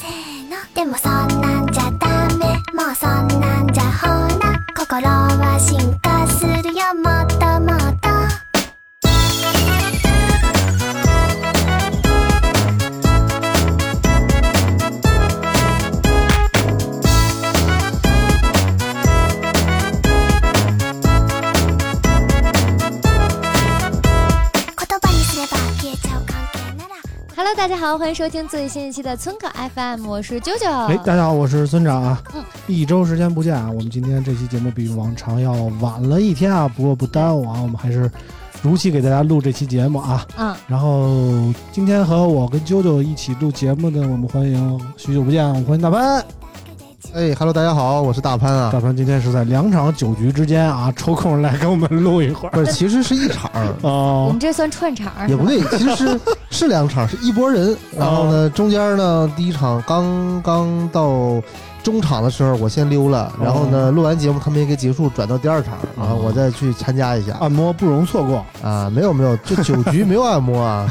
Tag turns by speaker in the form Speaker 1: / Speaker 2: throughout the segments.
Speaker 1: せーのでもそんなんじゃダメもうそんなんじゃほら心は進化するよもっともっと言葉にすれば消えちゃう関係なら
Speaker 2: Hello，大家好，欢迎收听最新一期的村口 FM，我是九九。
Speaker 3: 哎，大家好，我是村长啊
Speaker 2: 啊嗯。
Speaker 3: 一周时间不见啊，我们今天这期节目比往常要晚了一天啊，不过不耽误啊，我们还是如期给大家录这期节目啊。
Speaker 2: 嗯，
Speaker 3: 然后今天和我跟啾啾一起录节目的，我们欢迎许久不见，我们欢迎大潘。
Speaker 4: 哎哈喽，大家好，我是大潘啊。
Speaker 3: 大潘今天是在两场酒局之间啊，抽空来跟我们录一会儿。
Speaker 4: 不是，其实是一场儿，
Speaker 2: 我
Speaker 3: 哦
Speaker 2: 们，这算串场儿
Speaker 4: 也不对，其实是是两场，是一拨
Speaker 3: 哦
Speaker 4: 人。然后呢，中间呢，第一场刚刚到中场的时候，我先溜了。
Speaker 3: 哦
Speaker 4: 然后呢，录完节目他们也给结束，转到第二场，然后我再去参加一下。
Speaker 3: 按摩不容错过。
Speaker 4: 啊，没有没有，这酒局没有按 摩啊。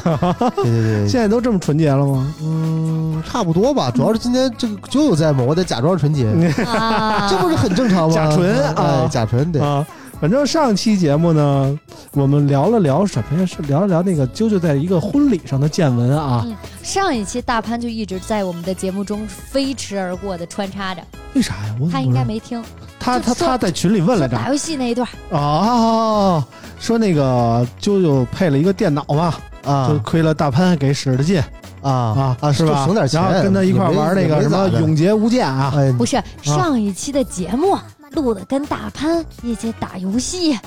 Speaker 4: 对对对，
Speaker 3: 现在都这么纯洁了吗？
Speaker 4: 嗯，差不多吧。主要是今天这个酒友在嘛，我得假装纯洁，
Speaker 2: 啊，
Speaker 4: 这不是很正常吗？
Speaker 3: 假纯啊
Speaker 4: 哎，甲醇对。
Speaker 3: 啊，反正上期节目呢，我们聊了聊什么呀？是聊了聊那个啾啾在一个婚礼上的见闻啊。
Speaker 2: 嗯上一期大潘就一直在我们的节目中飞驰而过的穿插着，
Speaker 3: 为啥呀？我怎么
Speaker 2: 他应该没听。
Speaker 3: 他他
Speaker 2: 就说
Speaker 3: 他在群里问来着
Speaker 2: 打游戏那一
Speaker 3: 嗯
Speaker 2: 段儿，
Speaker 3: 啊，说那个啾啾配了一个电脑嘛，
Speaker 4: 啊
Speaker 3: 就亏了大潘给使的劲
Speaker 4: 啊
Speaker 3: 啊
Speaker 4: 啊，
Speaker 3: 是吧？
Speaker 4: 就省点钱，
Speaker 3: 然后跟他一块儿玩那个什么
Speaker 4: 也没
Speaker 3: 《永劫无间》啊，
Speaker 4: 哎，
Speaker 2: 不是上一
Speaker 4: 啊
Speaker 5: 啊
Speaker 2: 期的节目录的跟大潘一起打游 戏，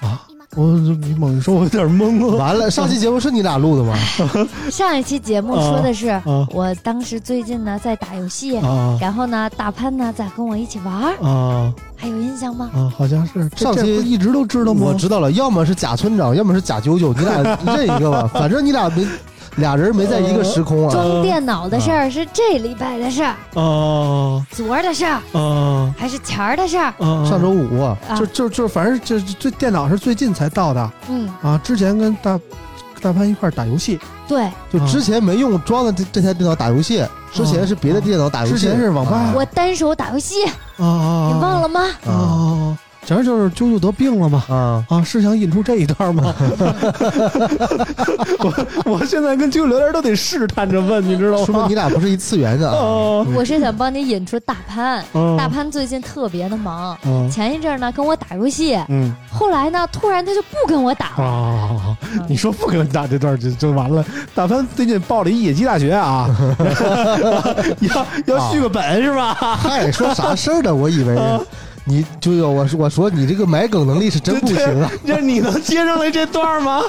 Speaker 3: 啊我你猛说，我有点 懵了。
Speaker 4: 完了，上期节目是你俩录的吗？
Speaker 2: 上一期节目说的是
Speaker 3: 啊
Speaker 2: 我当时最近呢在打游 戏，
Speaker 3: 啊
Speaker 2: 然后呢大潘呢在跟我一起玩儿，
Speaker 3: 啊
Speaker 2: 还有印象吗？
Speaker 3: 啊！好像是这
Speaker 4: 上
Speaker 3: 这
Speaker 4: 期
Speaker 3: 不一直都知道吗？
Speaker 4: 我知道了，要么是假村长，要么是假九九，你俩 认一个吧。反正你俩没俩人没在一个时空啊。
Speaker 2: 装电脑的事儿是这礼拜的事儿，
Speaker 3: 啊
Speaker 2: 昨儿的事儿
Speaker 3: 啊
Speaker 2: 还是前儿的事儿。
Speaker 3: 啊！
Speaker 4: 上周五啊，
Speaker 2: 啊
Speaker 3: 就就就反正这这电脑是最近才到的
Speaker 2: 嗯，
Speaker 3: 啊，之前跟大大潘一块儿打游戏，
Speaker 2: 对
Speaker 3: 啊
Speaker 4: 就之前没用装的这这台电脑打游戏，之前是别的电脑打游戏，
Speaker 3: 之前是网吧
Speaker 4: 啊
Speaker 2: 我单手打游戏，你
Speaker 3: 啊啊！
Speaker 2: 忘了吗？
Speaker 3: 啊啊！反正就是啾啾得病了嘛。
Speaker 4: 哦啊。
Speaker 3: 啊，是想引出这一段 吗？我我现在跟啾啾聊天都得试探着问，你知道吗？
Speaker 4: 啊说明你俩不是一次元 的啊。
Speaker 3: 啊，
Speaker 2: 我是想帮你引出大潘，
Speaker 3: 嗯
Speaker 2: 大潘最近特别的忙，
Speaker 3: 嗯
Speaker 2: 前一阵儿呢跟我打游戏，
Speaker 3: 嗯
Speaker 2: 后来呢突然他就不跟我打了。
Speaker 3: 啊，
Speaker 4: 嗯
Speaker 3: 你说不给我打这段就就完了。大潘最近报了一野鸡大学 啊，要要续个本是吧？
Speaker 4: 嗨，说啥事儿呢？我以为
Speaker 3: 啊
Speaker 4: 你就有我说我说你这个买梗能力是真不行啊！
Speaker 3: 这你能接上来这段吗？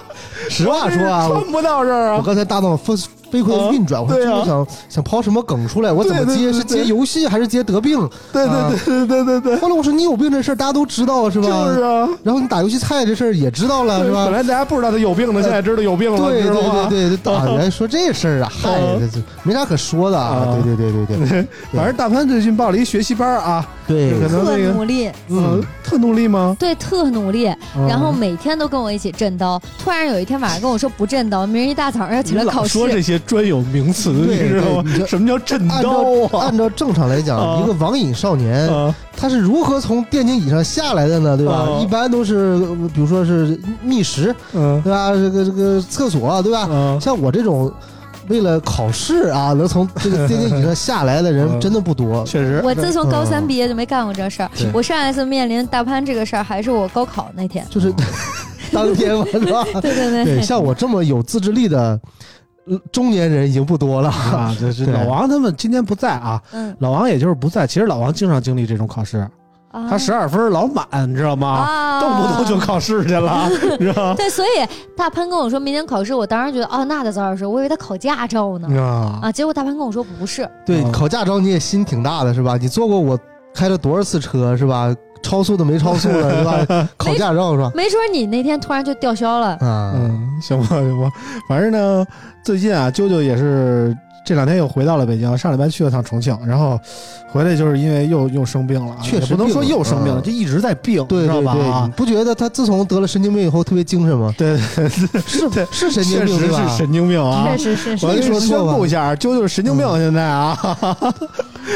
Speaker 4: 实话说啊，我
Speaker 3: 穿不到这儿
Speaker 4: 我
Speaker 3: 啊。
Speaker 4: 刚才大脑飞飞快的运转，我
Speaker 3: 对啊
Speaker 4: 就是想想抛什么梗出来，我怎么
Speaker 3: 对对对
Speaker 4: 接？
Speaker 3: 对
Speaker 4: 是接游戏还是接 得病？
Speaker 3: 对对对对对对对，
Speaker 4: 后来我说你有病这事儿大家都知道是吧？
Speaker 3: 就是啊，
Speaker 4: 然后你打游戏菜这事儿也知道了是
Speaker 3: 本
Speaker 4: 吧？
Speaker 3: 来大家不知道他有病的，现在知道有病了，
Speaker 4: 对
Speaker 3: 知
Speaker 4: 对
Speaker 3: 道啊吗
Speaker 4: 对？对， 对打原来说这事儿啊，嗨，这这没啥可说的
Speaker 3: 啊
Speaker 4: 啊！对对对对 对
Speaker 3: 反正大潘最近报了一学习班啊，可
Speaker 4: 对，
Speaker 3: 能
Speaker 2: 特
Speaker 3: 那个
Speaker 2: 努力，
Speaker 3: 嗯特努力吗？
Speaker 2: 对，特努力，
Speaker 3: 嗯
Speaker 2: 然后每天都跟我一起震刀。突然有一天晚上跟我说不震刀，明儿一大早上要起来
Speaker 3: 你
Speaker 2: 考
Speaker 3: 老说
Speaker 2: 试。
Speaker 3: 这些专有名词，
Speaker 4: 对
Speaker 3: 你知道
Speaker 4: 对
Speaker 3: 吗？
Speaker 4: 你这
Speaker 3: 什么叫震
Speaker 4: 按
Speaker 3: 刀
Speaker 4: 照
Speaker 3: 啊？
Speaker 4: 按照正常来讲，
Speaker 3: 啊
Speaker 4: 一个网瘾少年
Speaker 3: 啊
Speaker 4: 他是如何从电竞椅上下来的呢？对吧
Speaker 3: 啊？
Speaker 4: 一般都是呃比如说是觅食
Speaker 3: 嗯
Speaker 4: 对吧？这个这个厕所啊对吧？
Speaker 3: 嗯
Speaker 4: 像我这种为了考试啊，能从这个电竞椅上下来 的
Speaker 3: 嗯
Speaker 4: 人真的不多。
Speaker 3: 确实
Speaker 2: 我自从高三
Speaker 4: 嗯
Speaker 2: 毕业就没干过这事儿
Speaker 4: 对。
Speaker 2: 我上一次面临大潘这个事儿，还是我高考 那天。
Speaker 4: 就是
Speaker 3: 嗯
Speaker 4: 当天晚上，
Speaker 2: 对对
Speaker 4: 对，像我这么有自制力的呃中年人已经不多了。
Speaker 3: 啊，这这
Speaker 4: 对
Speaker 3: 老王他们今天不在啊，
Speaker 2: 嗯，
Speaker 3: 老王也就是不在。其实老王经常经历这种考试，
Speaker 2: 啊
Speaker 3: 他十二分老满，你知道吗？
Speaker 2: 啊，
Speaker 3: 动不动就考试去了，你知道吗？
Speaker 2: 对，所以大潘跟我说明天考试，我当时觉得哦，那得早点说，我以为他考驾照呢。
Speaker 3: 啊
Speaker 2: 啊，结果大潘跟我说不是，
Speaker 4: 对
Speaker 3: 嗯，
Speaker 4: 考驾照你也心挺大的是吧？你做过我开了多少次车是吧？超速的没超速的 是吧？考驾照是吧？
Speaker 2: 没准你那天突然就吊销了。
Speaker 4: 啊，
Speaker 3: 嗯，行吧，行吧，反正呢，最近啊，啾啾也是这两天又回到了北京，上礼拜去了趟重庆，然后回来就是因为又又生病了啊，
Speaker 4: 确实
Speaker 3: 也不能
Speaker 4: 病
Speaker 3: 说
Speaker 4: 了
Speaker 3: 又生病了，
Speaker 4: 嗯
Speaker 3: 就一直在病，
Speaker 4: 对
Speaker 3: 知道
Speaker 4: 对
Speaker 3: 吧？
Speaker 4: 对，你
Speaker 3: 啊，
Speaker 4: 不觉得他自从得了神经病以后特别精神吗？
Speaker 3: 对，对对
Speaker 4: 是
Speaker 3: 对
Speaker 4: 是神经
Speaker 3: 确
Speaker 4: 病
Speaker 3: 实
Speaker 4: 对吧嗯
Speaker 3: 是？神经病啊。
Speaker 2: 是是
Speaker 3: 我
Speaker 4: 没
Speaker 3: 跟你
Speaker 4: 说错
Speaker 3: 宣
Speaker 4: 吧
Speaker 3: 布一下，啾啾是神经病，现在啊，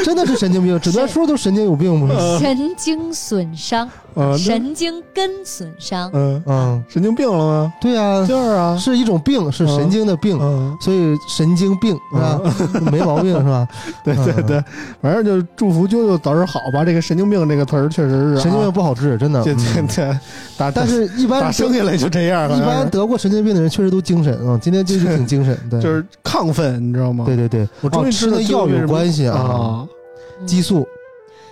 Speaker 4: 真的是神 经病，诊断书都神经有病不是？
Speaker 2: 神经损伤，
Speaker 3: 嗯，
Speaker 2: 神经根损伤，
Speaker 3: 嗯，
Speaker 4: 嗯，
Speaker 3: 神经病了吗？
Speaker 4: 对呀，
Speaker 3: 就是啊，
Speaker 4: 嗯是一种病，是神经的病，
Speaker 3: 嗯，
Speaker 4: 所以神经病是吧？ 没毛病是吧？
Speaker 3: 对对
Speaker 4: 嗯
Speaker 3: 对，反正就祝福啾啾早日好吧。这个神经病这个词儿确实是啊
Speaker 4: 神经病，不好治，真的。
Speaker 3: 这这
Speaker 4: 嗯
Speaker 3: 这打，
Speaker 4: 但是一般
Speaker 3: 打生下来就这样，好啊
Speaker 4: 一
Speaker 3: 像是
Speaker 4: 般得过神经病的人确实都精神啊，今天就是挺 精神，对，
Speaker 3: 就是亢奋，你知道吗？
Speaker 4: 对对对，
Speaker 3: 我终于
Speaker 4: 哦
Speaker 3: 知
Speaker 4: 吃
Speaker 3: 道
Speaker 4: 的
Speaker 3: 究
Speaker 4: 药
Speaker 3: 竟是
Speaker 4: 有关系啊，
Speaker 3: 啊，
Speaker 2: 嗯
Speaker 4: 激素，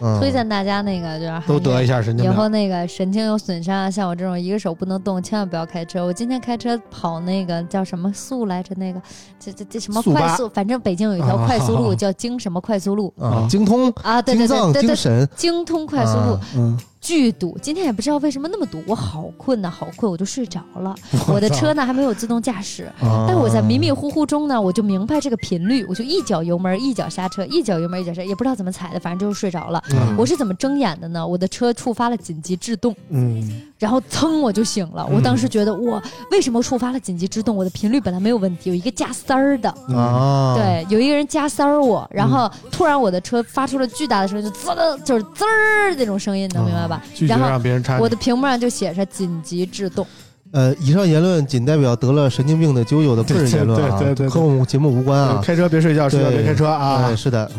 Speaker 4: 嗯
Speaker 2: 推荐大家那个就是还是
Speaker 3: 都得一下神
Speaker 2: 以
Speaker 3: 经病
Speaker 2: 后那个神经有损伤啊，像我这种一个手不能动，千万不要开车。我今天开车跑那个叫什么速来着？那个这这这什么
Speaker 3: 速
Speaker 2: 快
Speaker 3: 八
Speaker 2: 速？反正北京有一条
Speaker 3: 啊
Speaker 2: 快
Speaker 3: 好
Speaker 2: 速
Speaker 3: 好
Speaker 2: 路
Speaker 3: 好
Speaker 2: 叫京什么快速路
Speaker 4: 啊
Speaker 3: 啊，
Speaker 4: 精通、
Speaker 2: 啊？对
Speaker 4: 精
Speaker 2: 对对
Speaker 4: 藏、
Speaker 2: 对
Speaker 4: 精
Speaker 2: 对，
Speaker 4: 神，
Speaker 2: 精通快速路
Speaker 4: 啊
Speaker 3: 嗯，
Speaker 2: 巨堵。今天也不知道为什么那么堵，我好困呐、好困，我就睡着 了。我的车呢还没有自动驾驶，
Speaker 4: 啊
Speaker 2: 但我在迷迷糊糊中呢，我就明白这个频率，我就一脚油门，一脚刹车，一脚油门，一脚刹车，也不知道怎么踩的，反正就是睡着了。
Speaker 4: 嗯
Speaker 2: 我是怎么睁眼的呢？我的车触发了紧急制动，
Speaker 3: 嗯，
Speaker 2: 然后噌我就醒了。
Speaker 4: 嗯
Speaker 2: 我当时觉得，哇，为什么触发了紧急制动？我的频率本来没有问题，有一个加塞儿的，
Speaker 4: 啊，，嗯
Speaker 2: 对，有一个人加塞儿我，然后突然我的车发出了巨大的声音，就滋了，就是滋儿那种声音，能明白吧？
Speaker 3: 拒绝
Speaker 2: 然后
Speaker 3: 让别人插
Speaker 4: 嗯
Speaker 3: 你
Speaker 2: 我的屏幕上就写着紧急制动，
Speaker 4: 呃，以上言论仅代表得了神经病的啾啾的个人言论啊，
Speaker 3: 对对对对对
Speaker 4: 和我们节目无关
Speaker 3: 对
Speaker 4: 啊，
Speaker 3: 开车别睡觉，睡觉别
Speaker 4: 对
Speaker 3: 开车啊
Speaker 4: 哎，。是的，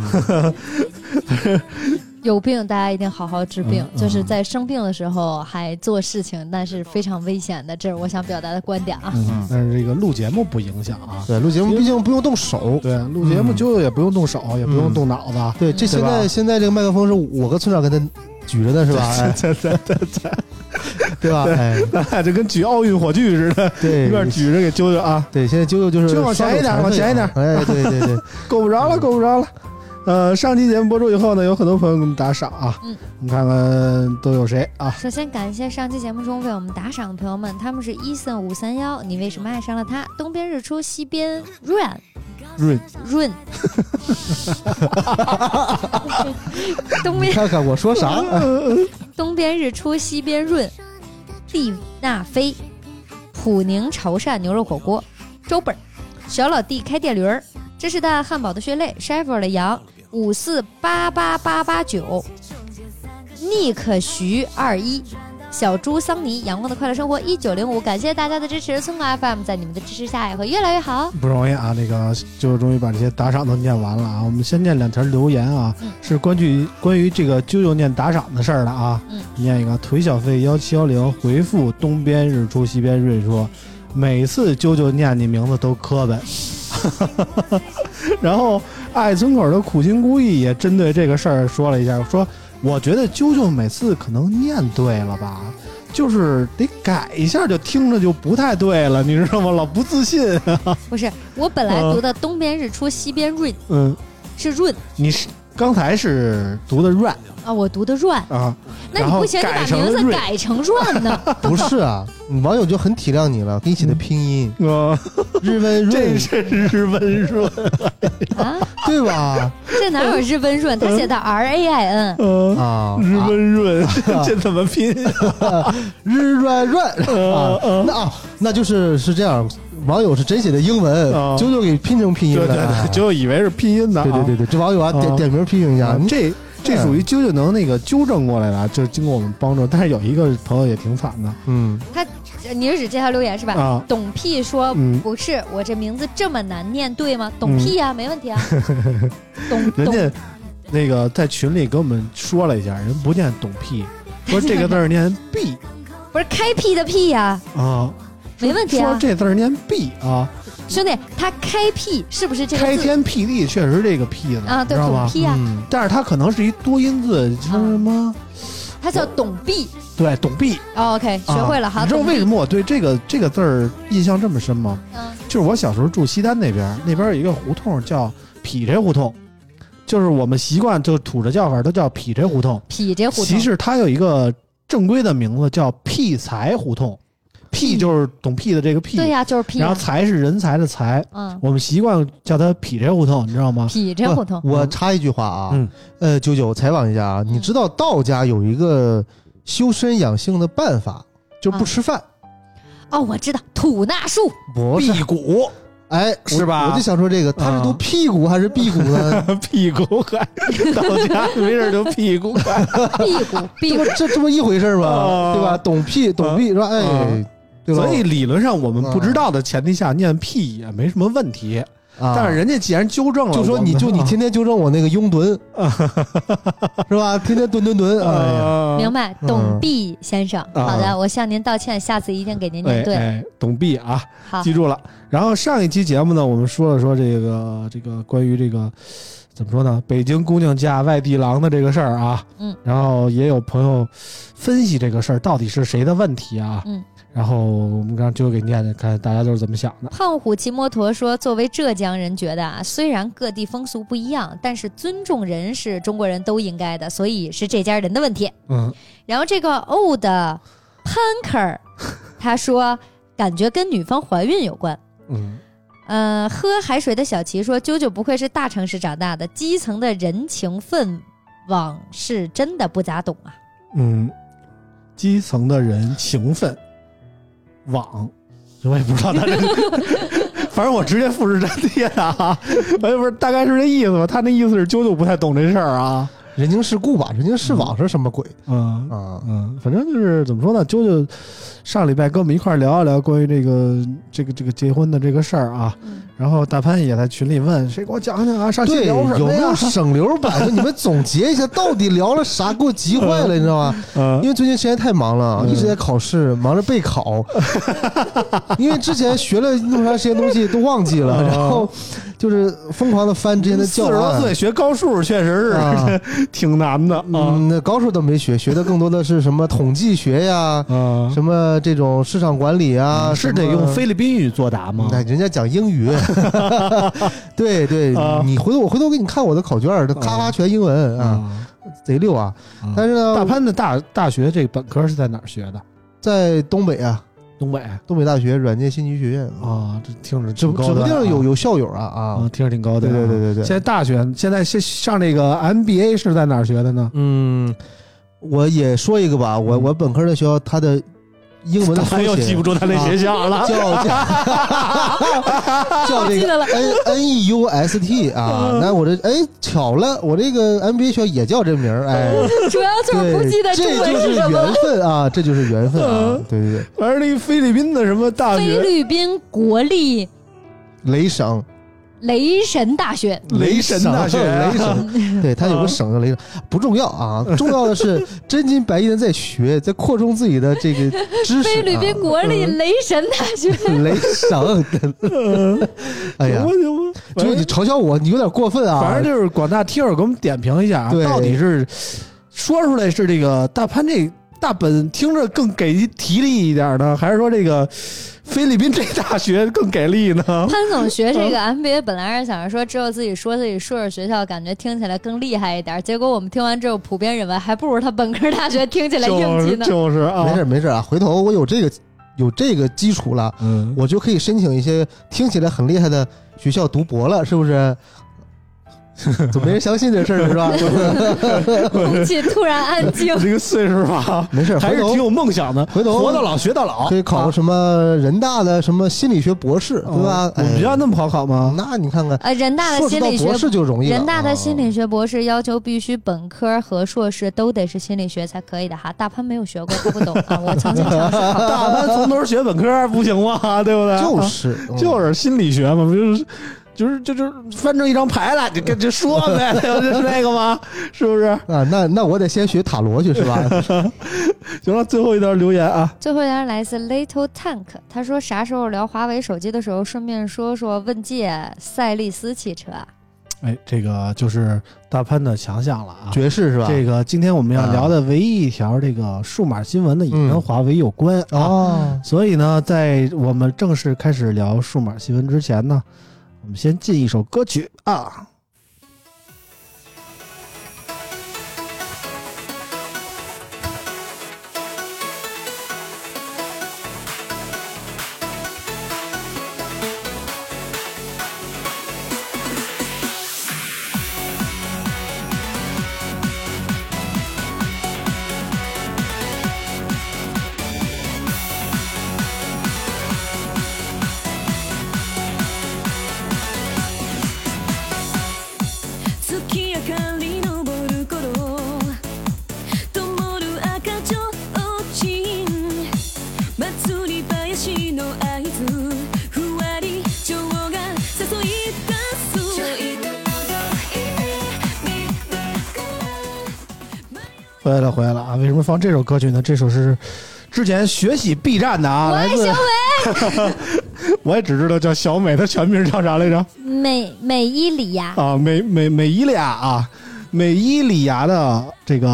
Speaker 2: 有病大家一定好好治病，
Speaker 3: 嗯
Speaker 2: 就是在生病的时候还做事情，那是非常危险的。这是我想表达的观点啊。
Speaker 3: 嗯，但是这个录节目不影响啊。
Speaker 4: 对，录节目毕竟不用动手，
Speaker 3: 对，嗯录节目就也不用动手，也不用动脑子，
Speaker 4: 对，
Speaker 3: 对
Speaker 4: 这现
Speaker 3: 吧
Speaker 4: 在现在这个麦克风是我跟村长跟他举着呢，是吧？哎
Speaker 3: 对 对对对
Speaker 4: 对吧？哎，
Speaker 3: 咱俩就跟举奥运火炬似的，
Speaker 4: 对，
Speaker 3: 一边举着给揪揪啊，
Speaker 4: 对，现在啾啾就是
Speaker 3: 就往
Speaker 4: 双手
Speaker 3: 前一点
Speaker 4: 残
Speaker 3: 往前一点
Speaker 4: 废啊哎，对对对，
Speaker 3: 够不着了，够不着了。呃，上期节目播出以后呢，有很多朋友给我们打赏啊，
Speaker 2: 嗯
Speaker 3: 我们看看都有谁啊？
Speaker 2: 首先感谢上期节目中为我们打赏的朋友们，他们是伊森五三幺，你为什么爱上了他？东边日出西边润
Speaker 3: 润
Speaker 2: 润， 东
Speaker 4: 你
Speaker 2: 边
Speaker 4: 看看我说啥？哎
Speaker 2: 东边日出西边润，蒂娜菲，普宁潮汕牛肉火锅，周本儿，小老弟开电驴儿，芝士蛋汉堡的血泪 s h e f e r 的羊，五四八八八八九，Nick 徐二一。小猪桑尼，阳光的快乐生活一九零五，感谢大家的支持，村口 FM 在你们的支持下也会越来越好。
Speaker 3: 不容易啊，那个就终于把这些打赏都念完了啊。我们先念两条留言啊，
Speaker 2: 嗯
Speaker 3: 是关于关于这个啾啾念打赏的事儿的啊。
Speaker 2: 嗯
Speaker 3: 念一个腿小费幺七幺零回复东边日出西边日说，每次啾啾念你名字都磕巴。 然后爱村口的苦心孤诣也针对这个事儿说了一下，说我觉得啾啾每次可能念对了吧。就是得改一下，就听着就不太对了，你知道吗？老不自信。
Speaker 2: 不是，我本来
Speaker 3: 嗯
Speaker 2: 读的东边日出西边润
Speaker 3: 嗯，
Speaker 2: 是润
Speaker 3: 你是刚才是读的 run
Speaker 2: 啊，我读的润，
Speaker 3: 啊，
Speaker 2: 那你不行，你把名字改成润 呢？
Speaker 4: 不是啊，网友就很体谅你了，给你写的拼音
Speaker 3: 呃，
Speaker 4: 日
Speaker 3: 嗯
Speaker 4: 文
Speaker 3: 这
Speaker 4: 润，
Speaker 3: 是日文说，
Speaker 2: 啊，
Speaker 4: 对吧？
Speaker 2: 这哪有日温润？他写
Speaker 3: 嗯
Speaker 2: 的 R A I N，
Speaker 3: 呃，
Speaker 4: 啊，
Speaker 3: 日温润，
Speaker 4: 啊
Speaker 3: 这怎么拼？
Speaker 4: 日软 软
Speaker 3: 呃
Speaker 4: 啊，那啊，那就是是这样，网友是真写的英文
Speaker 3: 啊，
Speaker 4: 啾啾给拼成拼音
Speaker 3: 对对
Speaker 4: 了
Speaker 3: 对
Speaker 4: 啊，，
Speaker 3: 就以为是拼音的啊，
Speaker 4: 对对对对，这网友啊
Speaker 3: 啊
Speaker 4: 点点名批评一下嗯
Speaker 3: 啊，
Speaker 4: 你
Speaker 3: 这这属于啾啾能那个纠正过来了，就是经过我们帮助。但是有一个朋友也挺惨的
Speaker 4: 嗯，
Speaker 2: 你是指这条留言是吧？
Speaker 3: 啊，
Speaker 2: 懂屁说
Speaker 3: 嗯，
Speaker 2: 不是，我这名字这么难念，对吗？懂屁呀，没问 题啊。懂
Speaker 3: 人
Speaker 2: 懂
Speaker 3: 家那个在群里给我们说了一下，人不念懂 屁，说这个字儿念 b
Speaker 2: 不是开屁的屁呀，
Speaker 3: 啊，
Speaker 2: 没问题
Speaker 3: 说
Speaker 2: 啊，
Speaker 3: 这字儿念 b 啊，
Speaker 2: 兄弟，他开屁是不是这
Speaker 3: 开
Speaker 2: 个字
Speaker 3: 天辟地确实这个屁字
Speaker 2: 啊？
Speaker 3: 知
Speaker 2: 对，
Speaker 3: 道吧
Speaker 2: 懂？屁呀，
Speaker 4: 嗯
Speaker 3: 但是它可能是一多音字，说什
Speaker 2: 嗯
Speaker 3: 么？
Speaker 2: 他叫懂屁。
Speaker 3: 对，懂币。
Speaker 2: 哦 OK，学会了
Speaker 3: 嗯啊
Speaker 2: 哈。
Speaker 3: 你知道为什么我对这个这个字儿印象这么深吗？
Speaker 2: 么？
Speaker 3: 就是我小时候住西单那边，那边有一个胡同叫痞这胡同，就是我们习惯就土着叫法都叫痞贼胡同，
Speaker 2: 痞这胡同
Speaker 3: 其实它有一个正规的名字叫屁财胡同，屁就是懂屁的这个屁，
Speaker 2: 对呀，就是痞
Speaker 3: 然后财是人才的财，
Speaker 2: 嗯，
Speaker 3: 我们习惯叫它痞贼胡同，你知道吗？
Speaker 2: 痞这胡同，
Speaker 4: 我我插一句话啊，
Speaker 3: 嗯
Speaker 4: 呃，九九采访一下啊，你知道道家有一个修身养性的办法，就是不吃饭，
Speaker 2: 哦，我知道吐纳术，
Speaker 4: 不是？
Speaker 6: 辟谷，
Speaker 4: 哎，我
Speaker 6: 是吧
Speaker 4: 我就想说这个，他是读
Speaker 3: 嗯
Speaker 4: 屁股还是辟谷 呢？
Speaker 3: 屁股还到家没事就屁股还，
Speaker 2: 辟谷辟
Speaker 4: 这
Speaker 2: 谷
Speaker 4: 不，这这不一回事吗？
Speaker 3: 啊
Speaker 4: 对吧？懂屁懂屁是吧？哎
Speaker 3: 啊，
Speaker 4: 对吧？
Speaker 3: 所以理论上我们不知道的前提下念屁也没什么问题，
Speaker 4: 啊，
Speaker 3: 但是人家既然纠正了，
Speaker 4: 就说你就你天天纠正我那个拥趸，是吧？天天蹲蹲蹲，哎呀，
Speaker 3: 啊
Speaker 2: 明白？
Speaker 4: 嗯
Speaker 2: 董必先生，
Speaker 3: 啊
Speaker 2: 好的，我向您道歉，下次一定给您
Speaker 3: 哎
Speaker 2: 念对。
Speaker 3: 哎，懂币啊，
Speaker 2: 好，
Speaker 3: 记住了。然后上一期节目呢，我们说了说这个这个关于这个怎么说呢，北京姑娘嫁外地郎的这个事儿啊，
Speaker 2: 嗯，
Speaker 3: 然后也有朋友分析这个事儿到底是谁的问题啊，
Speaker 2: 嗯，
Speaker 3: 然后我们刚就给念念，看大家都是怎么想的。
Speaker 2: 胖虎骑摩托说：“作为浙江人，觉得啊，虽然各地风俗不一样，但是尊重人是中国人都应该的，所以是这家人的问题。
Speaker 3: 嗯，”
Speaker 2: 然后这个 old punker 他说：“感觉跟女方怀孕有关。”
Speaker 3: 嗯，
Speaker 2: 呃，喝海水的小齐说：“啾啾不愧是大城市长大的，基层的人情分往是真的不咋懂啊。
Speaker 3: 嗯，基层的人情分网，我也不知道他这， 反正我直接复制粘贴的啊，我也不是大概是这意思吧。他那意思是啾啾不太懂这事儿啊，
Speaker 4: 人情世故吧，人情世网是什么鬼
Speaker 3: 嗯
Speaker 4: 啊？
Speaker 3: 嗯，反正就是怎么说呢，啾啾上礼拜跟我们一块儿聊一聊关于这个这个这个结婚的这个事儿啊，
Speaker 2: 嗯
Speaker 3: 然后大潘也在群里问谁给我讲讲啊，上期
Speaker 4: 对，
Speaker 3: 聊什
Speaker 4: 有
Speaker 3: 么
Speaker 4: 没
Speaker 3: 呀
Speaker 4: 有？省流版？ 就你们总结一下，到底聊了啥？给我急坏了，你知 道吗？
Speaker 3: 嗯
Speaker 4: 因为最近时间太忙了，
Speaker 3: 嗯
Speaker 4: 一直在考试，忙着 备考。因为之前学了那么长时间东西都忘记了，
Speaker 3: 嗯
Speaker 4: 然后就是疯狂的翻之前的
Speaker 3: 四
Speaker 4: 教
Speaker 3: 十多
Speaker 4: 案。
Speaker 3: 岁学高数确实
Speaker 4: 啊
Speaker 3: 是挺难的啊
Speaker 4: 嗯，那高数都没学，学的更多的是什么统计学呀，
Speaker 3: 啊
Speaker 4: 什么这种市场管理啊，
Speaker 3: 嗯是
Speaker 4: 什
Speaker 3: 得
Speaker 4: 么
Speaker 3: 用嗯菲律宾语作答吗？
Speaker 4: 哎，人家讲 英语，对对，
Speaker 3: 啊
Speaker 4: 你回头我回头给你看我的考卷儿，它
Speaker 3: 嗯
Speaker 4: 咔咔全英文啊，
Speaker 3: 啊，
Speaker 4: 贼溜啊！
Speaker 3: 啊
Speaker 4: 但是
Speaker 3: 大
Speaker 4: 呢，
Speaker 3: 潘的大大学这本科是在哪儿学的？
Speaker 4: 在东北啊，
Speaker 3: 东北
Speaker 4: 东北大学软件信息学院啊，
Speaker 3: 啊，这听着
Speaker 4: 指
Speaker 3: 挺
Speaker 4: 不
Speaker 3: 高
Speaker 4: 指不
Speaker 3: 端
Speaker 4: 定有
Speaker 3: 啊
Speaker 4: 有校友啊
Speaker 3: 啊
Speaker 4: 啊，，
Speaker 3: 听着挺高的。
Speaker 4: 对对对对对
Speaker 3: 现在大学现在现上这个 MBA 是在哪儿学的呢？
Speaker 4: 嗯，我也说一个吧，我
Speaker 3: 嗯
Speaker 4: 我本科的学校它的英文的缩写啊
Speaker 3: 住他啊校了。
Speaker 4: 叫 叫叫这
Speaker 2: 记得
Speaker 4: 个
Speaker 2: 了
Speaker 4: N N E U S T 啊，
Speaker 3: 嗯
Speaker 4: 那我这哎巧了，我这个 M B A 学校也叫这名儿，哎，
Speaker 3: 嗯
Speaker 2: 主要就是不
Speaker 4: 对，
Speaker 2: 记得中文
Speaker 4: 这就是
Speaker 2: 是什么
Speaker 4: 缘
Speaker 2: 了。
Speaker 4: 分啊，这就是缘分啊
Speaker 3: 嗯，
Speaker 4: 对对对，
Speaker 3: 反正那菲律宾的什么大
Speaker 2: 菲
Speaker 3: 学，
Speaker 2: 律宾国立
Speaker 4: 雷省
Speaker 2: 雷神大
Speaker 4: 啊嗯
Speaker 2: 学，
Speaker 3: 雷嗯神大学啊
Speaker 4: 雷省，对，它有个省叫雷省，不重要啊，重要的是真金白银的在学，在扩充自己的这个知识、啊。啊
Speaker 2: 菲律宾国立雷神大学。
Speaker 4: 雷省， 哎呀
Speaker 3: 行吧，行吧，
Speaker 4: 就是你嘲笑我，你有点过分啊！
Speaker 3: 反正就是广大听友给我们点评一下啊，
Speaker 4: 对
Speaker 3: 到底是说出来是这个大潘这大本听着更给提力一点呢，还是说这个菲律宾这大学更给力呢？
Speaker 2: 潘总学这个 MBA 本来是想着说，只有自己说自己硕士学校，感觉听起来更厉害一点。结果我们听完之后，普遍认为还不如他本科大学听起来
Speaker 3: 就
Speaker 2: 硬气
Speaker 3: 是
Speaker 2: 呢。
Speaker 3: 就是
Speaker 4: 没事
Speaker 3: 啊，
Speaker 4: 没事啊，回头我有这个有这个基础了，
Speaker 3: 嗯，
Speaker 4: 我就可以申请一些听起来很厉害的学校读博了，是 不是？总没人相信这事儿是吧？
Speaker 2: 空气突然安静
Speaker 3: 我。这个岁数吧，
Speaker 4: 没事，
Speaker 3: 还
Speaker 4: 回
Speaker 3: 是挺
Speaker 4: 头
Speaker 3: 有梦想的，
Speaker 4: 回头
Speaker 3: 活到老学到老，
Speaker 4: 可
Speaker 2: 哦
Speaker 4: 以考个
Speaker 3: 啊
Speaker 4: 什么人大的什么心理学博士，对吧
Speaker 3: 啊？我们学校那么好考
Speaker 4: 哎
Speaker 3: 吗？
Speaker 4: 那你看看，
Speaker 2: 呃，人大的
Speaker 4: 硕士
Speaker 2: 心
Speaker 4: 到
Speaker 2: 理学
Speaker 4: 博士就容易了。
Speaker 2: 人大的
Speaker 4: 啊
Speaker 2: 心理学博士要求必须本科和硕士都得是心理学才可以的哈。大潘没有学过，他不懂啊。我曾经尝试考，
Speaker 3: 大潘从头学本科不行吗？ 对不对？
Speaker 4: 嗯就
Speaker 3: 啊
Speaker 4: 是嗯
Speaker 3: 就是
Speaker 2: 哦
Speaker 3: 是心理学嘛，不就是就是就就是翻正一张牌来，就跟就说呗， 就是那个吗？是不是？
Speaker 4: 啊，那那我得先学塔罗去是 吧？
Speaker 3: 行了，最后一条留言啊，
Speaker 2: 最后一条来自 Little Tank，他说啥时候聊华为手机的时候，顺便说说问界赛力斯汽车啊。
Speaker 3: 哎，这个就是大潘的强项了啊。
Speaker 4: 爵士是吧？
Speaker 3: 这个今天我们要聊的唯一一条这个数码新闻呢，也跟
Speaker 4: 嗯
Speaker 3: 华为有关啊。
Speaker 4: 哦，
Speaker 3: 所以呢，在我们正式开始聊数码新闻之前呢，我们先进一首歌曲啊。回来了，回来了啊！为什么放这首歌曲呢？这首是之前学习 B 站的啊，
Speaker 2: 我
Speaker 3: 来
Speaker 2: 爱
Speaker 3: 自
Speaker 2: 小
Speaker 3: 我也只知道叫小美，她全名叫啥来着？
Speaker 2: 美美伊里亚，
Speaker 3: 啊，美美美伊利亚啊，美伊利亚的这个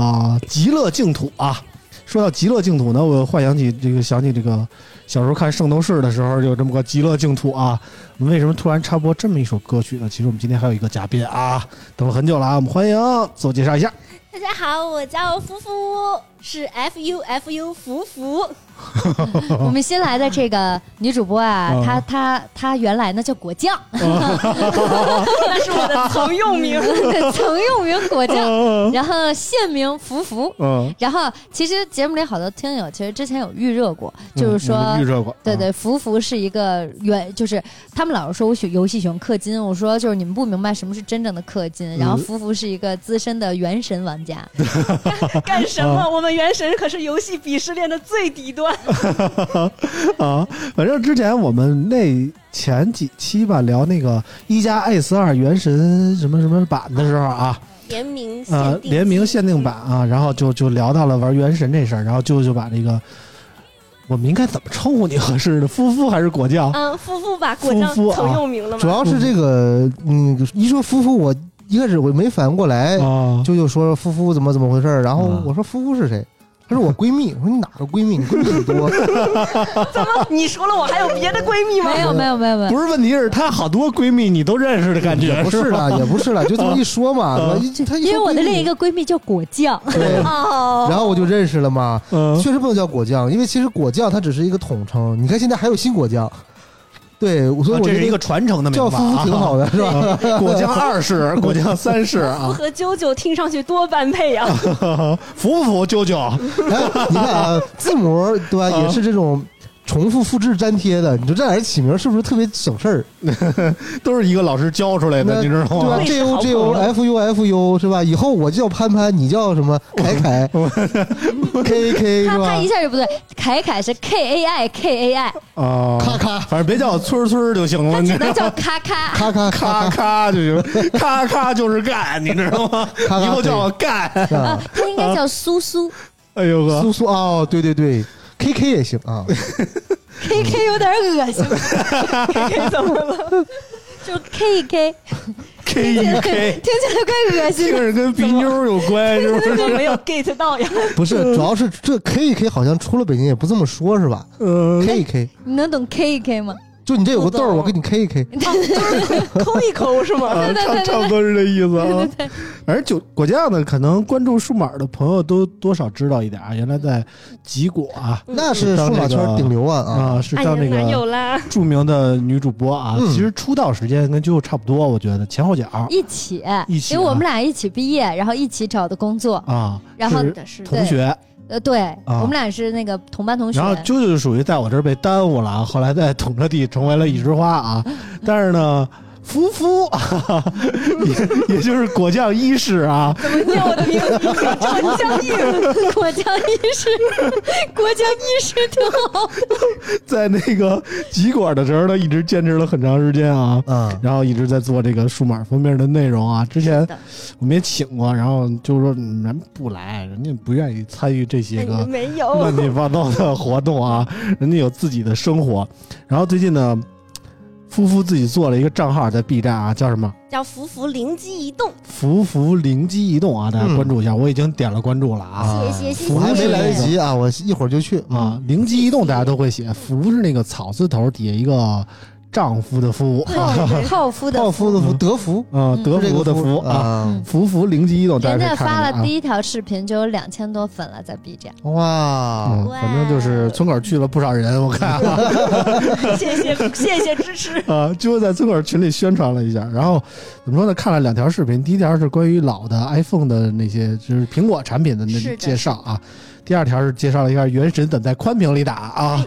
Speaker 3: 极乐净土啊。说到极乐净土呢，我幻想起这个，想起这个小时候看《圣斗士》的时候，有这么个极乐净土啊。我们为什么突然插播这么一首歌曲呢？其实我们今天还有一个嘉宾啊，等了很久了啊，我们欢迎自我介绍一下。
Speaker 7: 大家好，我叫福福，是 F U F U 福福。
Speaker 2: 我们新来的这个女主播啊
Speaker 3: 哦，
Speaker 2: 她她她原来呢叫果酱，
Speaker 7: 那是我的曾用名。
Speaker 2: 对 曾用名果酱，
Speaker 3: 嗯
Speaker 2: 然后现名福福。
Speaker 3: 嗯，
Speaker 2: 然后其实节目里好多听友其实之前有预热过，就是说。
Speaker 3: 嗯我们预热嗯过，
Speaker 2: 对对，福福是一个原，就是他们老是说我选游戏喜欢氪金，我说就是你们不明白什么是真正的氪
Speaker 3: 嗯
Speaker 2: 金。然后福福是一个资深的原神玩家，
Speaker 7: 干什么？我们原神可是游戏鄙视链的最底端。
Speaker 3: 啊，反正之前我们那前几期吧，聊那个一加 S 二原神什么什么版的时候啊，
Speaker 7: 联名
Speaker 3: 呃，联名限定版啊，然后就就聊到了玩原神这事儿，然后就就把这个我们应该怎么称呼你合适呢？夫妇还是果酱？
Speaker 7: 嗯，夫妇吧，
Speaker 3: 夫
Speaker 7: 果
Speaker 3: 妇
Speaker 7: 酱
Speaker 3: 啊
Speaker 7: 曾用名了
Speaker 4: 主
Speaker 7: 嘛。
Speaker 4: 要是这个，嗯，一说夫妇，我一开始我没反应过来，
Speaker 2: 哦
Speaker 3: 啊，
Speaker 4: 舅舅说夫妇怎么怎么回事儿，然后
Speaker 3: 啊
Speaker 4: 我说夫妇是谁？她说我闺蜜，我说你哪个闺蜜？你闺蜜很 多，
Speaker 7: 怎么？你除了我还有别的闺蜜吗？
Speaker 2: 没有没有没有没有，
Speaker 3: 不是问题是她好多闺蜜你都认识的感觉，
Speaker 4: 也不是
Speaker 3: 吧？
Speaker 4: 了，也不是了，就这么一说嘛，
Speaker 3: 啊
Speaker 4: 我一她一说
Speaker 2: 因为我的
Speaker 4: 闺蜜
Speaker 2: 另一个闺蜜叫果 酱，
Speaker 4: 对，
Speaker 7: 哦，
Speaker 4: 然后我就认识了嘛。
Speaker 3: 嗯
Speaker 4: 确实不能叫果酱，因为其实果酱它只是一个统称。你看现在还有新果酱，对，所以
Speaker 3: 啊
Speaker 4: 我
Speaker 3: 这是一
Speaker 4: 觉
Speaker 3: 个
Speaker 4: 得
Speaker 3: 传承的啊名
Speaker 4: 叫
Speaker 3: 字
Speaker 4: 夫妇挺好
Speaker 3: 的。
Speaker 4: 的，是吧？
Speaker 3: 果酱二 世，果酱三世
Speaker 7: 我
Speaker 3: 啊，
Speaker 7: 和啾啾听上去多般配啊呀。
Speaker 3: 服不服，舅舅？
Speaker 4: 哎，你看啊，字母对吧，
Speaker 3: 啊
Speaker 4: 也是这种重复复制粘贴的，你说这俩人起名是不是特别省事儿？
Speaker 3: 都是一个老师教出来
Speaker 4: 那
Speaker 3: 的，你知道
Speaker 4: 对
Speaker 3: 吗
Speaker 4: 吧？
Speaker 7: 对？
Speaker 4: J
Speaker 7: 是
Speaker 4: O
Speaker 7: 好
Speaker 4: J
Speaker 7: 朋
Speaker 4: O
Speaker 7: 友
Speaker 4: F U F U 是吧？以后我叫潘潘，你叫什 么凯凯 K K 是
Speaker 2: 她她
Speaker 4: 吧
Speaker 2: 一？下就不对，凯凯是 K A I K A I，
Speaker 3: 啊，
Speaker 4: 咔咔
Speaker 3: 反正别叫我村儿村儿就行了，
Speaker 2: 她
Speaker 3: 你
Speaker 2: 只
Speaker 3: 知
Speaker 2: 能
Speaker 3: 道
Speaker 2: 叫
Speaker 3: 吗。
Speaker 2: 咔咔。
Speaker 4: 咔咔
Speaker 3: 咔
Speaker 4: 咔
Speaker 3: 咔就行，咔咔就是干，你知道吗？
Speaker 4: 咔
Speaker 3: 以
Speaker 4: 咔
Speaker 3: 后叫我干。
Speaker 4: 咔
Speaker 2: 啊
Speaker 4: 啊！，
Speaker 2: 她应该叫苏 苏
Speaker 3: 哎呦哥，
Speaker 4: 苏苏哦，对对对，K K 也行啊。
Speaker 2: ，K K 有点恶心，K 怎 么了？就 K K，
Speaker 3: K
Speaker 2: 听起
Speaker 3: 与
Speaker 2: 来
Speaker 3: K，
Speaker 2: 听起来怪恶
Speaker 3: 这
Speaker 2: 心 的。
Speaker 3: 个是跟鼻妞有关，是不
Speaker 7: 我
Speaker 3: 是？
Speaker 7: 没有 get 到呀。
Speaker 4: 不是，主要是这 K K 好像除了北京也不这么说，是吧
Speaker 3: 嗯，
Speaker 4: ？K K，
Speaker 2: 你能懂 K K 吗？
Speaker 4: 就你这有个豆儿，
Speaker 7: 不懂
Speaker 4: 我给你 K K。
Speaker 3: 哦
Speaker 7: 抠一抠是吗？
Speaker 3: 啊，差差不多是这意思啊。反正九果酱呢，可能关注数码的朋友都多少知道一点啊。原来在极果啊，
Speaker 7: 嗯
Speaker 4: 那是数码圈顶流啊啊！
Speaker 3: 啊是
Speaker 7: 哎
Speaker 3: 当
Speaker 7: 呀，
Speaker 3: 那
Speaker 7: 哪有
Speaker 3: 个
Speaker 7: 啦？
Speaker 3: 著名的女主播啊，
Speaker 4: 嗯
Speaker 3: 其实出道时间跟啾啾差不多，我觉得前后脚
Speaker 2: 一起，
Speaker 3: 一起啊
Speaker 2: 因为我们俩一起毕业，然后一起找的工作，
Speaker 3: 啊，
Speaker 2: 然后
Speaker 3: 是
Speaker 7: 是
Speaker 3: 同学，
Speaker 2: 呃，对、
Speaker 3: 啊
Speaker 2: 我们俩是那个同班同学
Speaker 3: 然，后啾啾就属于在我这儿被耽误 了，啊后来在捅着地成为了一枝花啊。
Speaker 2: 嗯
Speaker 3: 但是呢，夫 妇啊，也也就是果酱一世 啊，
Speaker 7: 念我的名字，我相信。
Speaker 2: 国家意识，国家意识挺好。
Speaker 3: 在那个极管的时候呢，一直坚持了很长时间啊。
Speaker 4: 嗯
Speaker 3: 然后一直在做这个数码封面的内容啊，之前我们也请过，然后就是说嗯人不来，人家不愿意参与这些个
Speaker 7: 哎没有
Speaker 2: 哎
Speaker 3: 乱，七八糟的活动啊，人家有自己的生活。然后最近呢，夫妇自己做了一个账号在 B 站啊，叫什么
Speaker 7: 叫福福灵机一动，
Speaker 3: “福福灵机移动”啊，大家
Speaker 4: 嗯
Speaker 3: 关注一下，我已经点了关注了啊。
Speaker 4: 啊
Speaker 7: 谢谢谢
Speaker 4: 我还没
Speaker 3: 谢
Speaker 4: 来得及啊，我一会儿就去
Speaker 3: 啊，灵机一动大家都会写，福是那个草字头底下一个丈夫的夫，
Speaker 2: 浩浩夫的
Speaker 4: 报夫的
Speaker 3: 夫
Speaker 4: 夫德福，
Speaker 3: 啊，德
Speaker 4: 是嗯这
Speaker 3: 福
Speaker 4: 个
Speaker 3: 的
Speaker 4: 夫
Speaker 3: 福啊，
Speaker 4: 啊！
Speaker 3: 福福灵机一动，大
Speaker 2: 人
Speaker 3: 家可
Speaker 2: 家
Speaker 3: 以看
Speaker 2: 发
Speaker 3: 看
Speaker 2: 了
Speaker 3: 啊。
Speaker 2: 第一条视频就有两千多粉了，在 B 站。
Speaker 4: 哇，
Speaker 3: 嗯，反正就是村口聚了不少人，我看啊，
Speaker 7: 谢谢谢谢支 持。
Speaker 3: 啊，就在村口群里宣传了一下。然后怎么说呢？看了两条视频，第一条是关于老的 iPhone 的那些，就是苹果产品的那
Speaker 7: 是的
Speaker 3: 介绍啊。第二条是介绍了一下《原神》怎么在宽屏里打啊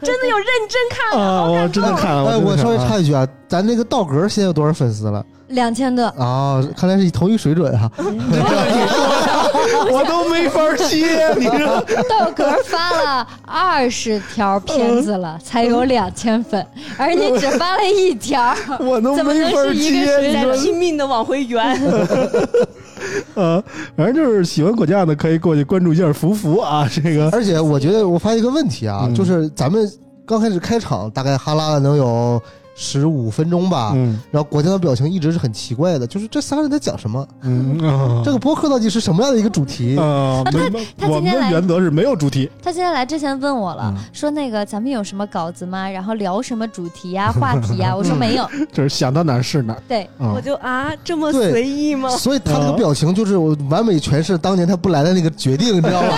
Speaker 7: 真的有认真哎看了，
Speaker 3: 啊！
Speaker 7: 好
Speaker 3: 我
Speaker 7: 感
Speaker 3: 真的
Speaker 7: 动。
Speaker 3: 看了，
Speaker 4: 哎，
Speaker 3: 真的
Speaker 4: 我
Speaker 3: 看
Speaker 4: 稍微
Speaker 3: 了啊
Speaker 4: 插一句啊，咱这个道格现在有多少粉丝了？
Speaker 2: 两千多，
Speaker 4: 啊，看来是同一水准啊。
Speaker 3: 嗯 我都没法接，你知道？
Speaker 2: 豆哥发了二十条片子了，才有两千粉，而你只发了一条，
Speaker 3: 我都
Speaker 2: 怎么
Speaker 3: 没
Speaker 2: 能
Speaker 3: 法
Speaker 2: 是一个
Speaker 3: 接，
Speaker 2: 时
Speaker 3: 你
Speaker 2: 代
Speaker 3: 说
Speaker 7: 拼命的往回圆，
Speaker 3: 呃，反正就是喜欢果酱的可以过去关注一下福福 啊，这个
Speaker 4: 而且我觉得我发现一个问题啊，
Speaker 3: 嗯
Speaker 4: 就是咱们刚开始开场大概哈拉了能有十五分钟
Speaker 2: 啊
Speaker 4: 吧，
Speaker 3: 嗯
Speaker 4: 然后国强的表情一直是很奇怪的，就是这仨人在讲什么？
Speaker 3: 嗯啊
Speaker 4: 这个播客到底是什么样的一个主题？
Speaker 3: 啊，没
Speaker 2: 他
Speaker 3: 我
Speaker 2: 今
Speaker 3: 们
Speaker 2: 天
Speaker 3: 的
Speaker 2: 来
Speaker 3: 原则是没有主题，
Speaker 2: 他今天来之前问我了，说那个咱们有什么稿子吗？然后聊什么主题呀、话题呀、我说没 有。
Speaker 3: 就是想到哪儿是哪儿。
Speaker 2: 对，
Speaker 3: 啊
Speaker 7: 我就啊，这么
Speaker 4: 对
Speaker 7: 随意吗？
Speaker 4: 嗯所以他
Speaker 3: 嗯
Speaker 4: 这个表情就是我完美诠释当年他不来的那个决定，你知道吗？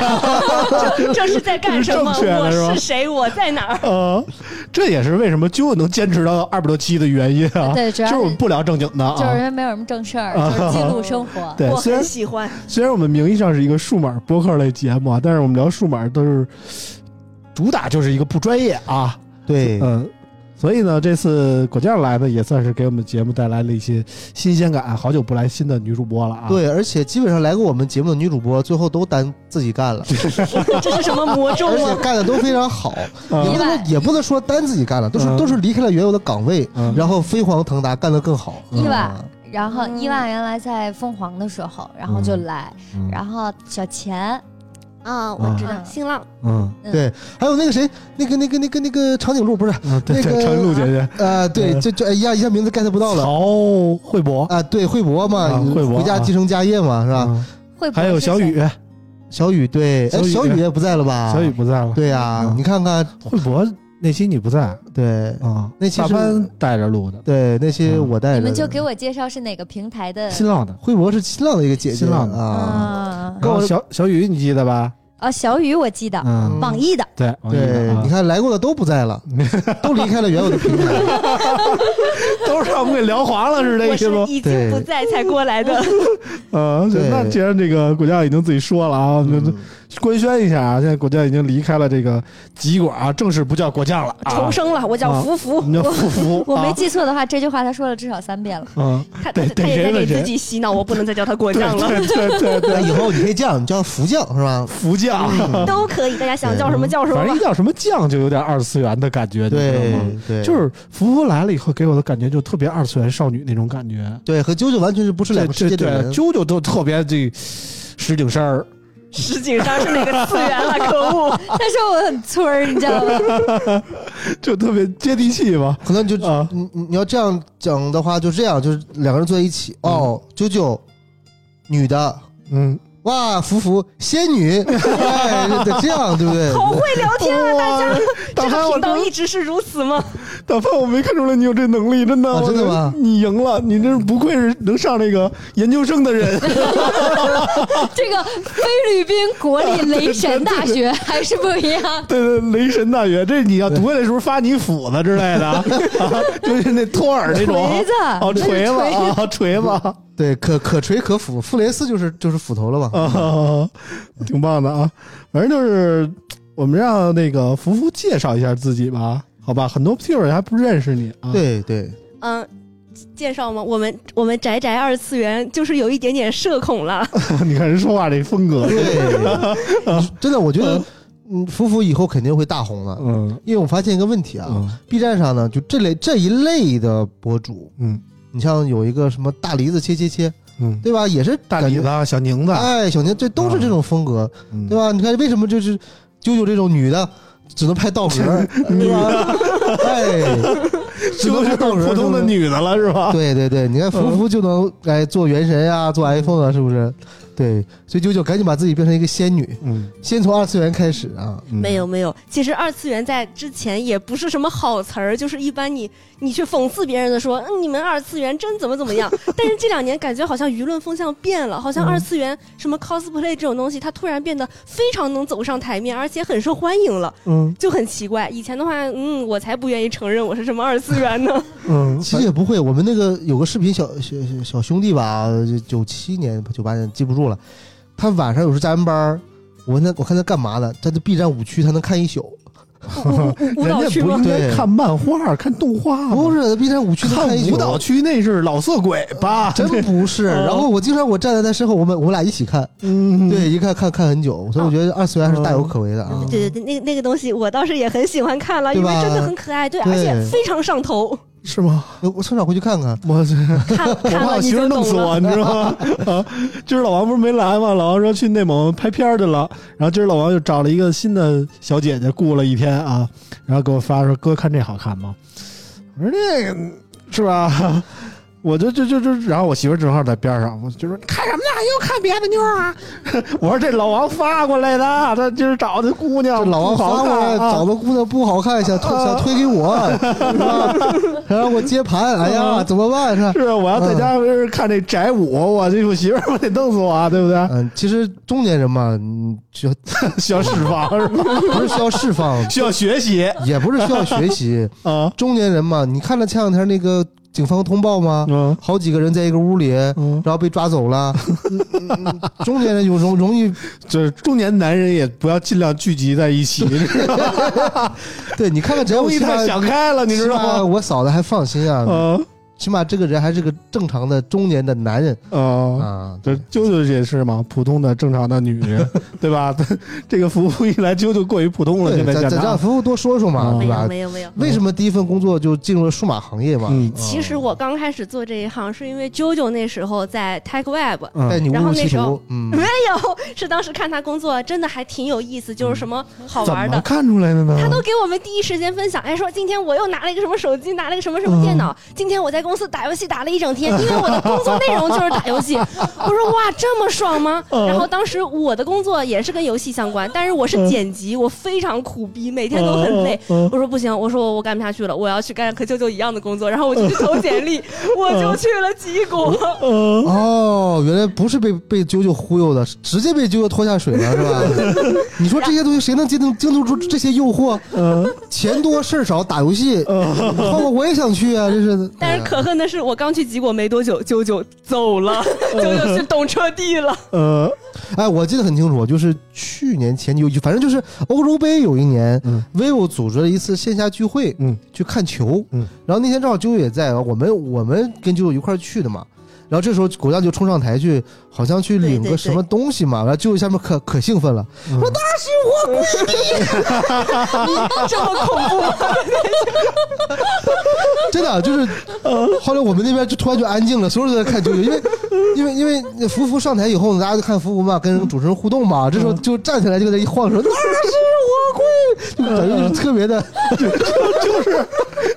Speaker 7: 这是在干什么？
Speaker 3: 这是正确的
Speaker 7: 我
Speaker 3: 是吧
Speaker 7: 是谁？我在哪儿？
Speaker 2: 啊
Speaker 3: 呃，这也是为什么啾能坚持到二百多期的原因啊，
Speaker 2: 对主
Speaker 3: 就
Speaker 2: 要
Speaker 3: 是我们
Speaker 2: 是
Speaker 3: 不聊正经的啊，
Speaker 2: 就是因为没有什么正事 儿，就是记录生活。
Speaker 3: 对
Speaker 7: 我，
Speaker 3: 虽然
Speaker 7: 很喜欢。
Speaker 3: 虽然我们名义上是一个数码播客类节目啊，但是我们聊数码都是主打就是一个不专业啊，
Speaker 4: 对
Speaker 3: 嗯。所以呢，这次果酱来呢，也算是给我们节目带来了一些新鲜感。好久不来新的女主播了啊！，
Speaker 4: 对，而且基本上来过我们节目的女主播，最后都单自己干了，
Speaker 7: 这是什么魔咒
Speaker 4: 而
Speaker 7: 啊
Speaker 4: 且？干的都非常好，也不
Speaker 3: 嗯
Speaker 4: 能说也不能说单自己干了，都是
Speaker 3: 嗯
Speaker 4: 都是离开了原有的岗位，
Speaker 3: 嗯
Speaker 4: 然后飞黄腾达，干得更好。
Speaker 2: 意外
Speaker 4: 嗯
Speaker 2: 然后伊万原来在凤凰的时候，然后就来，
Speaker 4: 嗯
Speaker 2: 然后小钱，
Speaker 5: 啊，我知道
Speaker 2: 嗯
Speaker 5: 新浪
Speaker 3: 嗯，
Speaker 2: 嗯
Speaker 4: 对，还有那个谁，那个那个那个那个长颈鹿不是，
Speaker 3: 嗯对
Speaker 4: 那
Speaker 3: 对，
Speaker 4: 个
Speaker 3: 陈露姐姐，
Speaker 4: 呃，对，
Speaker 3: 嗯
Speaker 4: 就就哎一下一下名字 get 不到了
Speaker 3: 曹慧博
Speaker 4: 啊，对，惠博嘛
Speaker 3: 啊，惠博
Speaker 4: 回家
Speaker 3: 啊
Speaker 4: 继承家业嘛，是吧？
Speaker 3: 嗯
Speaker 2: 会不会
Speaker 3: 还有
Speaker 2: 是
Speaker 3: 小
Speaker 2: 谁
Speaker 3: 雨，
Speaker 4: 小雨对，哎，
Speaker 3: 小
Speaker 4: 小
Speaker 3: 雨
Speaker 4: 雨也不在了吧？
Speaker 3: 小雨不在了。
Speaker 4: 对呀
Speaker 3: 嗯，
Speaker 4: 你看看，
Speaker 3: 慧博那期你不在
Speaker 4: 对
Speaker 3: 啊？
Speaker 4: 那期
Speaker 3: 大
Speaker 4: 是
Speaker 3: 潘带着录的，
Speaker 4: 对，那些
Speaker 3: 嗯
Speaker 4: 我带着
Speaker 2: 你
Speaker 4: 的，
Speaker 2: 们就给我介绍是哪个平台的
Speaker 3: 新浪的。
Speaker 4: 惠博是新浪的一个姐姐，
Speaker 3: 新浪的
Speaker 4: 啊，
Speaker 2: 啊
Speaker 3: 然后小小雨你记得吧？
Speaker 2: 啊，小雨我记得，
Speaker 3: 嗯，
Speaker 2: 网易的，
Speaker 3: 对，网易的
Speaker 4: 对
Speaker 3: 啊，
Speaker 4: 你看来过的都不 在了，都离开了原有的平台。
Speaker 3: 都让我们给聊黄了，是这
Speaker 7: 我
Speaker 3: 意思
Speaker 7: 是
Speaker 3: 吗？
Speaker 7: 已经不在才过来的。
Speaker 3: 呃，
Speaker 4: 对
Speaker 3: 那既然这个果酱已经自己说了啊，那、
Speaker 4: 嗯
Speaker 3: 官宣一下啊，现在果酱已经离开了这个集管啊，正式不叫果酱了，啊、
Speaker 7: 重生了，我叫福
Speaker 3: 我
Speaker 7: 福，
Speaker 3: 们叫福福。
Speaker 2: 我没
Speaker 3: 啊
Speaker 2: 记错的话，这句话他说了至少三遍了。
Speaker 3: 嗯，
Speaker 7: 他他
Speaker 3: 对对
Speaker 7: 他也
Speaker 3: 谁
Speaker 7: 在
Speaker 3: 问
Speaker 7: 给
Speaker 3: 谁
Speaker 7: 自己洗脑，我不能再叫他果酱了。
Speaker 3: 对对对
Speaker 4: 那
Speaker 3: 对，
Speaker 4: 以后你可以这样，你叫福将是吧？
Speaker 3: 福酱，
Speaker 7: 都可以，大家想叫什么叫什么
Speaker 3: 反正
Speaker 7: 吧
Speaker 3: 一。叫什么酱就有点二次元的感觉，你知道吗
Speaker 4: 对对，
Speaker 3: 就是福福来了以后，给我的感觉就特别二次元少女那种感觉，
Speaker 4: 对，和啾啾完全是不是两
Speaker 3: 对
Speaker 4: 个世
Speaker 3: 对
Speaker 4: 界的
Speaker 3: 对，
Speaker 4: 人。
Speaker 3: 啾啾都特别这石景山儿，
Speaker 7: 石景山是哪个次元了？可 恶！
Speaker 2: 他说我很村儿，你知道 吗？
Speaker 3: 就特别接地气吧。
Speaker 4: 可能就
Speaker 3: 啊
Speaker 4: 你你你要这样讲的话，就这样，就是两个人坐在一起。哦，啾啾，女的，
Speaker 3: 嗯，
Speaker 4: 哇，福福，仙女，哎，得这样对不 对？
Speaker 7: 好会聊天啊，大家！
Speaker 3: 大
Speaker 7: 这
Speaker 3: 潘
Speaker 7: 个
Speaker 3: 我
Speaker 7: 频道
Speaker 3: 真
Speaker 7: 一直是如此吗？
Speaker 3: 大潘，我没看出来你有这能力，真的，
Speaker 4: 啊
Speaker 3: 我
Speaker 4: 真的吗
Speaker 3: 你赢了，你真是不愧是能上这个研究生的 人。
Speaker 2: 这个菲律宾国立雷神大 学还是不一样。
Speaker 3: 对对，雷神大学，这你要读下来时候发你斧子之类的，啊 就是那托尔那种
Speaker 2: 锤子
Speaker 3: 哦，锤子啊，锤 子啊
Speaker 4: 对，可可锤可斧，复联四就是就是斧头了嘛。
Speaker 3: 啊，挺棒的啊。反正就是我们让那个福福介绍一下自己吧，好吧？很多听友还不认识你啊。，
Speaker 4: 对对，
Speaker 7: 嗯，介绍吗？我们我们宅宅二次元就是有一点点社恐了。
Speaker 3: 你看人说话这风格，
Speaker 4: 对，真的，我觉得，嗯，福福以后肯定会大红的，
Speaker 3: 嗯
Speaker 4: 因为我发现一个问题啊、
Speaker 3: 嗯
Speaker 4: b 站上呢，就这类这一类的博主，
Speaker 3: 嗯
Speaker 4: 你像有一个什么大梨子切切切，
Speaker 3: 嗯，
Speaker 4: 对吧？也是
Speaker 3: 大李子、啊小宁子，
Speaker 4: 哎，小宁，这都是这种风格，
Speaker 3: 嗯
Speaker 4: 对吧？你看为什么就是啾啾这种女的只能拍道格 儿，对吧？哎，只
Speaker 3: 就
Speaker 4: 能
Speaker 3: 是
Speaker 4: 拍道格儿
Speaker 3: 普通的。女的了，是吧？
Speaker 4: 对对对，你看福福就能哎做原神啊，做 iPhone 啊，是不是？对，所以啾啾赶紧把自己变成一个仙女，
Speaker 3: 嗯，
Speaker 4: 先从二次元开始啊。
Speaker 3: 嗯
Speaker 7: 没有没有，其实二次元在之前也不是什么好词儿，就是一般你你去讽刺别人的说、嗯、你们二次元真怎么怎么样， 但是这两年感觉好像舆论风向变了，
Speaker 3: 嗯
Speaker 7: 好像二次元什么 cosplay 这种东西，它突然变得非常能走上台面，而且很受欢迎了，
Speaker 3: 嗯
Speaker 7: 就很奇怪。以前的话，嗯，我才不愿意承认我是什么二次元 呢。
Speaker 3: 嗯，
Speaker 4: 其实也不会，我们那个有个视频小小小小兄弟吧，九七年、九八年记不住了。他晚上有时候加班儿，我问他，我看他干嘛呢？他在 B 站舞区，他能看一宿。
Speaker 7: 舞舞
Speaker 3: 人
Speaker 7: 蹈
Speaker 3: 家
Speaker 7: 区
Speaker 3: 不
Speaker 7: 吗
Speaker 3: 应？该
Speaker 4: 对
Speaker 3: 看漫画、看动画吗，
Speaker 4: 不是，在 B 站舞区能
Speaker 3: 看
Speaker 4: 一宿。
Speaker 3: 舞蹈区那是老色鬼吧？
Speaker 4: 真不是。
Speaker 3: 哦
Speaker 4: 然后我经常我站在他身后，我们我们俩一起看，
Speaker 3: 嗯，
Speaker 4: 对，一看看看很久。所以我觉得二次元还是大有可为的啊。
Speaker 7: 对对对，那个那个东西我倒是也很喜欢看了，因为
Speaker 4: 对吧
Speaker 7: 真的很可爱，对，
Speaker 4: 对
Speaker 7: 而且非常上头。
Speaker 3: 是吗？
Speaker 4: 我趁早回去看看。
Speaker 3: 我这
Speaker 7: 看
Speaker 3: 我
Speaker 7: 看
Speaker 3: 怕
Speaker 7: 了
Speaker 3: 我
Speaker 7: 你
Speaker 3: 媳妇儿
Speaker 7: 就
Speaker 3: 弄
Speaker 7: 懂
Speaker 3: 死
Speaker 7: 了。
Speaker 3: 我，你知道吗？啊，今儿老王不是没来吗？老王说去内蒙拍片儿去了，然后今儿老王又找了一个新的小姐姐雇了一天啊，然后给我发说哥看这好看吗？我说这个是吧？ 我就就就就，然后我媳妇儿正好在边上，我就说看什么呢？又看别的妞儿啊？ 我说这老王发过来的，他今儿找的姑娘
Speaker 4: 这老王
Speaker 3: 不好
Speaker 4: 发过来
Speaker 3: 看啊
Speaker 4: 找的姑娘不好看，想推
Speaker 3: 啊
Speaker 4: 想推给我， 是吧？想让我接盘，哎呀，
Speaker 3: 啊
Speaker 4: 怎么办？是吧？
Speaker 3: 是我要在家
Speaker 4: 嗯
Speaker 3: 看这宅舞，我这我媳妇儿我得弄死我啊，对不 对？
Speaker 4: 嗯，其实中年人嘛，嗯需要
Speaker 3: 需要释放是吧？，
Speaker 4: 不是需要释放
Speaker 3: 需要学习
Speaker 4: 也不是需要学习。
Speaker 3: 啊，
Speaker 4: 中年人嘛，你看了前两天那个警方通报吗？
Speaker 3: 嗯
Speaker 4: 好几个人在一个屋里，
Speaker 3: 嗯，
Speaker 4: 然后被抓走了。嗯嗯嗯中年人有容容易，
Speaker 3: 就是中年男人也不要尽量聚集在一 起，
Speaker 4: 对你看看只要
Speaker 3: 容易
Speaker 4: 起码
Speaker 3: 太想开了，你知道
Speaker 4: 起码
Speaker 3: 吗？
Speaker 4: 我嫂子还放心啊，
Speaker 3: 嗯
Speaker 4: 起码这个人还是个正常的中年的男人
Speaker 3: 啊。
Speaker 4: 啊。
Speaker 3: 这啾啾也是嘛，普通的正常的女人，对吧？ 这个服务一来，啾啾过于普通了，
Speaker 4: 对，
Speaker 3: 现在
Speaker 4: 咱
Speaker 3: 检
Speaker 4: 咱
Speaker 3: 查
Speaker 4: 让，服务多说说嘛，
Speaker 3: 嗯
Speaker 4: 对
Speaker 7: 没有
Speaker 4: 吧？
Speaker 7: 没有没有，
Speaker 4: 为什么第一份工作就进入了数码行业嘛？
Speaker 3: 嗯
Speaker 7: 其实我刚开始做这一行是因为啾啾那时候在 Tech Web，
Speaker 4: 带
Speaker 3: 嗯，
Speaker 4: 你误
Speaker 7: 然后
Speaker 4: 入
Speaker 7: 那
Speaker 4: 歧
Speaker 7: 时
Speaker 4: 途
Speaker 7: 候，
Speaker 4: 嗯，
Speaker 7: 没有，是当时看他工作真的还挺有意思，就是什么好
Speaker 3: 怎
Speaker 7: 玩的
Speaker 3: 么，看出来的呢？
Speaker 7: 他都给我们第一时间分享，哎，说今天我又拿了一个什么手机，拿了一个什么什么电脑，
Speaker 3: 嗯
Speaker 7: 今天我在公司打游戏打了一整天，因为我的工作内容就是打 游戏。我说哇，这么爽吗？
Speaker 3: 嗯
Speaker 7: 然后当时我的工作也是跟游戏相关，但是我是剪辑，我非常苦逼，每天都很累。
Speaker 3: 嗯，嗯
Speaker 7: 我说不行，我说我我干不下去了，我要去干和舅舅一样的工作，然后我就去投简历， 我就去了吉果。
Speaker 3: 嗯
Speaker 4: 哦，原来不是被被啾啾忽悠的，是直接被啾啾拖下水了，是吧？你说这些东西谁能经得经得住这些诱惑？
Speaker 3: 嗯
Speaker 4: 钱多事儿少，打游戏，
Speaker 3: 嗯
Speaker 4: 换我我也想去啊！这是，
Speaker 7: 但是可恨的是，我刚去吉果没多久，舅舅走了，舅舅去懂车帝 了。
Speaker 3: 嗯
Speaker 4: 哎，我记得很清楚，就是去年前有，反正就是欧洲杯有一年、
Speaker 3: 嗯
Speaker 4: v i v o 组织了一次线下聚会，
Speaker 3: 嗯，
Speaker 4: 去看球，
Speaker 3: 嗯，
Speaker 4: 然后那天正好啾啾也在，我们我们跟啾啾一块儿去的嘛。然后这时候国家就冲上台去，好像去领
Speaker 7: 对
Speaker 4: 个
Speaker 7: 对
Speaker 4: 什么东西嘛。然后啾啾下面可可兴奋了，
Speaker 3: 嗯
Speaker 7: 这么恐怖，
Speaker 4: 真的啊就是， 后来我们那边就突然就安静了，所有人都在看啾啾， 因为因为因为那福福上台以后呢，大家就看福福嘛，跟主持人互动嘛，这时候就站起来就在那一晃说那是我跪，就感觉就是特别的，
Speaker 3: 就是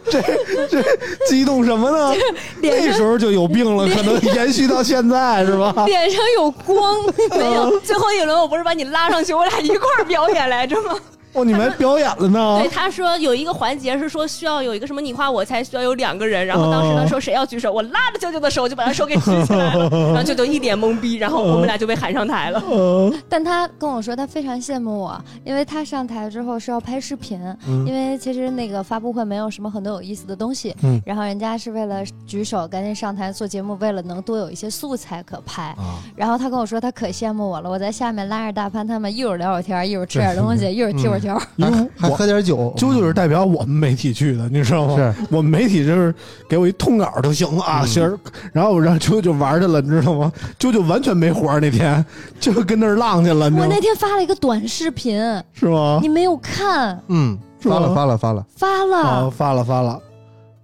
Speaker 3: 这这激动什么 呢？那时候就有病了，可能延续到现在是吧？
Speaker 7: 脸上有光，没有。最后一轮我不是把你拉上去，我俩一块儿表演来着吗？
Speaker 3: 哦，你们还表演了呢
Speaker 7: 对，？他说有一个环节是说需要有一个什么你画我猜，需要有两个人。然后当时呢
Speaker 3: 哦
Speaker 7: 说谁要举手，我拉着舅舅的手就把他手给举起来了，然后舅舅一脸懵逼，然后我们俩就被喊上台了。
Speaker 3: 呃，
Speaker 2: 但他跟我说他非常羡慕我，因为他上台之后是要拍视频，
Speaker 3: 嗯
Speaker 2: 因为其实那个发布会没有什么很多有意思的东西，
Speaker 3: 嗯
Speaker 2: 然后人家是为了举手赶紧上台做节目，为了能多有一些素材可拍。
Speaker 8: 啊
Speaker 2: 然后他跟我说他可羡慕我了，我在下面拉着大潘他们一会儿聊会儿天儿，一会儿吃点东
Speaker 3: 嗯
Speaker 2: 西，一会儿踢会儿球儿。
Speaker 3: 因为
Speaker 4: 嗯还
Speaker 3: 我
Speaker 4: 喝点酒，
Speaker 3: 啾啾是代表我们媒体去的，你知道吗？
Speaker 4: 嗯是
Speaker 3: 我们媒体就是给我一通稿就行啊，行儿。然后我让啾啾玩去了，你知道吗？啾啾完全没活儿那天，就跟那儿浪去了，你知
Speaker 2: 我
Speaker 3: 道吗
Speaker 2: 那天发了一个短视频，
Speaker 3: 是吗？
Speaker 2: 你没有看，
Speaker 4: 嗯，
Speaker 3: 是
Speaker 4: 发
Speaker 3: 吗
Speaker 4: 了发了发了，
Speaker 2: 发
Speaker 3: 啊，
Speaker 2: 了，
Speaker 3: 发了发了。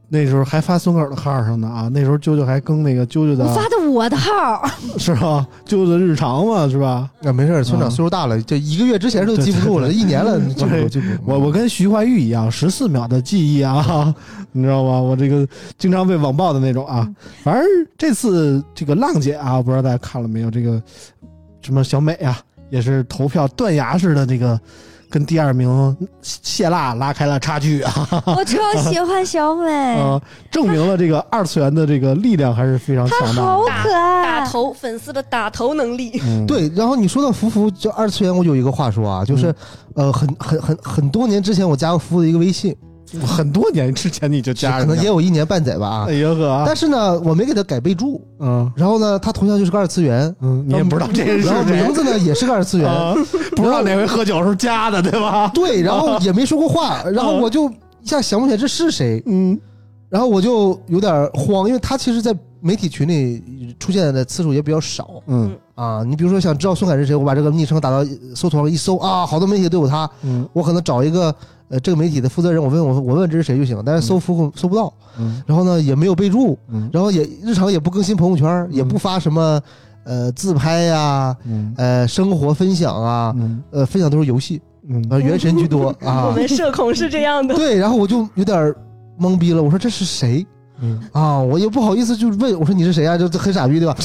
Speaker 3: 那时候还发孙口的号上呢啊，那时候啾啾还更那个啾啾
Speaker 2: 我
Speaker 3: 的，
Speaker 2: 发的我的号 儿，
Speaker 3: 是吧？啾啾的日常嘛，是吧？
Speaker 4: 啊，没事儿，村
Speaker 3: 嗯
Speaker 4: 长岁数大了，这一个月之前都记不住了，一 年了记不住，
Speaker 3: 对
Speaker 4: 记不住。
Speaker 3: 我我跟徐怀钰一样，十四秒的记忆啊， 你知道吗？我这个经常被网暴的那种啊。
Speaker 7: 嗯
Speaker 3: 反正这次这个浪姐啊，不知道大家看了没有？这个什么小美啊，也是投票断崖式的这个跟第二名谢娜拉开了差距啊，
Speaker 2: 我超喜欢小美，
Speaker 3: 呃证明了这个二次元的这个力量还是非常
Speaker 2: 她
Speaker 3: 强大
Speaker 2: 好
Speaker 3: 的。
Speaker 2: 可爱。
Speaker 7: 头粉丝的打头能力，
Speaker 3: 嗯，
Speaker 4: 对，然后你说到福福，就二次元，我有一个话说啊，就是，呃，很很很很多年之前，我加过福福的一个微信，
Speaker 3: 很多年之前你就加
Speaker 4: 可
Speaker 3: 上
Speaker 4: 能
Speaker 3: 了
Speaker 4: 也有一年半载吧啊
Speaker 3: 哎，呀呵啊，
Speaker 4: 但是呢，我没给他改备注，
Speaker 3: 嗯
Speaker 4: 然后呢，他头像就是个二次元，
Speaker 3: 嗯，你也不知道这 人是
Speaker 4: 然后
Speaker 3: 谁
Speaker 4: 名字呢也是个二次元，
Speaker 3: 啊， 不知道哪回喝酒时候加的，对吧？
Speaker 4: 对，然后也没说过话，然
Speaker 3: 啊
Speaker 4: 后我就一下想不起来这是谁，
Speaker 3: 嗯，
Speaker 4: 然后我就有点慌，因为他其实，在媒体群里出现的次数也比较少
Speaker 3: 嗯
Speaker 4: 啊。你比如说想知道孙凯是谁，我把这个昵称打到搜索上一搜啊，好多媒体都有他，
Speaker 3: 嗯
Speaker 4: 我可能找一个呃，这个媒体的负责人，我问我我问这是谁就行，但是搜搜不搜不到，
Speaker 3: 嗯
Speaker 4: 然后呢也没有备注，
Speaker 3: 嗯
Speaker 4: 然后也日常也不更新朋友圈，也不发什么呃自拍呀、
Speaker 3: 嗯
Speaker 4: 呃生活分享啊，
Speaker 3: 嗯
Speaker 4: 呃分享都是游戏，
Speaker 3: 嗯
Speaker 4: 呃原神居 多
Speaker 7: 我
Speaker 4: 啊，
Speaker 7: 们社恐是这样的，
Speaker 4: 对，然后我就有点懵逼了，我说这是谁？
Speaker 3: 嗯，
Speaker 4: 啊，我也不好意思，就问我说你是谁啊？就就很傻逼，对吧？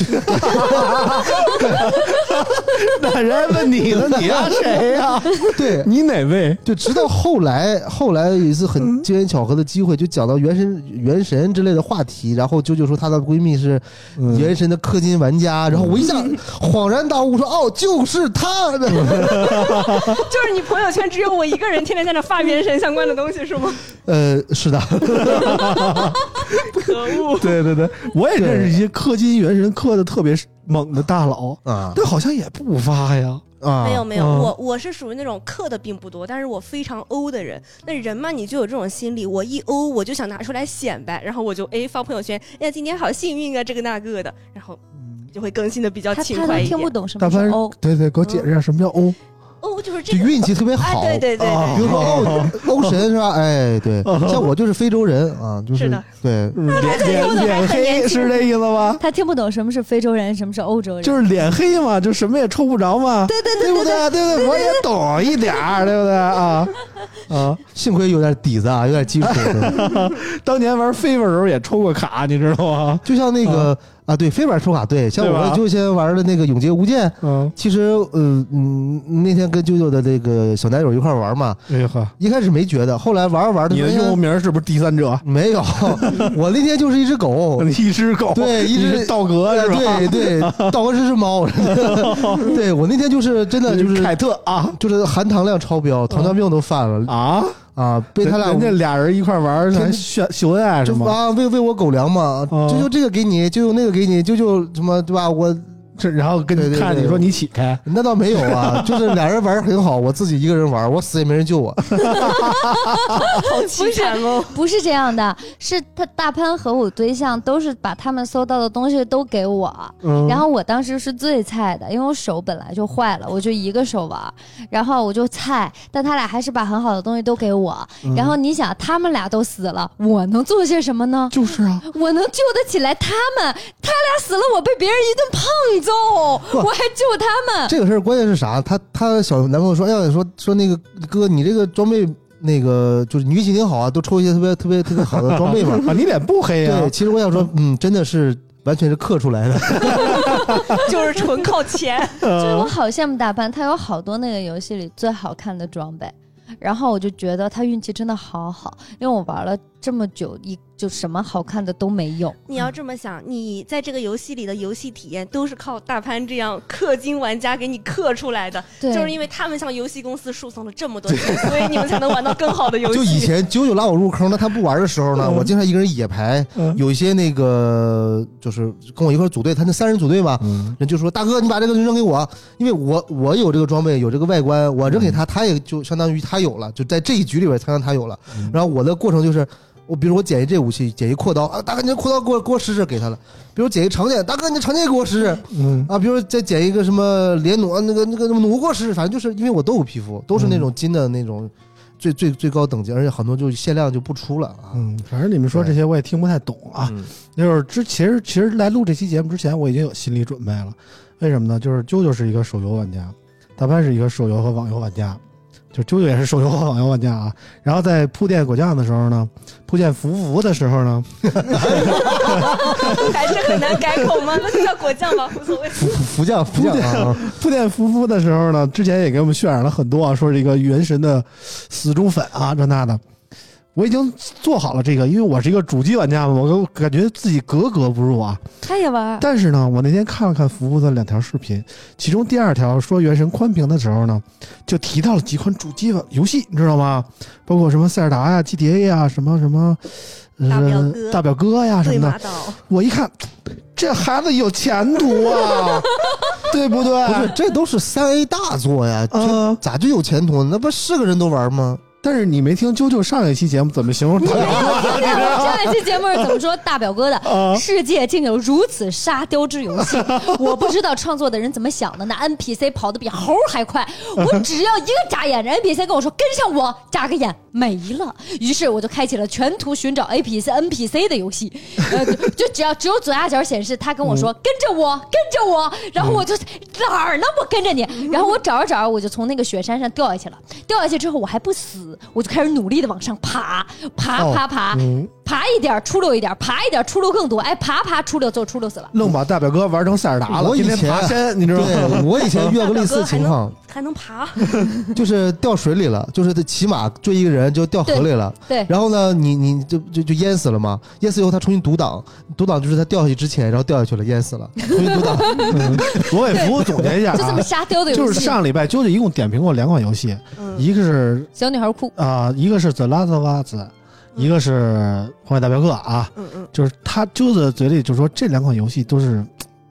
Speaker 3: 那人还问你呢，你 呀谁啊呀？
Speaker 4: 对，
Speaker 3: 你哪位？
Speaker 4: 就直到后来，后来有一次
Speaker 7: 嗯
Speaker 4: 很机缘巧合的机会，就讲到原神、原神之类的话题，然后啾啾说她的闺蜜是
Speaker 3: 嗯
Speaker 4: 原神的氪金玩家，然后我一下
Speaker 7: 嗯
Speaker 4: 恍然大悟说，哦，就是 她。
Speaker 7: 就是你朋友圈只有我一个人天天在那发原神相关的东西是吗？
Speaker 4: 呃，是的，
Speaker 7: 可恶！
Speaker 3: 对对对，我也认识一些氪金原神氪的特别猛的大佬，
Speaker 4: 啊
Speaker 3: 但好像也不发呀。
Speaker 4: 啊，
Speaker 7: 没有没有，
Speaker 3: 嗯
Speaker 7: 我我是属于那种氪的并不多，但是我非常欧的人。那人嘛，你就有这种心理，我一欧我就想拿出来显摆，然后我就哎发朋友圈，哎呀今天好幸运啊，这个那个的，然后
Speaker 4: 嗯
Speaker 7: 就会更新的比较
Speaker 2: 他
Speaker 7: 勤
Speaker 2: 他
Speaker 7: 快
Speaker 2: 都
Speaker 7: 一
Speaker 2: 听不
Speaker 7: 点。
Speaker 2: 懂什
Speaker 3: 大
Speaker 2: 么是
Speaker 3: 凡
Speaker 2: 欧，
Speaker 3: 对对，给我解释一下什么叫欧。
Speaker 7: 欧哦就是这
Speaker 4: 就
Speaker 7: 个，
Speaker 4: 运气特别
Speaker 7: 哎
Speaker 4: 好，哦
Speaker 7: 对对对对，
Speaker 3: 啊
Speaker 4: 比 如说欧 欧 神是吧？哎，对，像我就是非洲人啊，就是
Speaker 7: 的
Speaker 4: 对，
Speaker 3: 嗯脸
Speaker 7: 欧
Speaker 3: 脸
Speaker 7: 的还
Speaker 3: 脸
Speaker 7: 很年
Speaker 3: 黑
Speaker 7: 轻
Speaker 3: 是这意思吗？
Speaker 2: 他听不懂什么是非洲人，什么是欧洲人，
Speaker 3: 就是脸黑嘛，就什么也抽不着嘛，对对对，对不对？对对，我也懂一点儿，对不对啊？啊，
Speaker 4: 幸亏有点底子啊，有点基础。 对
Speaker 3: 当年玩 FIFA 的时候也抽过卡，你知道吗？
Speaker 4: 就像那个啊，对，非玩出卡，对，像
Speaker 3: 嗯对吧
Speaker 4: 我就先玩的那个《永劫无间》，
Speaker 3: 嗯，
Speaker 4: 其实呃嗯，那天跟舅舅的这个小男友一块玩嘛，
Speaker 3: 哎呀呵，
Speaker 4: 一开始没觉得，后来玩着玩着
Speaker 3: 你的
Speaker 4: 发现
Speaker 3: 用户名是不是第三者？
Speaker 4: 没 有，我那天就是一只狗。
Speaker 3: 一只狗，
Speaker 4: 对一只
Speaker 3: 你是道格是吧？
Speaker 4: 对对，道格是 只猫。对我那天就是真的就是
Speaker 3: 凯特啊
Speaker 4: 就是含糖量超标，糖尿病都犯了
Speaker 3: 啊，
Speaker 4: 啊！被他俩
Speaker 3: 人家俩人一块玩，
Speaker 4: 天
Speaker 3: 还秀秀恩爱是
Speaker 4: 就
Speaker 3: 吗？
Speaker 4: 啊喂喂我狗粮嘛，
Speaker 3: 嗯
Speaker 4: 就就这个给你，就用那个给你，就就什么对吧？我
Speaker 3: 这然后跟
Speaker 4: 对
Speaker 3: 你
Speaker 4: 对
Speaker 3: 看
Speaker 4: 对
Speaker 3: 你说你起开，
Speaker 4: 那倒没有啊， 就是俩人玩的很好，我自己一个人玩，我死也没人救我。
Speaker 7: 好凄惨哦！
Speaker 2: 不是这样的，是他大潘和我对象都是把他们搜到的东西都给我，
Speaker 3: 嗯，
Speaker 2: 然后我当时是最菜的，因为我手本来就坏了，我就一个手玩儿，然后我就菜，但他俩还是把很好的东西都给我。
Speaker 3: 嗯
Speaker 2: 然后你想，他们俩都死了，我能做些什么呢？
Speaker 3: 就是啊，
Speaker 2: 我能救得起来他们，他俩死了，我被别人一顿胖揍，我还救他们。
Speaker 4: 这个事儿关键是啥？她她小男朋友说：“哎呀，说说那个哥，你这个装备那个就是女性挺好啊，都抽一些特别特别特别好的装备嘛。
Speaker 3: 啊，你脸不”黑啊
Speaker 4: 对，？其实我想说，嗯，真的是完全是刻出来的。
Speaker 7: 就是纯靠钱，
Speaker 2: 就是我好羡慕大潘，他有好多那个游戏里最好看的装备，然后我就觉得他运气真的好好，因为我玩了这么久，一就什么好看的都没有。
Speaker 7: 你要这么想，你在这个游戏里的游戏体验都是靠大潘这样氪金玩家给你氪出来的，
Speaker 2: 对，
Speaker 7: 就是因为他们向游戏公司输送了这么多钱， 所以你们才能玩到更好的游戏。
Speaker 4: 啊就以前九九拉我入坑，那他不玩的时候呢，
Speaker 3: 嗯
Speaker 4: 我经常一个人野排，
Speaker 3: 嗯
Speaker 4: 有一些那个就是跟我一块儿组队，他那三人组队嘛，
Speaker 3: 嗯
Speaker 4: 人就说大哥，你把这个扔给我，因为我我有这个装备，有这个外观，我扔给他，他也就相当于他有了，就在这一局里边，相当于他有了。然后我的过程就是，我比如我捡一这武器，捡一扩刀啊，大哥你这扩刀给我给我使使，给他了。比如捡一长剑，大哥你这长剑给我使使
Speaker 3: 嗯
Speaker 4: 啊。比如再捡一个什么连弩，啊那个那个弩给我使使，反正就是因为我都有皮肤，都是那种金的那种最最最高等级，而且很多就限量就不出了啊。
Speaker 3: 嗯，反正你们说这些我也听不太懂啊。
Speaker 4: 嗯
Speaker 3: 那会儿之其实其实来录这期节目之前，我已经有心理准备了。为什么呢？就是啾啾是一个手游玩家，大潘是一个手游和网游玩家，就啾啾也是手游和网游玩家啊。然后在铺垫果酱的时候呢，铺垫福福的时候呢，
Speaker 7: 还是很难改口吗？那就叫果酱吧，无所谓。
Speaker 4: 福福将福将啊，
Speaker 3: 铺垫福福的时候呢，之前也给我们渲染了很多啊，说这个原神的死忠粉啊，这那的。我已经做好了这个，因为我是一个主机玩家嘛，我感觉自己格格不入啊。
Speaker 2: 他也玩，
Speaker 3: 但是呢，我那天看了看福福的两条视频，其中第二条说原神宽屏的时候呢，就提到了几款主机游戏，你知道吗？包括什么塞尔达呀、GTA 呀、什么什么，呃
Speaker 7: 大表哥
Speaker 3: 大表哥呀什
Speaker 7: 对
Speaker 3: 么
Speaker 7: 马
Speaker 3: 的。
Speaker 7: 岛，
Speaker 3: 我一看，这孩子有前途啊，对不对？
Speaker 4: 不是，这都是三 A 大作呀，这
Speaker 3: 嗯
Speaker 4: 咋就有前途呢？那不是个人都玩吗？
Speaker 3: 但是你没听啾啾上一期节目怎么形容大 表哥
Speaker 2: 我听听哎我上一期节目是怎么说大表哥的？
Speaker 3: 啊？
Speaker 2: 世界竟有如此沙雕之游戏，我不知道创作的人怎么想的。那 NPC 跑得比猴儿还快，我只要一个眨眼，这 NPC 跟我说跟上我，眨个眼，没了。于是我就开启了全图寻找 A P C N P C 的游戏，呃，就就只要只有左下角显示他跟我说、跟着我，跟着我，然后我就哪儿呢？我跟着你，然后我找着找着，我就从那个雪山上掉下去了。掉下去之后我还不死，我就开始努力的往上爬，爬
Speaker 4: 哦
Speaker 2: 爬爬，
Speaker 4: 嗯，
Speaker 2: 爬一点儿出溜一点儿，爬一点儿出溜更多，哎，爬爬出溜最后出溜死了。
Speaker 9: 愣把大表哥玩成塞尔达了，
Speaker 4: 我以
Speaker 9: 天天
Speaker 4: 前
Speaker 9: 爬山，你知道吗？
Speaker 4: 对我以前遇到过类似的情况，
Speaker 7: 还能爬，
Speaker 4: 嗯就是掉水里了，就是得骑马追一个人就掉河里了。
Speaker 2: 对
Speaker 4: 然后呢，你你就就就淹死了嘛？淹死以后他重新独挡，独挡就是他掉下去之前，然后掉下去了，淹死了，重新独挡。
Speaker 3: 我给服务总结一下
Speaker 2: 就这
Speaker 3: 啊
Speaker 2: 么，沙雕的游戏。
Speaker 3: 就是上礼拜啾啾一共点评过两款游戏，
Speaker 7: 嗯，
Speaker 3: 一个是
Speaker 2: 小女孩哭，
Speaker 3: 啊、一个是 The Last of Us，一
Speaker 2: 嗯
Speaker 3: 个是《荒野大镖客》啊，
Speaker 7: 嗯嗯，
Speaker 3: 就是他揪着嘴里就说这两款游戏都是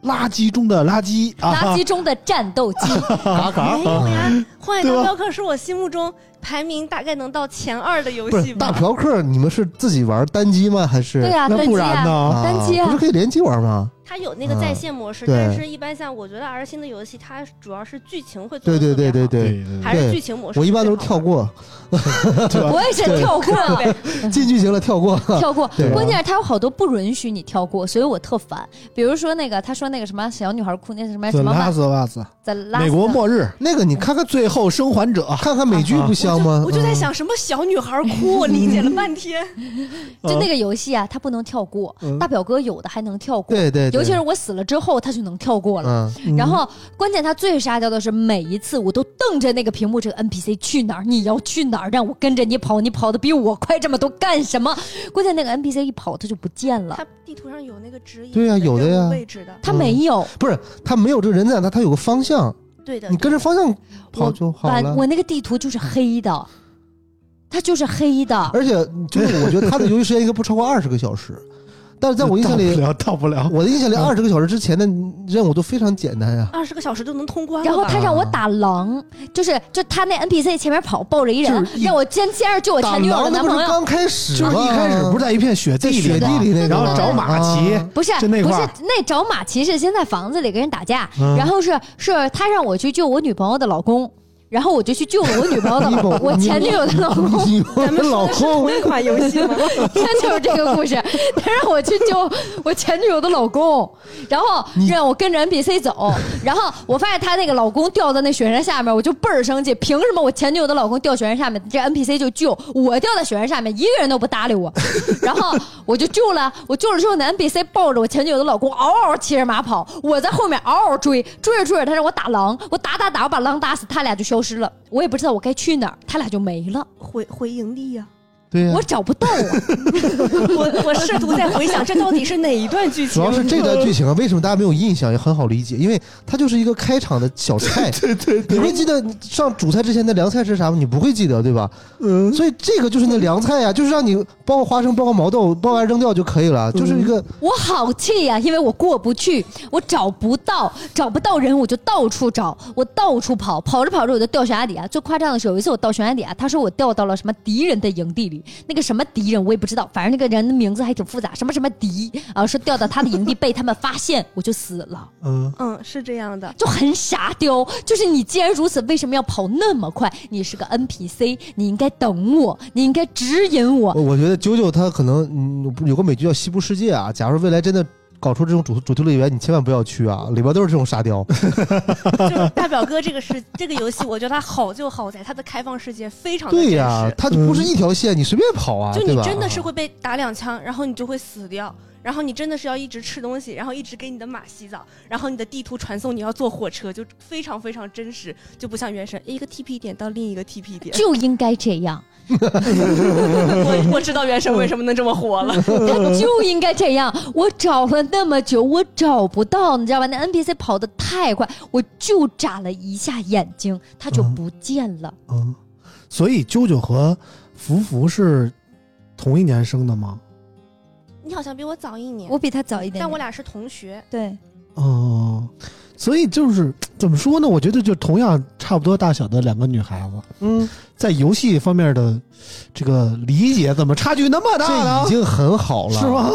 Speaker 3: 垃圾中的垃圾啊，
Speaker 2: 垃圾中的战斗 机，
Speaker 3: 嘎嘎
Speaker 4: 嗯
Speaker 7: 没有呀，《荒野
Speaker 3: 对吧
Speaker 7: 大镖客》是我心目中排名大概能到前二的游
Speaker 4: 不
Speaker 7: 戏
Speaker 4: 是大
Speaker 7: 吧。
Speaker 4: 嫖客，你们是自己玩单机吗？还是
Speaker 2: 对啊，
Speaker 3: 那
Speaker 2: 单
Speaker 3: 不
Speaker 2: 机
Speaker 3: 然
Speaker 2: 啊，
Speaker 3: 呢？
Speaker 2: 单机啊
Speaker 4: 不是可以联机玩吗？
Speaker 7: 它有那个在线模式，
Speaker 4: 嗯对
Speaker 7: 但是一般像我觉得 R 星的游戏，它主要是剧情会做
Speaker 4: 对
Speaker 7: 得
Speaker 4: 对对对
Speaker 7: 特别
Speaker 4: 对，
Speaker 3: 对
Speaker 7: 好还是剧情模式。
Speaker 4: 我一般都是跳，过，
Speaker 2: 我也是 跳过，
Speaker 4: 进剧情了跳过。
Speaker 2: 跳过
Speaker 4: 对。啊
Speaker 2: 嗯关键是它有好多不允许你跳过，所以我特烦。比如说那个，他说那个什么小女孩哭，那是什么
Speaker 3: ，The
Speaker 2: 什么
Speaker 3: Last of Us，
Speaker 2: 在拉
Speaker 3: 美国末日，
Speaker 4: 那个你看看
Speaker 3: 最后生还者，
Speaker 4: 看看美剧不香吗？
Speaker 7: 我就在
Speaker 4: 嗯，
Speaker 7: 想什么小女孩哭，我理解了半 天。
Speaker 3: 嗯
Speaker 2: 就那个游戏啊，它不能跳过。大表哥有的还能跳过，
Speaker 4: 嗯对对，对
Speaker 2: 尤其是我死了之后，他就能跳过了。
Speaker 4: 嗯，
Speaker 2: 然后，关键他最沙雕的是，每一次我都瞪着那个屏幕，这个 NPC 去哪儿？你要去哪儿？让我跟着你跑，你跑的比我快这么多干什么？ 关键那个 NPC 一跑，他就不见了，
Speaker 7: 它地图上有那个指引，
Speaker 4: 对呀有的呀
Speaker 7: 任务位置的，
Speaker 2: 他没有。
Speaker 4: 不是他没有这个人在那，他有个方向，
Speaker 7: 对的
Speaker 4: 你。跟着方向跑
Speaker 2: 我
Speaker 4: 就好
Speaker 2: 把
Speaker 4: 了。
Speaker 2: 我那个地图就是黑的，它就是黑的。
Speaker 4: 而且就是我觉得他的游戏时间应该不超过二十个 小时，但是在我印象
Speaker 3: 到不
Speaker 4: 里，
Speaker 3: 了，到不了。嗯
Speaker 4: 我的印象里二十个小时之前的任务都非常简单呀、
Speaker 7: 二十个小时都能通关
Speaker 2: 然
Speaker 7: 了
Speaker 2: 后
Speaker 7: 吧？
Speaker 2: 他让我打狼，就是就他那 NPC 前面跑抱着一人
Speaker 4: 就是，一
Speaker 2: 让我先先是救我
Speaker 4: 打
Speaker 2: 前女友的
Speaker 4: 狼那
Speaker 2: 男
Speaker 4: 不是
Speaker 2: 朋友，
Speaker 4: 刚开始
Speaker 3: 就
Speaker 4: 吗，
Speaker 3: 是啊一开始不是在一片雪
Speaker 4: 在
Speaker 3: 地里
Speaker 4: 雪地
Speaker 3: 吗，
Speaker 4: 里那个吗，
Speaker 3: 然后找马骑，
Speaker 4: 啊
Speaker 2: 不是
Speaker 3: 就那
Speaker 2: 不
Speaker 3: 块
Speaker 2: 是
Speaker 3: 儿
Speaker 2: 那找马骑是先在房子里跟人打架，
Speaker 3: 嗯
Speaker 2: 然后是是他让我去救我女朋友的老公，然后我就去救了我女朋友的老
Speaker 4: 你
Speaker 2: 公，
Speaker 4: 把
Speaker 2: 我前女友的老公。
Speaker 4: 你我
Speaker 7: 咱们
Speaker 4: 的老
Speaker 7: 说的是
Speaker 4: 公
Speaker 7: 同一款游戏吗？
Speaker 2: 真就是这个故事， 他让我去救我前女友的老公，然后让我跟着 NPC 走，然后我发现她那个老公掉到那雪山下面，我就倍儿生气，凭什么我前女友的老公掉雪山下面，这 NPC 就救我掉在雪山下面，一个人都不搭理我， 然后我就救了，我救了之后，那 NPC 抱着我前女友的老公嗷嗷骑着马跑，我在后面嗷嗷追，追着追着他让我打狼，我打打打，我把狼打死，他俩就消失了，我也不知道我该去哪儿，他俩就没了，
Speaker 7: 回回营地呀、
Speaker 4: 对
Speaker 7: 嗯
Speaker 4: 呀、
Speaker 2: 我找不到啊。
Speaker 7: 我我试图在回想这到底是哪一段剧
Speaker 4: 主
Speaker 7: 情。
Speaker 4: 要是这段剧情啊，为什么大家没有印象也很好理解，因为它就是一个开场的 小菜。对对你会记得上主菜之前的凉菜是啥吗？你不会记得，对吧？嗯。所以这个就是那凉菜呀、就是让你包括花生、包括毛豆，包完扔掉就可以了，就是一个
Speaker 2: 我好气呀、因为我过不去，我找不到，找不到人，我就到处找，我到处跑，跑着跑着我就掉悬崖底下。最夸张的是，有一次我到悬崖底下，他说我掉到了什么敌人的营地里，那个什么敌人我也不知道，反正那个人的名字还挺复杂，什么什么敌啊，说掉到他的营地被他们发现，我就死了，
Speaker 3: 嗯，
Speaker 7: 嗯，是这样的。
Speaker 2: 就很傻雕。就是你既然如此，为什么要跑那么快？你是个 NPC，你应该等我，你应该指引我。
Speaker 4: 我我觉得九九他可能嗯有个美剧叫《西部世界》啊，假如未来真的搞出这种主主题乐园，你千万不要去啊，里边都是这种沙雕。
Speaker 7: 就是大表哥这个是这个游戏，我觉得它好就好在它的开放世界非常的真
Speaker 4: 对
Speaker 7: 实。
Speaker 4: 呀、它就不是一条线，你随便跑啊，
Speaker 7: 就
Speaker 4: 对
Speaker 7: 你
Speaker 4: 吧？
Speaker 7: 真的是会被打两枪，然后你就会死掉，然后你真的是要一直吃东西，然后一直给你的马洗澡，然后你的地图传送你要坐火车，就非常非常真实，就不像原神一个 TP 点到另一个 TP 点。
Speaker 2: 就应该这样，
Speaker 7: 我我知道原神为什么能这么火
Speaker 2: 嗯
Speaker 7: 了，
Speaker 2: 他就应该这样。我找了那么久，我找不到，你知道吧？那
Speaker 7: 嗯
Speaker 2: NPC 跑得太快，我就眨了一下眼睛，他就不见了。
Speaker 3: 嗯，所以啾啾和福福是同一年生的吗？
Speaker 7: 你好像比我早一年，
Speaker 2: 我比他早一点点，
Speaker 7: 嗯但我俩是嗯同学。
Speaker 2: 对
Speaker 3: 哦、所以就是怎么说呢？我觉得就同样差不多大小的两个女孩子，
Speaker 4: 嗯，
Speaker 3: 在游戏方面的这个理解怎么差距那么大
Speaker 4: 这已
Speaker 3: 呢？
Speaker 4: 经很好了，
Speaker 3: 是吗？？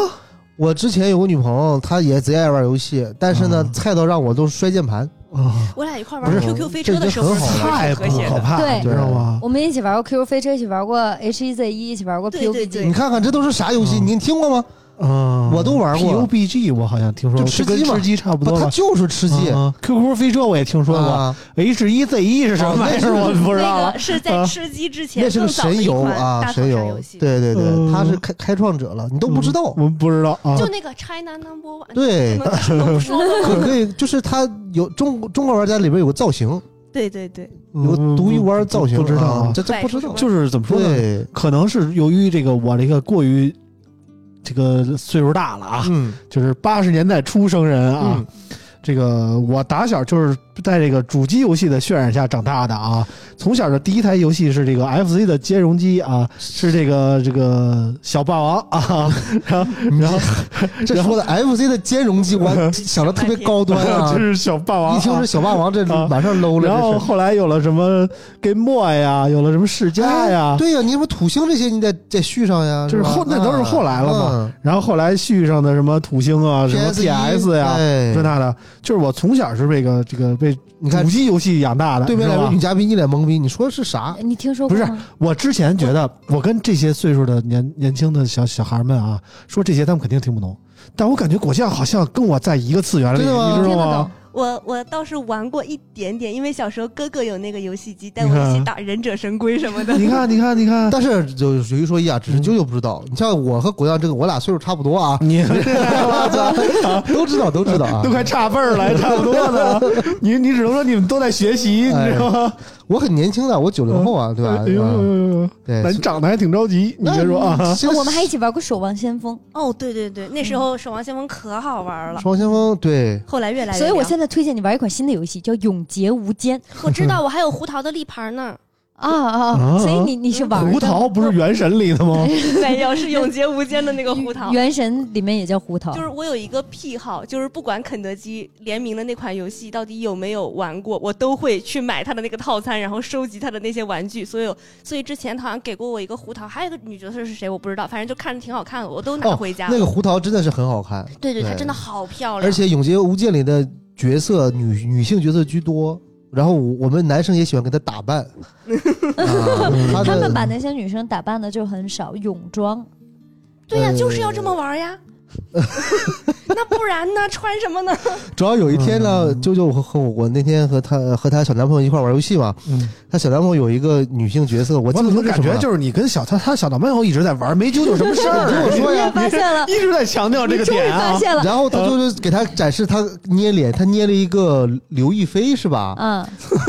Speaker 4: 我之前有个女朋友，她也贼爱玩游戏，但是呢，
Speaker 3: 嗯
Speaker 4: 菜到让我都摔键盘。
Speaker 3: 啊，
Speaker 7: 我俩一块
Speaker 4: 不
Speaker 7: 玩
Speaker 4: 是
Speaker 7: QQ 飞车的时候
Speaker 4: 这已经很好
Speaker 3: 太
Speaker 7: 是
Speaker 3: 不
Speaker 7: 和谐
Speaker 3: 可
Speaker 7: 的。
Speaker 3: 怕，
Speaker 2: 对
Speaker 3: 你知道吗？
Speaker 2: 我们一起玩过 QQ 飞车，一起玩过 HEZ 一，一起玩过
Speaker 7: 对
Speaker 2: PUBG。
Speaker 7: 对对
Speaker 4: 你看看这都是啥游戏？
Speaker 3: 嗯
Speaker 4: 您听过吗？
Speaker 3: 啊，
Speaker 4: 我都玩过
Speaker 3: PUBG，我好像听说过，
Speaker 4: 就吃
Speaker 3: 跟
Speaker 4: 鸡嘛
Speaker 3: 吃鸡差不
Speaker 4: 不，
Speaker 3: 多
Speaker 4: 它
Speaker 3: 吧。
Speaker 4: 就是吃鸡。
Speaker 3: 啊 QQ 飞车我也听说过
Speaker 4: 啊，
Speaker 3: ，H 一 Z 一是什么玩意 儿
Speaker 4: 哦那
Speaker 3: 我
Speaker 4: 是
Speaker 3: 不知道
Speaker 7: 那
Speaker 3: 了
Speaker 7: 个是在吃鸡之前
Speaker 4: 啊那是
Speaker 7: 更
Speaker 4: 个
Speaker 7: 早的
Speaker 4: 神
Speaker 7: 一
Speaker 4: 游
Speaker 7: 款
Speaker 4: 啊，
Speaker 7: 大逃杀
Speaker 4: 神游
Speaker 7: 游。戏，
Speaker 4: 对对
Speaker 3: 嗯
Speaker 4: 对，他是开开创者了，你都不知道
Speaker 3: 嗯。我不知道啊，
Speaker 7: 就那个 China Number One，
Speaker 4: 对，
Speaker 7: 不能说
Speaker 4: 可可以，就是他有中国中国玩家里边有个造型，
Speaker 7: 对对对，
Speaker 4: 有个独一无二的造型啊，
Speaker 3: 嗯不知道啊
Speaker 4: 这这不知道。
Speaker 3: 就是怎么说呢？
Speaker 4: 对，
Speaker 3: 可能是由于这个我这个过于这个岁数大了啊，
Speaker 4: 嗯
Speaker 3: 就是八十年代出生人啊。
Speaker 4: 嗯
Speaker 3: 这个我打小就是在这个主机游戏的渲染下长大的啊，从小的第一台游戏是这个 FC 的兼容机啊，是这个这个小霸王 啊，然后 然后
Speaker 4: 这说的 FC 的兼容 机，我想的特别高端啊
Speaker 3: 就，是小霸王、啊，
Speaker 4: 一听是小霸王，这
Speaker 3: 啊
Speaker 4: 马上 low
Speaker 3: 然
Speaker 4: 了，
Speaker 3: 后
Speaker 4: 这哎是。
Speaker 3: 后来有了什么 Game Boy 呀，有了什么世嘉呀，
Speaker 4: 哎对呀，你什么土星这些，你得得续上呀，
Speaker 3: 啊就是
Speaker 4: 吧啊
Speaker 3: 后那都是后来了嘛。
Speaker 4: 嗯
Speaker 3: 然后后来续上的什么土星啊，什么
Speaker 4: PS
Speaker 3: PS 呀，
Speaker 4: 哎
Speaker 3: 这那的，就是我从小是这个这个被
Speaker 4: 你看
Speaker 3: 主机游戏养大的，
Speaker 4: 对
Speaker 3: 你知
Speaker 4: 面来
Speaker 3: 道
Speaker 4: 个
Speaker 3: 吧
Speaker 4: 女嘉宾一脸懵逼，你说的是啥？
Speaker 2: 你听说过
Speaker 3: 不是
Speaker 2: 吗？
Speaker 3: 我之前觉得，我跟这些岁数的年年轻的小小孩们啊，说这些他们肯定听不懂，但我感觉果酱好像跟我在一个次元里，你
Speaker 4: 真的吗
Speaker 3: 知道
Speaker 2: 听得懂
Speaker 3: 吗？。
Speaker 7: 我我倒是玩过一点点，因为小时候哥哥有那个游戏机，带
Speaker 3: 你
Speaker 7: 我
Speaker 3: 看
Speaker 7: 一
Speaker 4: 啊
Speaker 7: 起打忍者神龟什么的。
Speaker 3: 你看，你看，你看，，
Speaker 4: 但是有有一说一啊，只是啾啾不知道。你像我和果酱这个，我俩岁数差不多啊
Speaker 3: 你
Speaker 4: 都知道都知道啊
Speaker 3: 都。快差辈儿了， 还差不多呢。你你只能说你们都在学习，你知道吗？
Speaker 4: 我很年轻的，我九零后啊，对吧？
Speaker 3: 哎呦呦
Speaker 4: 啊
Speaker 3: 呦呦！
Speaker 4: 对
Speaker 3: 那，你长得还挺着急，你别说啊。
Speaker 4: 现
Speaker 2: 啊
Speaker 4: 在
Speaker 2: 我们还一起玩过《守望先锋
Speaker 7: 哦，对对对，那时候《守望先锋》可好玩了，
Speaker 4: 双先锋对，
Speaker 7: 后来越来》，越
Speaker 2: 所以我
Speaker 7: 凉
Speaker 2: 现在推荐你玩一款新的游戏，叫《永劫无间》
Speaker 7: 我知道我还有胡桃的立牌 呢，
Speaker 2: 啊啊！啊！
Speaker 3: 啊
Speaker 2: 所以你你是玩的
Speaker 3: 胡桃不是原神里的吗？
Speaker 7: 没有是永劫无间的那个胡桃。
Speaker 2: 原神里面也叫胡桃，
Speaker 7: 就是我有一个癖好，就是不管肯德基联名的那款游戏到底有没有玩过，我都会去买它的那个套餐，然后收集它的那些玩具。所以，所以之前好像给过我一个胡桃，还有一个女角色是谁我不知道，反正就看着挺好看的，我都拿
Speaker 4: 哦
Speaker 7: 回家了。
Speaker 4: 那个胡桃真的是很好看，
Speaker 7: 对对，
Speaker 4: 对
Speaker 7: 她真的好漂亮，
Speaker 4: 而且《永劫无间》里的角色女女性角色居多，然后我我们男生也喜欢给她 打扮。啊她
Speaker 2: 他们把
Speaker 4: 的
Speaker 2: 那些女生打扮的就很少，泳装。
Speaker 7: 对呀、
Speaker 4: 呃
Speaker 7: 就是要这么 玩呀。那不然呢？穿什么呢？
Speaker 4: 主要有一天
Speaker 3: 嗯
Speaker 4: 呢，啾啾和和我我那天和她和她小男朋友一块玩游戏嘛，
Speaker 3: 嗯，
Speaker 4: 她小男朋友有一个女性角色，我
Speaker 3: 我
Speaker 4: 记
Speaker 3: 怎
Speaker 4: 不
Speaker 3: 么
Speaker 4: 清是
Speaker 3: 感
Speaker 4: 什么
Speaker 3: 觉
Speaker 4: 了。
Speaker 3: 就是你跟小他他小男朋友一直在玩，没 究竟什么事儿。
Speaker 4: 你听我说呀，
Speaker 2: 发现了，
Speaker 3: 一直在强调这个
Speaker 2: 终于
Speaker 3: 点
Speaker 2: 发
Speaker 3: 啊。
Speaker 2: 现了，
Speaker 4: 然后他就是给他展示他捏脸，他捏了一个刘亦菲是吧？
Speaker 2: 嗯，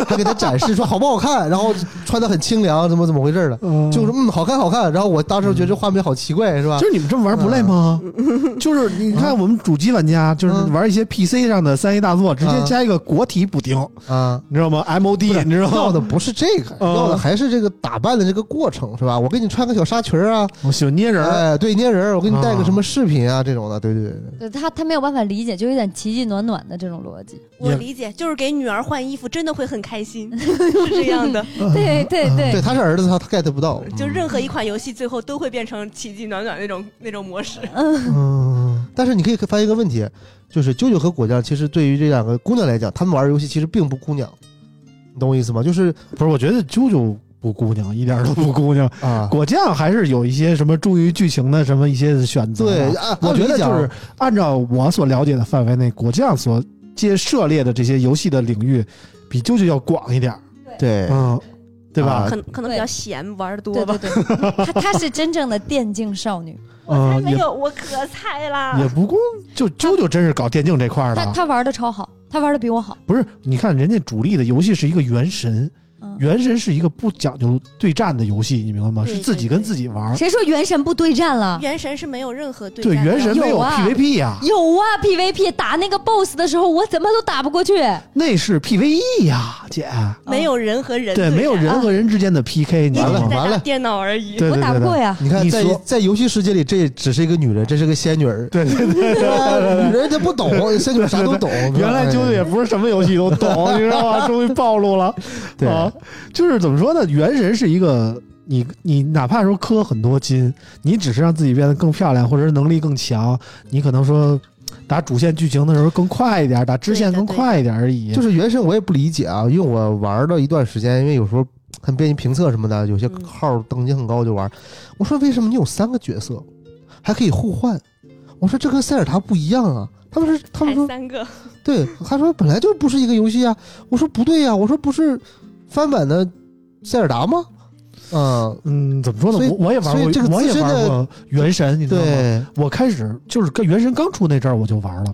Speaker 4: 他给他展示说好不好看，然后穿的很清凉，怎么怎么回事的，
Speaker 3: 嗯
Speaker 4: 就是嗯好看好看。然后我当时觉得这画面好奇怪是吧
Speaker 3: 就？是你们这么玩不累吗？就是你看我们主机玩家，就是
Speaker 4: 嗯
Speaker 3: 玩一些 PC 上的三 A 大作，直接
Speaker 4: 嗯
Speaker 3: 加一个国体补丁，
Speaker 4: 啊，
Speaker 3: 你知道吗
Speaker 4: 不是
Speaker 3: ？MOD，你知道
Speaker 4: 要的
Speaker 3: 吗？
Speaker 4: 不是这个，
Speaker 3: 嗯
Speaker 4: 要的还是这个打扮的这个过程是吧？我给你穿个小纱裙儿啊，
Speaker 3: 我喜欢捏人儿，
Speaker 4: 哎，对，捏人儿，我给你带
Speaker 3: 啊
Speaker 4: 个什么饰品啊这种的，对对对。
Speaker 2: 对他他没有办法理解，就有点奇迹暖暖的这种逻辑。
Speaker 7: 我
Speaker 3: 也
Speaker 7: 理解，就是给女儿换衣服，真的会很开心，是这样 的。
Speaker 3: 嗯
Speaker 2: 对对
Speaker 4: 对，
Speaker 2: 对，
Speaker 4: 他是儿子，他他 get 不到，
Speaker 7: 就任何一款游戏最后都会变成奇迹暖暖那种那种模式。
Speaker 4: 嗯，但是你可以发现一个问题，就是啾啾和果酱，其实对于这两个姑娘来讲，她们玩游戏其实并不姑娘，你懂我意思吗？就是
Speaker 3: 不是？我觉得啾啾不姑娘，一点儿都不姑娘。
Speaker 4: 啊，
Speaker 3: 果酱还是有一些什么忠于剧情的什么一些选择的。
Speaker 4: 对，啊、
Speaker 3: 我觉得就
Speaker 4: 按理
Speaker 3: 是
Speaker 4: 讲
Speaker 3: 按照我所了解的范围内，果酱所接涉猎的这些游戏的领域，比啾啾要广一点儿，
Speaker 4: 对，
Speaker 3: 嗯，对吧
Speaker 4: 啊？
Speaker 7: 可能可能比较闲，玩的多
Speaker 2: 对
Speaker 7: 吧
Speaker 2: 对。 对，她她是真正的电竞少女，
Speaker 7: 我才
Speaker 3: 嗯，
Speaker 7: 没
Speaker 3: 也
Speaker 7: 有，我可菜啦
Speaker 3: 也！不过就啾啾真是搞电竞这块儿
Speaker 2: 她
Speaker 3: 的，
Speaker 2: 她玩的超好，她玩的比我好。
Speaker 3: 不是？你看人家主力的游戏是一个原神，
Speaker 2: 嗯，
Speaker 3: 原神是一个不讲究对战的游戏，你明白吗？
Speaker 7: 对
Speaker 3: 是自己
Speaker 7: 对对
Speaker 3: 跟自己玩儿。
Speaker 2: 谁说原神不对战了？
Speaker 7: 原神是没有任何对
Speaker 3: 对，
Speaker 7: 战的
Speaker 3: 原神没
Speaker 2: 有
Speaker 3: 有
Speaker 2: 啊
Speaker 3: PVP 呀，
Speaker 2: 有啊，PVP 打那个 BOSS 的时候，我怎么都打不过去。
Speaker 3: 那是 PVE 呀，姐。
Speaker 7: 没有人和人
Speaker 3: 对，
Speaker 7: 战
Speaker 3: 没有人和人之间的 PK，你知
Speaker 7: 一
Speaker 3: 道
Speaker 7: 直
Speaker 4: 完
Speaker 3: 吗？
Speaker 4: 了
Speaker 7: 在
Speaker 4: 完
Speaker 7: 打
Speaker 4: 了
Speaker 7: 电脑而已。
Speaker 3: 对
Speaker 2: 我
Speaker 3: 对
Speaker 2: 打
Speaker 3: 对
Speaker 2: 不过
Speaker 3: 对，
Speaker 2: 呀。
Speaker 4: 你看
Speaker 3: 你
Speaker 4: 在
Speaker 3: 说
Speaker 4: 在游戏世界里，这只是一个女人，这是个仙女儿，
Speaker 3: 对对对对对对
Speaker 4: 女人她不懂，仙女儿啥都懂。
Speaker 3: 原来啾啾也不是什么游戏都 懂，你知道吗？终于暴露了。
Speaker 4: 对
Speaker 3: 啊，就是怎么说呢？原神是一个你你哪怕说氪很多金，你只是让自己变得更漂亮，或者是能力更强，你可能说打主线剧情的时候更快一点，打支线更快一点而已。
Speaker 4: 就是原神我也不理解啊，因为我玩了一段时间，因为有时候很编辑评测什么的，有些
Speaker 7: 嗯
Speaker 4: 号等级很高就玩。我说为什么你有三个角色，还可以互换？我说这跟塞尔达不一样啊。他们是他们
Speaker 7: 还
Speaker 4: 说
Speaker 7: 三个，
Speaker 4: 对，他说本来就不是一个游戏啊。我说不对呀、我说不是翻版的塞尔达吗？嗯，
Speaker 3: 嗯，怎么说
Speaker 4: 所以
Speaker 3: 呢？我我也玩
Speaker 4: 所以这个
Speaker 3: 过，我也
Speaker 4: 资深
Speaker 3: 玩
Speaker 4: 的
Speaker 3: 过原神，你知道吗？
Speaker 4: 对，
Speaker 3: 我开始就是跟原神刚出那阵儿我就玩了，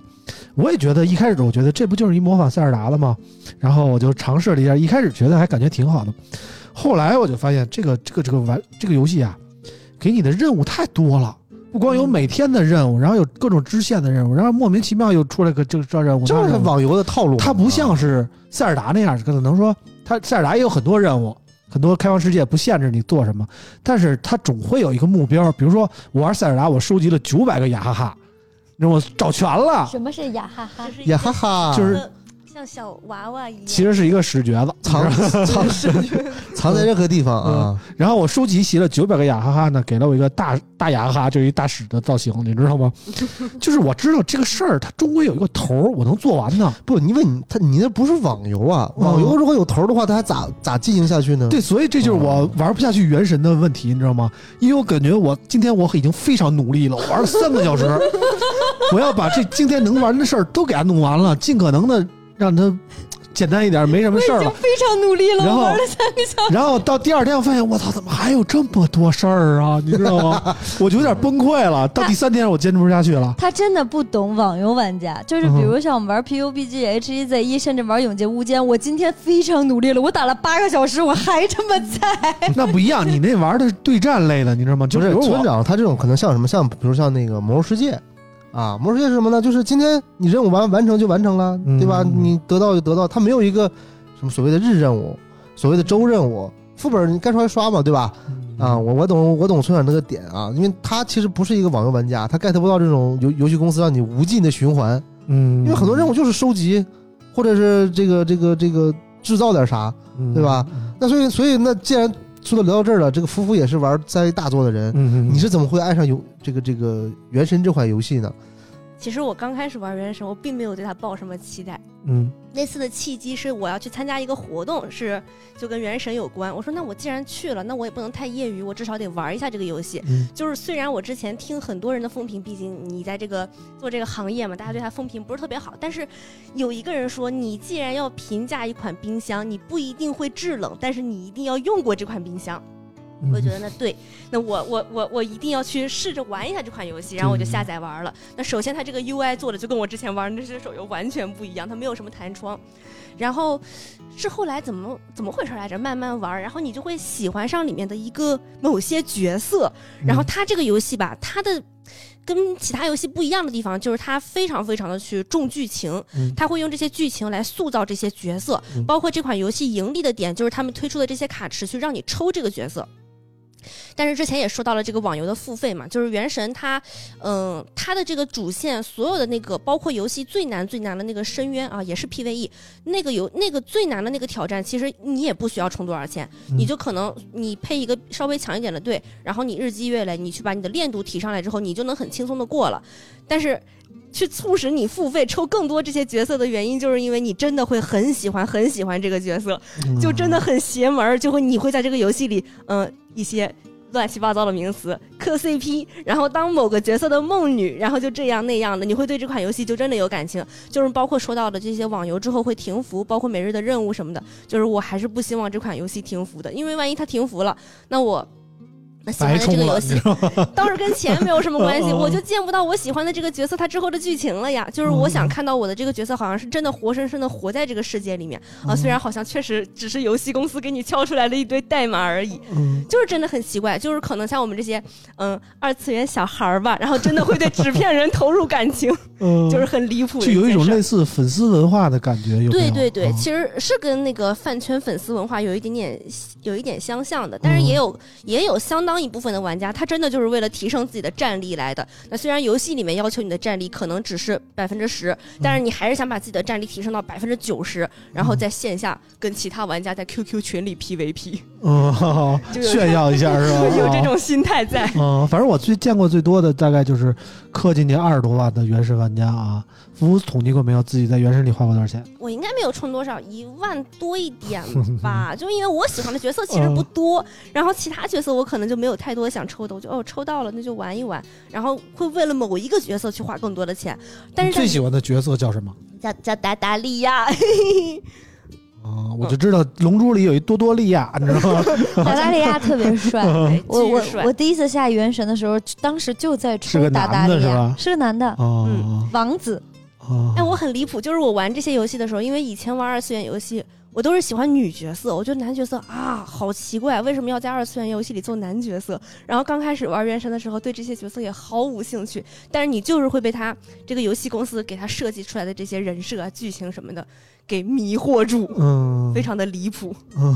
Speaker 3: 我也觉得一开始我觉得这不就是一模仿塞尔达的吗？然后我就尝试了一下，一开始觉得还感觉挺好的，后来我就发现这个这个这个玩这个游戏啊，给你的任务太多了。不光有每天的任务，然后有各种支线的任务，然后莫名其妙又出来个这这任务，那
Speaker 4: 这是
Speaker 3: 任务
Speaker 4: 网游的套路。
Speaker 3: 它不像是塞尔达那样，可能说它塞尔达也有很多任务，很多开放世界不限制你做什么，但是它总会有一个目标。比如说我玩塞尔达，我收集了九百个雅哈哈，那我找全了，
Speaker 2: 什么是雅哈哈
Speaker 7: 就？是啊
Speaker 4: 也哈哈，
Speaker 3: 就是
Speaker 7: 像小娃娃一样，
Speaker 3: 其实是一个屎橛子
Speaker 4: 藏藏藏在任何地
Speaker 3: 嗯
Speaker 4: 方啊。
Speaker 3: 然后我收集齐了九百个雅哈哈呢，给了我一个大大雅哈哈，就是一大屎的造型，你知道吗？就是我知道这个事儿，它终归有一个头儿，我能做完呢。
Speaker 4: 不，因为你他你那不是网游啊，
Speaker 3: 嗯
Speaker 4: 网游如果有头的话，他还咋咋进行下去呢？
Speaker 3: 对，所以这就是我玩不下去原神的问题，你知道吗？因为我感觉我今天我已经非常努力了，我玩了三个小 时，我要把这今天能玩的事儿都给它弄完了，尽可能的让它简单一点，没什么事儿了。
Speaker 7: 非常努力了，
Speaker 3: 然
Speaker 7: 我
Speaker 3: 后
Speaker 7: 玩了三个小时。
Speaker 3: 然后到第二天，我发现我操，怎么还有这么多事儿啊？你知道 吗？我就有点崩溃了。到第三天，我坚持不下去 了。
Speaker 10: 他真的不懂网游玩家，就是
Speaker 3: 嗯
Speaker 10: 比如像我们玩 PUBG、H1Z1，甚 E 至玩《永劫无间》，我今天非常努力了，我打了八个小时，我还这么菜。
Speaker 3: 那不一样，你那玩的是对战类的，你知道吗？就
Speaker 4: 不是
Speaker 3: 比如
Speaker 4: 村
Speaker 3: 我，
Speaker 4: 长，他这种可能像什么？像比如像那个《魔兽世界》啊，《魔兽世界》是什么呢？就是今天你任务完完成就完成了，
Speaker 3: 嗯
Speaker 4: 对吧？你得到就得到，他没有一个什么所谓的日任务，所谓的周任务。副本你该刷刷嘛，对吧？啊，我我懂我懂村长这个点啊，因为他其实不是一个网游玩家，他 get 不到这种游游戏公司让你无尽的循环，
Speaker 3: 嗯，
Speaker 4: 因为很多任务就是收集，或者是这个这个这个制造点啥，
Speaker 3: 嗯，
Speaker 4: 对吧那所以所以那既然说到聊到这儿了，这个夫妇也是玩三 A 大作的人，
Speaker 3: 嗯？嗯，
Speaker 4: 你是怎么会爱上游这个这个《原神》这款游戏呢？
Speaker 7: 其实我刚开始玩原神，我并没有对它抱什么期待。
Speaker 3: 嗯
Speaker 7: 那次的契机是我要去参加一个活动，是就跟原神有关。我说那我既然去了，那我也不能太业余，我至少得玩一下这个游戏。
Speaker 3: 嗯
Speaker 7: 就是虽然我之前听很多人的风评，毕竟你在这个做这个行业嘛，大家对它风评不是特别好。但是有一个人说，你既然要评价一款冰箱，你不一定会制冷，但是你一定要用过这款冰箱。
Speaker 3: 嗯，
Speaker 7: 我就觉得那对，那我我我我一定要去试着玩一下这款游戏，然后我就下载玩了。那首先它这个 UI 做的就跟我之前玩的那些手游完全不一样，它没有什么弹窗。然后是后来怎么怎么回事来着？慢慢玩，然后你就会喜欢上里面的一个某些角色。
Speaker 3: 嗯
Speaker 7: 然后它这个游戏吧，它的。跟其他游戏不一样的地方，就是它非常非常的去重剧情
Speaker 3: 嗯，
Speaker 7: 它会用这些剧情来塑造这些角色，
Speaker 3: 嗯
Speaker 7: 包括这款游戏盈利的点，就是他们推出的这些卡池去让你抽这个角色。但是之前也说到了这个网游的付费嘛，就是《原神》它，嗯、它的这个主线所有的那个，包括游戏最难最难的那个深渊啊，也是 PVE 那个游那个最难的那个挑战，其实你也不需要充多少钱，
Speaker 3: 嗯
Speaker 7: 你就可能你配一个稍微强一点的队，然后你日积月累，你去把你的练度提上来之后，你就能很轻松的过了。但是。去促使你付费抽更多这些角色的原因，就是因为你真的会很喜欢很喜欢这个角色，
Speaker 3: 嗯
Speaker 7: 就真的很邪门儿，就会你会在这个游戏里，嗯、一些乱七八糟的名词磕 CP，然后当某个角色的梦女，然后就这样那样的，你会对这款游戏就真的有感情。就是包括说到的这些网游之后会停服，包括每日的任务什么的，就是我还是不希望这款游戏停服的，因为万一它停服了，那我。那喜欢
Speaker 3: 白
Speaker 7: 的这
Speaker 3: 充
Speaker 7: 个
Speaker 3: 了，
Speaker 7: 游
Speaker 3: 你
Speaker 7: 戏
Speaker 3: 知道吗？
Speaker 7: 倒是跟钱没有什么 关系，
Speaker 3: 哦哦
Speaker 7: 我就见不到我喜欢的这个角色他之后的剧情了呀。就是我
Speaker 3: 嗯
Speaker 7: 想看到我的这个角色好像是真的活生生的活在这个世界里面
Speaker 3: 嗯
Speaker 7: 啊，虽然好像确实只是游戏公司给你敲出来了一堆代码而已，
Speaker 3: 嗯
Speaker 7: 就是真的很奇怪。就是可能像我们这些嗯二次元小孩儿吧，然后真的会对纸片人投入感情，
Speaker 3: 嗯
Speaker 7: 就是很离谱的
Speaker 3: 就
Speaker 7: 件事儿。
Speaker 3: 有一种类似粉丝文化的感觉，有没有
Speaker 7: 对对对，
Speaker 3: 啊
Speaker 7: 其实是跟那个饭圈粉丝文化有一点点有一点相像的，但是
Speaker 3: 嗯
Speaker 7: 也有、也有相当一部分的玩家，他真的就是为了提升自己的战力来的。那虽然游戏里面要求你的战力可能只是百分之十，但是你还是想把自己
Speaker 3: 嗯
Speaker 7: 的战力提升到百分之九十，然后在线下跟其他玩家在 QQ 群里 PVP。
Speaker 3: 嗯，
Speaker 7: 就有
Speaker 3: 炫耀一下是 吧？哦
Speaker 7: 有这种心态在。
Speaker 3: 嗯，反正我最见过最多的大概就是氪进去二十多万的原神玩家啊。福福统计过没有？自己在原神里花过多少钱？
Speaker 7: 我应该没有充多少，一万多一点 吧。就因为我喜欢的角色其实不多，然后其他角色我可能就没有太多想抽的，我就哦抽到了那就玩一玩，然后会为了某一个角色去花更多的钱。但是
Speaker 3: 最
Speaker 7: 在
Speaker 3: 喜欢的角色叫什么？
Speaker 5: 叫叫达达利 亚，
Speaker 3: 啊、我就知道《龙珠》里有一多多利亚，你知道 吗？
Speaker 10: 达达利亚特别 帅。
Speaker 7: 对
Speaker 10: 我
Speaker 7: 巨
Speaker 10: 我
Speaker 7: 帅
Speaker 10: 我第一次下原神的时候，当时就在
Speaker 3: 是
Speaker 10: 抽
Speaker 3: 个
Speaker 10: 达达
Speaker 3: 男的
Speaker 10: 利
Speaker 3: 是
Speaker 10: 亚
Speaker 3: 吧，
Speaker 10: 啊是个男的，
Speaker 3: 啊
Speaker 10: 王子。
Speaker 3: 啊！
Speaker 7: 嗯哎，我很离谱，就是我玩这些游戏的时候，因为以前玩二次元游戏，我都是喜欢女角色，我觉得男角色啊好奇怪，为什么要在二次元游戏里做男角色？然后刚开始玩原神的时候，对这些角色也毫无兴趣，但是你就是会被他这个游戏公司给他设计出来的这些人设啊、剧情什么的给迷惑住，
Speaker 3: 嗯，
Speaker 7: 非常的离谱。
Speaker 3: 嗯，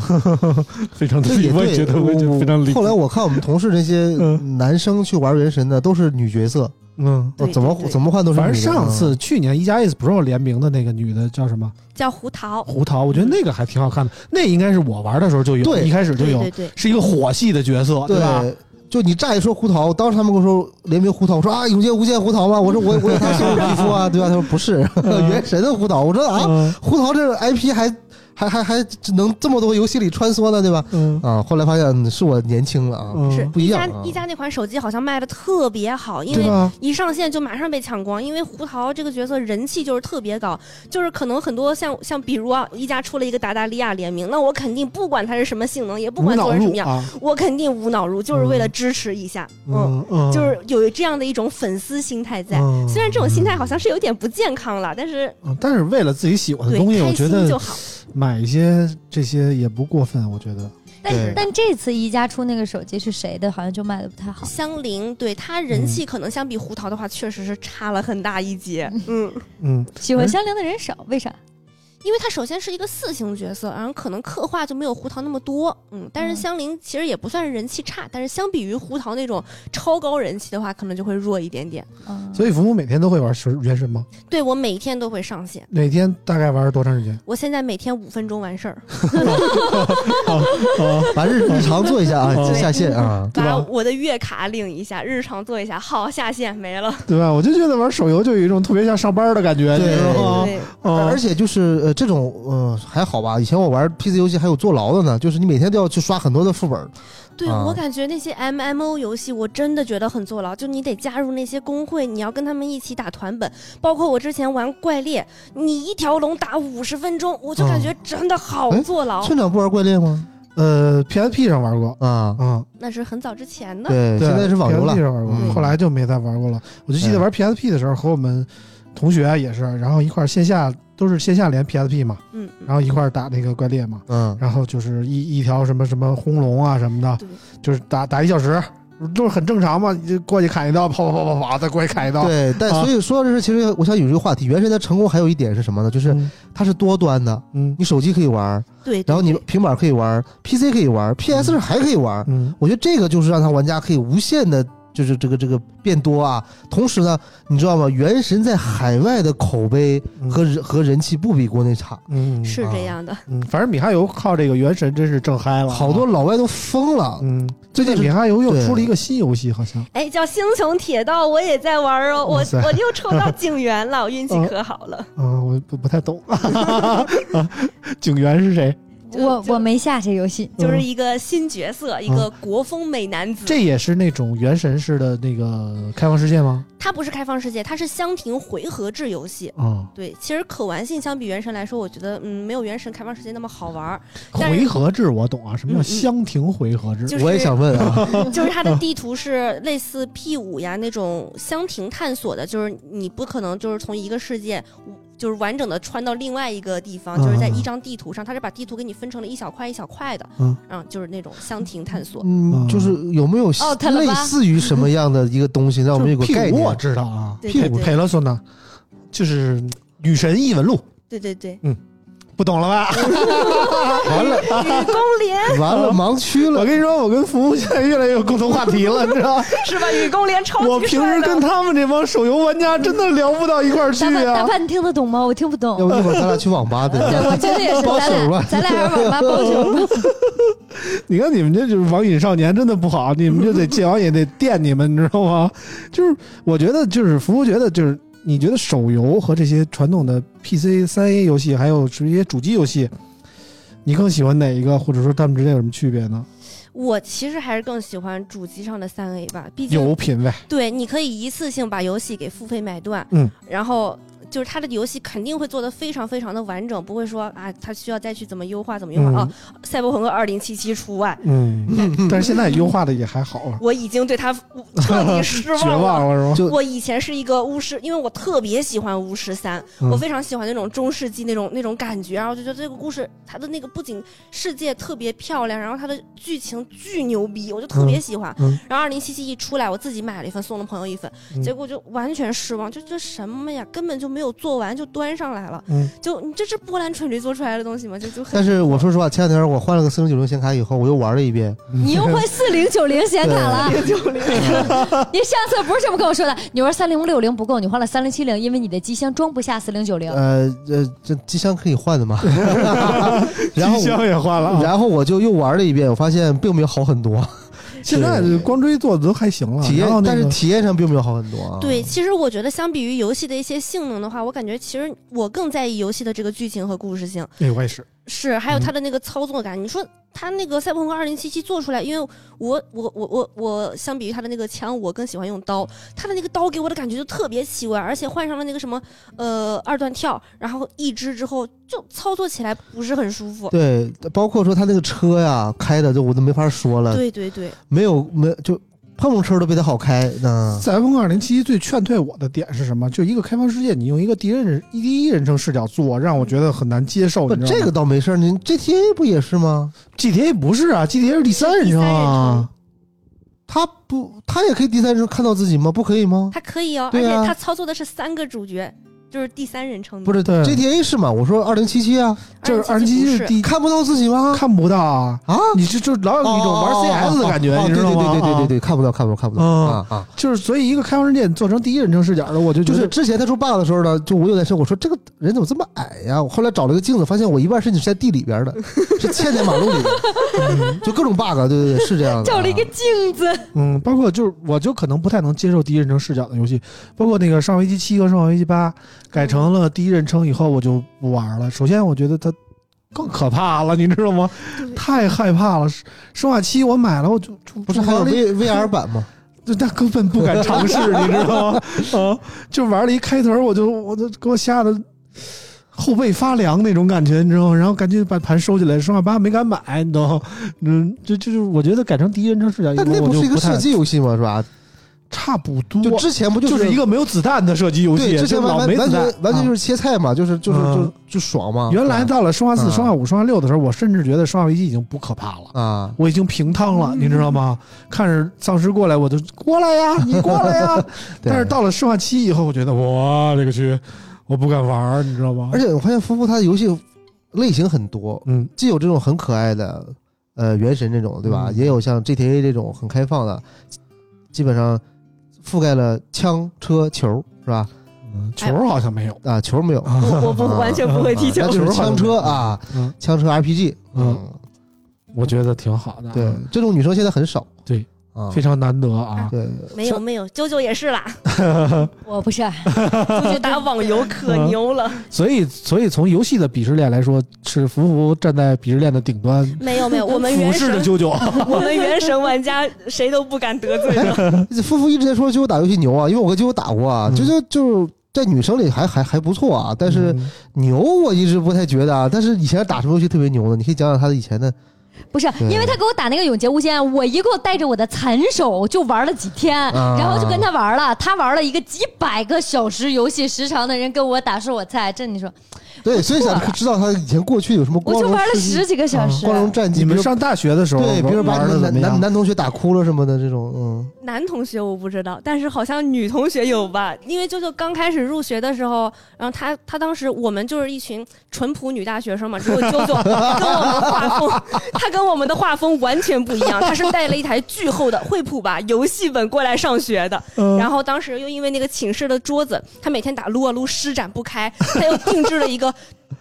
Speaker 3: 非常的
Speaker 4: 这
Speaker 3: 理，
Speaker 4: 也
Speaker 3: 我也
Speaker 4: 对
Speaker 3: 觉得，我也觉得非常理。
Speaker 4: 后来我看我们同事那些
Speaker 3: 嗯
Speaker 4: 男生去玩原神的都是女角色，
Speaker 3: 嗯，
Speaker 4: 哦
Speaker 7: 对
Speaker 4: 怎么
Speaker 7: 对对
Speaker 4: 怎么换都是女
Speaker 3: 反
Speaker 4: 的。
Speaker 3: 正上次
Speaker 4: 嗯
Speaker 3: 去年一加 S Pro 联名的那个女的叫什么？
Speaker 7: 叫胡桃，
Speaker 3: 胡桃，我觉得那个还挺好看的。那应该是我玩的时候就有，
Speaker 4: 对
Speaker 3: 一开始就有，
Speaker 7: 对对对
Speaker 3: 是一个火系的角色，
Speaker 4: 对
Speaker 3: 吧？
Speaker 4: 就你乍一说胡桃，当时他们跟我说联名胡桃，我说啊，永劫无间胡桃吗？我说我我有他生日皮肤 啊，对吧？他说不是，
Speaker 3: 嗯
Speaker 4: 原神的胡桃。我说啊，
Speaker 3: 啊，
Speaker 4: 胡桃这 IP 还还还还能这么多游戏里穿梭呢，对吧？
Speaker 3: 嗯
Speaker 4: 啊，后来发现嗯是我年轻了啊，
Speaker 3: 嗯，
Speaker 7: 是
Speaker 4: 不一
Speaker 7: 一
Speaker 4: 样
Speaker 7: 加
Speaker 4: 啊
Speaker 7: 一加那款手机好像卖的特别好，因
Speaker 3: 对
Speaker 7: 为
Speaker 3: 吧？
Speaker 7: 一上线就马上被抢光，因为胡桃这个角色人气就是特别高，就是可能很多像像比如啊，一加出了一个达达利亚联名，那我肯定不管它是什么性能，也不
Speaker 3: 无
Speaker 7: 管做
Speaker 3: 脑
Speaker 7: 成什么
Speaker 3: 入
Speaker 7: 样，
Speaker 3: 啊，
Speaker 7: 我肯定无脑入，就是为了支持一下，嗯，
Speaker 3: 嗯嗯，
Speaker 7: 就是有这样的一种粉丝心态在。
Speaker 3: 嗯
Speaker 7: 虽然这种心态好像是有点不健康了，但是
Speaker 3: 嗯但是为了自己喜欢的
Speaker 7: 对
Speaker 3: 呃东西，我
Speaker 7: 开
Speaker 3: 觉
Speaker 7: 心就
Speaker 3: 得
Speaker 7: 好。
Speaker 3: 买一些这些也不过分，我觉得。
Speaker 4: 对
Speaker 2: 但但这次一加出那个手机是谁的，好像就卖的不太
Speaker 3: 哎
Speaker 2: 好。
Speaker 7: 香菱对她
Speaker 3: 嗯
Speaker 7: 人气可能相比胡桃的话，确实是差了很大一截。嗯，
Speaker 3: 嗯，
Speaker 2: 喜欢香菱的人少，为啥？
Speaker 7: 因为她首先是一个四星角色，然后可能刻画就没有胡桃那么多，嗯，但是
Speaker 2: 嗯
Speaker 7: 香菱其实也不算是人气差，但是相比于胡桃那种超高人气的话，可能就会弱一点点。
Speaker 2: 嗯，
Speaker 3: 所以福福每天都会玩神原神吗？
Speaker 7: 对我每天都会上线，
Speaker 3: 每天大概玩多长时间？
Speaker 7: 我现在每天五分钟完事儿，
Speaker 4: 把日日常做一下啊，
Speaker 3: 嗯
Speaker 4: 下线啊。
Speaker 3: 对
Speaker 7: 把
Speaker 3: 吧
Speaker 7: 我的月卡领一下，日常做一下，好下线没了。
Speaker 3: 对吧？我就觉得玩手游就有一种特别像上班的感觉，你
Speaker 4: 对
Speaker 3: 知道吗？
Speaker 7: 对，
Speaker 3: 嗯
Speaker 4: 而且就是呃，这种呃还好吧。以前我玩 PC 游戏还有坐牢的呢，就是你每天都要去刷很多的副本。
Speaker 7: 对
Speaker 4: 啊
Speaker 3: 嗯
Speaker 7: 我感觉那些 M M O 游戏，我真的觉得很坐牢，就你得加入那些工会，你要跟他们一起打团本。包括我之前玩怪猎，你一条龙打五十分钟，我就感
Speaker 3: 嗯
Speaker 7: 觉真的好
Speaker 4: 哎
Speaker 7: 坐牢。
Speaker 4: 村长不玩怪猎吗？
Speaker 3: 呃，PSP 上玩过
Speaker 4: 啊，
Speaker 3: 啊，
Speaker 7: 那是很早之前的，
Speaker 4: 对，
Speaker 3: 对
Speaker 4: 现在是网游了
Speaker 3: PSP 上玩过，
Speaker 4: 嗯
Speaker 3: 后来就没再玩过了。我就记得玩 PSP 的时候，和我们同学也是，然后一块儿线下都是线下连 PSP 嘛，
Speaker 7: 嗯，
Speaker 3: 然后一块儿打那个怪猎嘛，
Speaker 4: 嗯，
Speaker 3: 然后就是一一条什么什么轰龙啊什么的
Speaker 7: 对，
Speaker 3: 就是打打一小时，都是很正常嘛，你就过去砍一刀，跑跑跑跑跑，再过去砍一刀。
Speaker 4: 对，但
Speaker 3: 啊
Speaker 4: 所以说这是其实我想有这个话题，原神的成功还有一点是什么呢？就是
Speaker 3: 嗯
Speaker 4: 它是多端的，
Speaker 3: 嗯
Speaker 4: 你手机可以玩，
Speaker 7: 对，
Speaker 4: 然后你
Speaker 7: 对
Speaker 4: 平板可以玩，PC 可以玩，PS 上还可以玩。
Speaker 3: 嗯
Speaker 4: 我觉得这个就是让他玩家可以无限的，就是这个这个变多啊。同时呢，你知道吗？原神在海外的口碑
Speaker 3: 嗯
Speaker 4: 和人和人气不比国内差，
Speaker 3: 嗯嗯
Speaker 7: 是
Speaker 4: 啊
Speaker 7: 这样的。
Speaker 3: 嗯，反正米哈游靠这个原神真是挣嗨了啊，
Speaker 4: 好多老外都疯了。
Speaker 3: 嗯，最近
Speaker 4: 就是
Speaker 3: 米哈游又
Speaker 4: 对
Speaker 3: 出了一个新游戏，好像
Speaker 7: 哎，叫《星穹铁道》，我也在玩哦，我
Speaker 3: 哇塞
Speaker 7: 我又抽 到警员了，我运气可好了。
Speaker 3: 嗯，我不不太懂。 啊警员是谁？
Speaker 2: 我我没下这游戏，
Speaker 7: 就是
Speaker 3: 嗯
Speaker 7: 一个新角色，一个国风美男子。
Speaker 3: 这也是那种原神式的那个开放世界吗？
Speaker 7: 它不是开放世界，它是箱庭回合制游戏。
Speaker 3: 啊、
Speaker 7: 对，其实可玩性相比原神来说，我觉得嗯没有原神开放世界那么好玩儿，但是
Speaker 3: 回合制我懂啊，什么叫
Speaker 7: 嗯嗯
Speaker 3: 箱庭回合制？
Speaker 7: 就
Speaker 4: 嗯
Speaker 7: 是
Speaker 4: 我也想问啊，
Speaker 7: 就是它的地图是类似 P 五呀那种箱庭探索的，就是你不可能就是从一个世界。就是完整的穿到另外一个地方，就是
Speaker 4: 嗯
Speaker 7: 在一张地图上，它是把地图给你分成了一小块一小块的，
Speaker 3: 嗯
Speaker 7: 嗯，就是那种箱庭探索。
Speaker 4: 嗯，就是有没有
Speaker 10: 哦泰勒
Speaker 4: 类
Speaker 10: 巴
Speaker 4: 似于什么样的一个东西，让我们有个
Speaker 3: 就是
Speaker 4: 概
Speaker 3: 屁股我
Speaker 4: 念？
Speaker 3: 知道啊，
Speaker 7: 对
Speaker 3: 屁
Speaker 7: 对
Speaker 3: 股
Speaker 4: 嗯
Speaker 7: 对
Speaker 3: 佩勒索呢，就是《女神异闻录》。
Speaker 7: 对对对，
Speaker 3: 不懂了吧？
Speaker 4: 完 了，
Speaker 7: 公联
Speaker 4: 完了，盲区
Speaker 3: 我
Speaker 4: 了。
Speaker 3: 跟你说，我跟服务现在越来越有共同话题了，你知道吗？
Speaker 7: 是吧？与公联超级
Speaker 3: 我平
Speaker 7: 帅
Speaker 3: 时
Speaker 7: 的
Speaker 3: 跟他们这帮手游玩家真的聊不到一块儿去
Speaker 10: 大潘，大
Speaker 3: 啊。
Speaker 10: 潘，你听得懂吗？我听不懂
Speaker 4: 要。不一会儿咱俩去网吧
Speaker 2: 对，
Speaker 4: 得
Speaker 2: 我觉得也是，
Speaker 4: 包
Speaker 2: 咱
Speaker 4: 宿
Speaker 2: 俩
Speaker 4: 吧
Speaker 2: 咱俩还是网吧包宿吧。
Speaker 3: 你看你们这就是网瘾少年，真的不好，你们就得戒网也得垫你们，你知道吗？ 就是我觉得，就是服务觉得，就是你觉得手游和这些传统的 PC 三 A 游戏，还有这些主机游戏，你更喜欢哪一个，或者说他们之间有什么区别呢？
Speaker 7: 我其实还是更喜欢主机上的三 A 吧，毕竟
Speaker 3: 有品位，
Speaker 7: 对，你可以一次性把游戏给付费买断，
Speaker 3: 嗯，
Speaker 7: 然后就是它的游戏肯定会做得非常非常的完整，不会说啊，它需要再去怎么优化怎么优化、
Speaker 3: 嗯
Speaker 7: 啊，赛博朋克二零七七除外，
Speaker 3: 嗯，但是现在优化的也还好啊了，
Speaker 7: 我已经对它彻底失
Speaker 3: 绝
Speaker 7: 望了。
Speaker 3: 望了是吧？
Speaker 4: 就
Speaker 7: 我以前是一个巫师，因为我特别喜欢巫师三，
Speaker 3: 嗯
Speaker 7: 我非常喜欢那种中世纪那种那种感觉，然后我就觉得这个故事它的那个不仅世界特别漂亮，然后它的剧情巨牛逼，我就特别喜欢。
Speaker 3: 嗯嗯
Speaker 7: 然后二零七七一出来，我自己买了一份，送了朋友一份，
Speaker 3: 嗯
Speaker 7: 结果就完全失望，就这什么呀，根本就没有做完就端上来了，
Speaker 3: 嗯
Speaker 7: 就你这是波兰蠢驴做出来的东西吗？就就很。
Speaker 4: 但是我说实话，前两天我换了个四零九零显卡以后，我又玩了一遍。
Speaker 10: 你又换四零九零显卡了， 你上次不是这么跟我说的？你说三零六零不够，你换了三零七零，因为你的机箱装不下四零九零。
Speaker 4: 呃呃，这机箱可以换 的嘛？然后
Speaker 3: 机箱也换了啊，
Speaker 4: 然后我就又玩了一遍，我发现并没有好很多，
Speaker 3: 现在这光追做的都还行了，
Speaker 4: 体
Speaker 3: 然后
Speaker 4: 验
Speaker 3: 那
Speaker 4: 但
Speaker 3: 个
Speaker 4: 是体验上并没有好很多啊。
Speaker 7: 对，，其实我觉得相比于游戏的一些性能的话，我感觉其实我更在意游戏的这个剧情和故事性。
Speaker 3: 哎，我也是，
Speaker 7: 是，还有它的那个操作感。你说它那个《赛博朋克2077》做出来，因为我我我我我相比于它的那个枪，我更喜欢用刀。它的那个刀给我的感觉就特别奇怪，而且换上了那个什么呃二段跳，然后一支之后就操作起来不是很舒服。
Speaker 4: 对，包括说他那个车呀，开的就我都没法说了，
Speaker 7: 对对对，
Speaker 4: 没有没就碰碰车都比他好开呢。
Speaker 3: 赛博朋克二零七最劝退我的点是什么？就一个开放世界，你用一个第一人第一人称视角做，让我觉得很难接受。
Speaker 4: 不，
Speaker 3: 你知道吗
Speaker 4: 这个倒没事儿，您 GTA 不也是吗？
Speaker 3: GTA 不是啊，GTA 是第三人称啊。
Speaker 4: 他不，他也可以第三人称看到自己吗？不可以吗
Speaker 7: 它可以哦，而
Speaker 4: 对
Speaker 7: 且
Speaker 4: 啊
Speaker 7: 它操作的是三个主角，就是第三人称的。
Speaker 4: 不是
Speaker 3: 对
Speaker 4: ？GTA 是吗？我说二零七七啊，
Speaker 3: 就是
Speaker 7: 二
Speaker 3: 二
Speaker 7: 十
Speaker 3: 十七
Speaker 7: 七
Speaker 3: 是
Speaker 7: 是
Speaker 3: 第
Speaker 4: 你看不到自己吗？
Speaker 3: 看不到啊，
Speaker 4: 啊，
Speaker 3: 你这就老有一种
Speaker 4: 哦
Speaker 3: 玩 CS 的感觉，
Speaker 4: 哦哦哦
Speaker 3: 你知道吗？
Speaker 4: 对对对对对
Speaker 3: 对，
Speaker 4: 对，看不到看不到看不到
Speaker 3: 啊
Speaker 4: 啊啊！
Speaker 3: 就是所以一个开放世界做成第一人称视角的，我就觉
Speaker 4: 就
Speaker 3: 得
Speaker 4: 是之前他出 bug 的时候呢，就我有点生，我说这个人怎么这么矮呀？我后来找了个镜子，发现我一半身体是在地里边的，是嵌在马路里的，嗯就各种 bug，对对对，是这样的啊。
Speaker 10: 照了一个镜子，
Speaker 3: 嗯，包括就是我就可能不太能接受第一人称视角的游戏，包括那个《上危机七》和《上危机八》改成了第一人称以后，我就不玩了。首先，我觉得它更可怕了，你知道吗？太害怕了。生生化七我买了，我就就
Speaker 4: 不是还有
Speaker 3: 玩了一
Speaker 4: V VR 版吗？
Speaker 3: 就那根本不敢尝试，你知道 吗？啊，就玩了一开头，我就我就给我吓得后背发凉那种感觉，你知道吗？然后赶紧把盘收起来，生化八没敢买，你知道吗？嗯，就就就是我觉得改成第一人称视角以后，
Speaker 4: 但那
Speaker 3: 我
Speaker 4: 不
Speaker 3: 就是
Speaker 4: 一个
Speaker 3: 太
Speaker 4: 射击游戏吗？是吧？
Speaker 3: 差不多，
Speaker 4: 就之前不
Speaker 3: 就是是一个没有子弹的射击游戏，
Speaker 4: 对，之
Speaker 3: 就
Speaker 4: 前完
Speaker 3: 老
Speaker 4: 完
Speaker 3: 没
Speaker 4: 完
Speaker 3: 子弹，
Speaker 4: 全完全就是
Speaker 3: 啊。
Speaker 4: 切菜嘛，就是就是
Speaker 3: 嗯
Speaker 4: 就就爽嘛。
Speaker 3: 原来到了生化四、
Speaker 4: 啊
Speaker 3: 生化五、生化六的时候，我甚至觉得生化危机已经不可怕了，
Speaker 4: 啊，
Speaker 3: 我已经平汤了，你知道吗？看着丧尸过来，我就过来 呀，你过来呀。
Speaker 4: 对
Speaker 3: 但是到了生化七以后，我觉得哇，这个区我不敢玩儿，你知道吗
Speaker 4: 而？且我发现夫妇他的游戏类型很多，
Speaker 3: 嗯，
Speaker 4: 既有这种很可爱的，呃，原神这种，对吧？
Speaker 3: 嗯
Speaker 4: 也有像 GTA 这种很开放的，基本上覆盖了枪、车、球，是吧？
Speaker 3: 球儿好像没有，
Speaker 4: 啊，球没有，啊
Speaker 7: 我我不完全不会踢球
Speaker 4: 那。就是 枪车啊
Speaker 3: 嗯，
Speaker 4: 枪车 RPG，
Speaker 3: 嗯，我觉得挺好的，
Speaker 4: 对，这种女生现在很少，
Speaker 3: 对，
Speaker 4: 啊
Speaker 3: 非，常难得啊。
Speaker 4: 对，
Speaker 7: 没有没有，啾啾也是啦，
Speaker 10: 我不是啊，
Speaker 7: 啾啾打网游可
Speaker 3: 嗯
Speaker 7: 牛了。
Speaker 3: 所以，所以从游戏的鄙视链来说，是福福站在鄙视链的顶端，
Speaker 7: 没有没有，我们
Speaker 3: 俯
Speaker 7: 原
Speaker 3: 视
Speaker 7: 神
Speaker 3: 着啾啾。
Speaker 7: 我们原神玩家谁都不敢得罪的。
Speaker 4: 夫妇一直在说啾啾打游戏牛啊，因为我跟啾啾打过啊，
Speaker 3: 嗯
Speaker 4: 啾啾就是在女生里还还还不错啊，但是
Speaker 3: 嗯
Speaker 4: 牛我一直不太觉得啊，但是以前打什么游戏特别牛呢？你可以讲讲他的以前的，
Speaker 10: 不是，
Speaker 4: 对
Speaker 10: 因为他给我打那个永劫无间，我一共带着我的残手就玩了几天，
Speaker 4: 啊
Speaker 10: 然后就跟他玩了，他玩了一个几百个小时游戏时长的人跟我打是我菜，这你说
Speaker 4: 对，所以想知道他以前过去有什么
Speaker 10: 我
Speaker 4: 光
Speaker 10: 就
Speaker 4: 荣
Speaker 10: 玩了
Speaker 4: 事迹
Speaker 10: 十几个小时。
Speaker 4: 啊光荣战绩，
Speaker 3: 你
Speaker 4: 比
Speaker 3: 们
Speaker 4: 如
Speaker 3: 上大学的时候
Speaker 4: 对，比如把
Speaker 3: 玩
Speaker 4: 你
Speaker 3: 的
Speaker 4: 们
Speaker 3: 怎么
Speaker 4: 男男
Speaker 3: 样？
Speaker 4: 男同学打哭了什么的这种，嗯，
Speaker 7: 男同学我不知道，但是好像女同学有吧？因为舅舅刚开始入学的时候，然后他他当时我们就是一群淳朴女大学生嘛，只有舅舅 跟我们画风，他跟我们的画风完全不一样，他是带了一台巨厚的惠普吧游戏本过来上学的。
Speaker 3: 嗯
Speaker 7: 然后当时又因为那个寝室的桌子，他每天打撸啊撸施展不开，他又定制了一个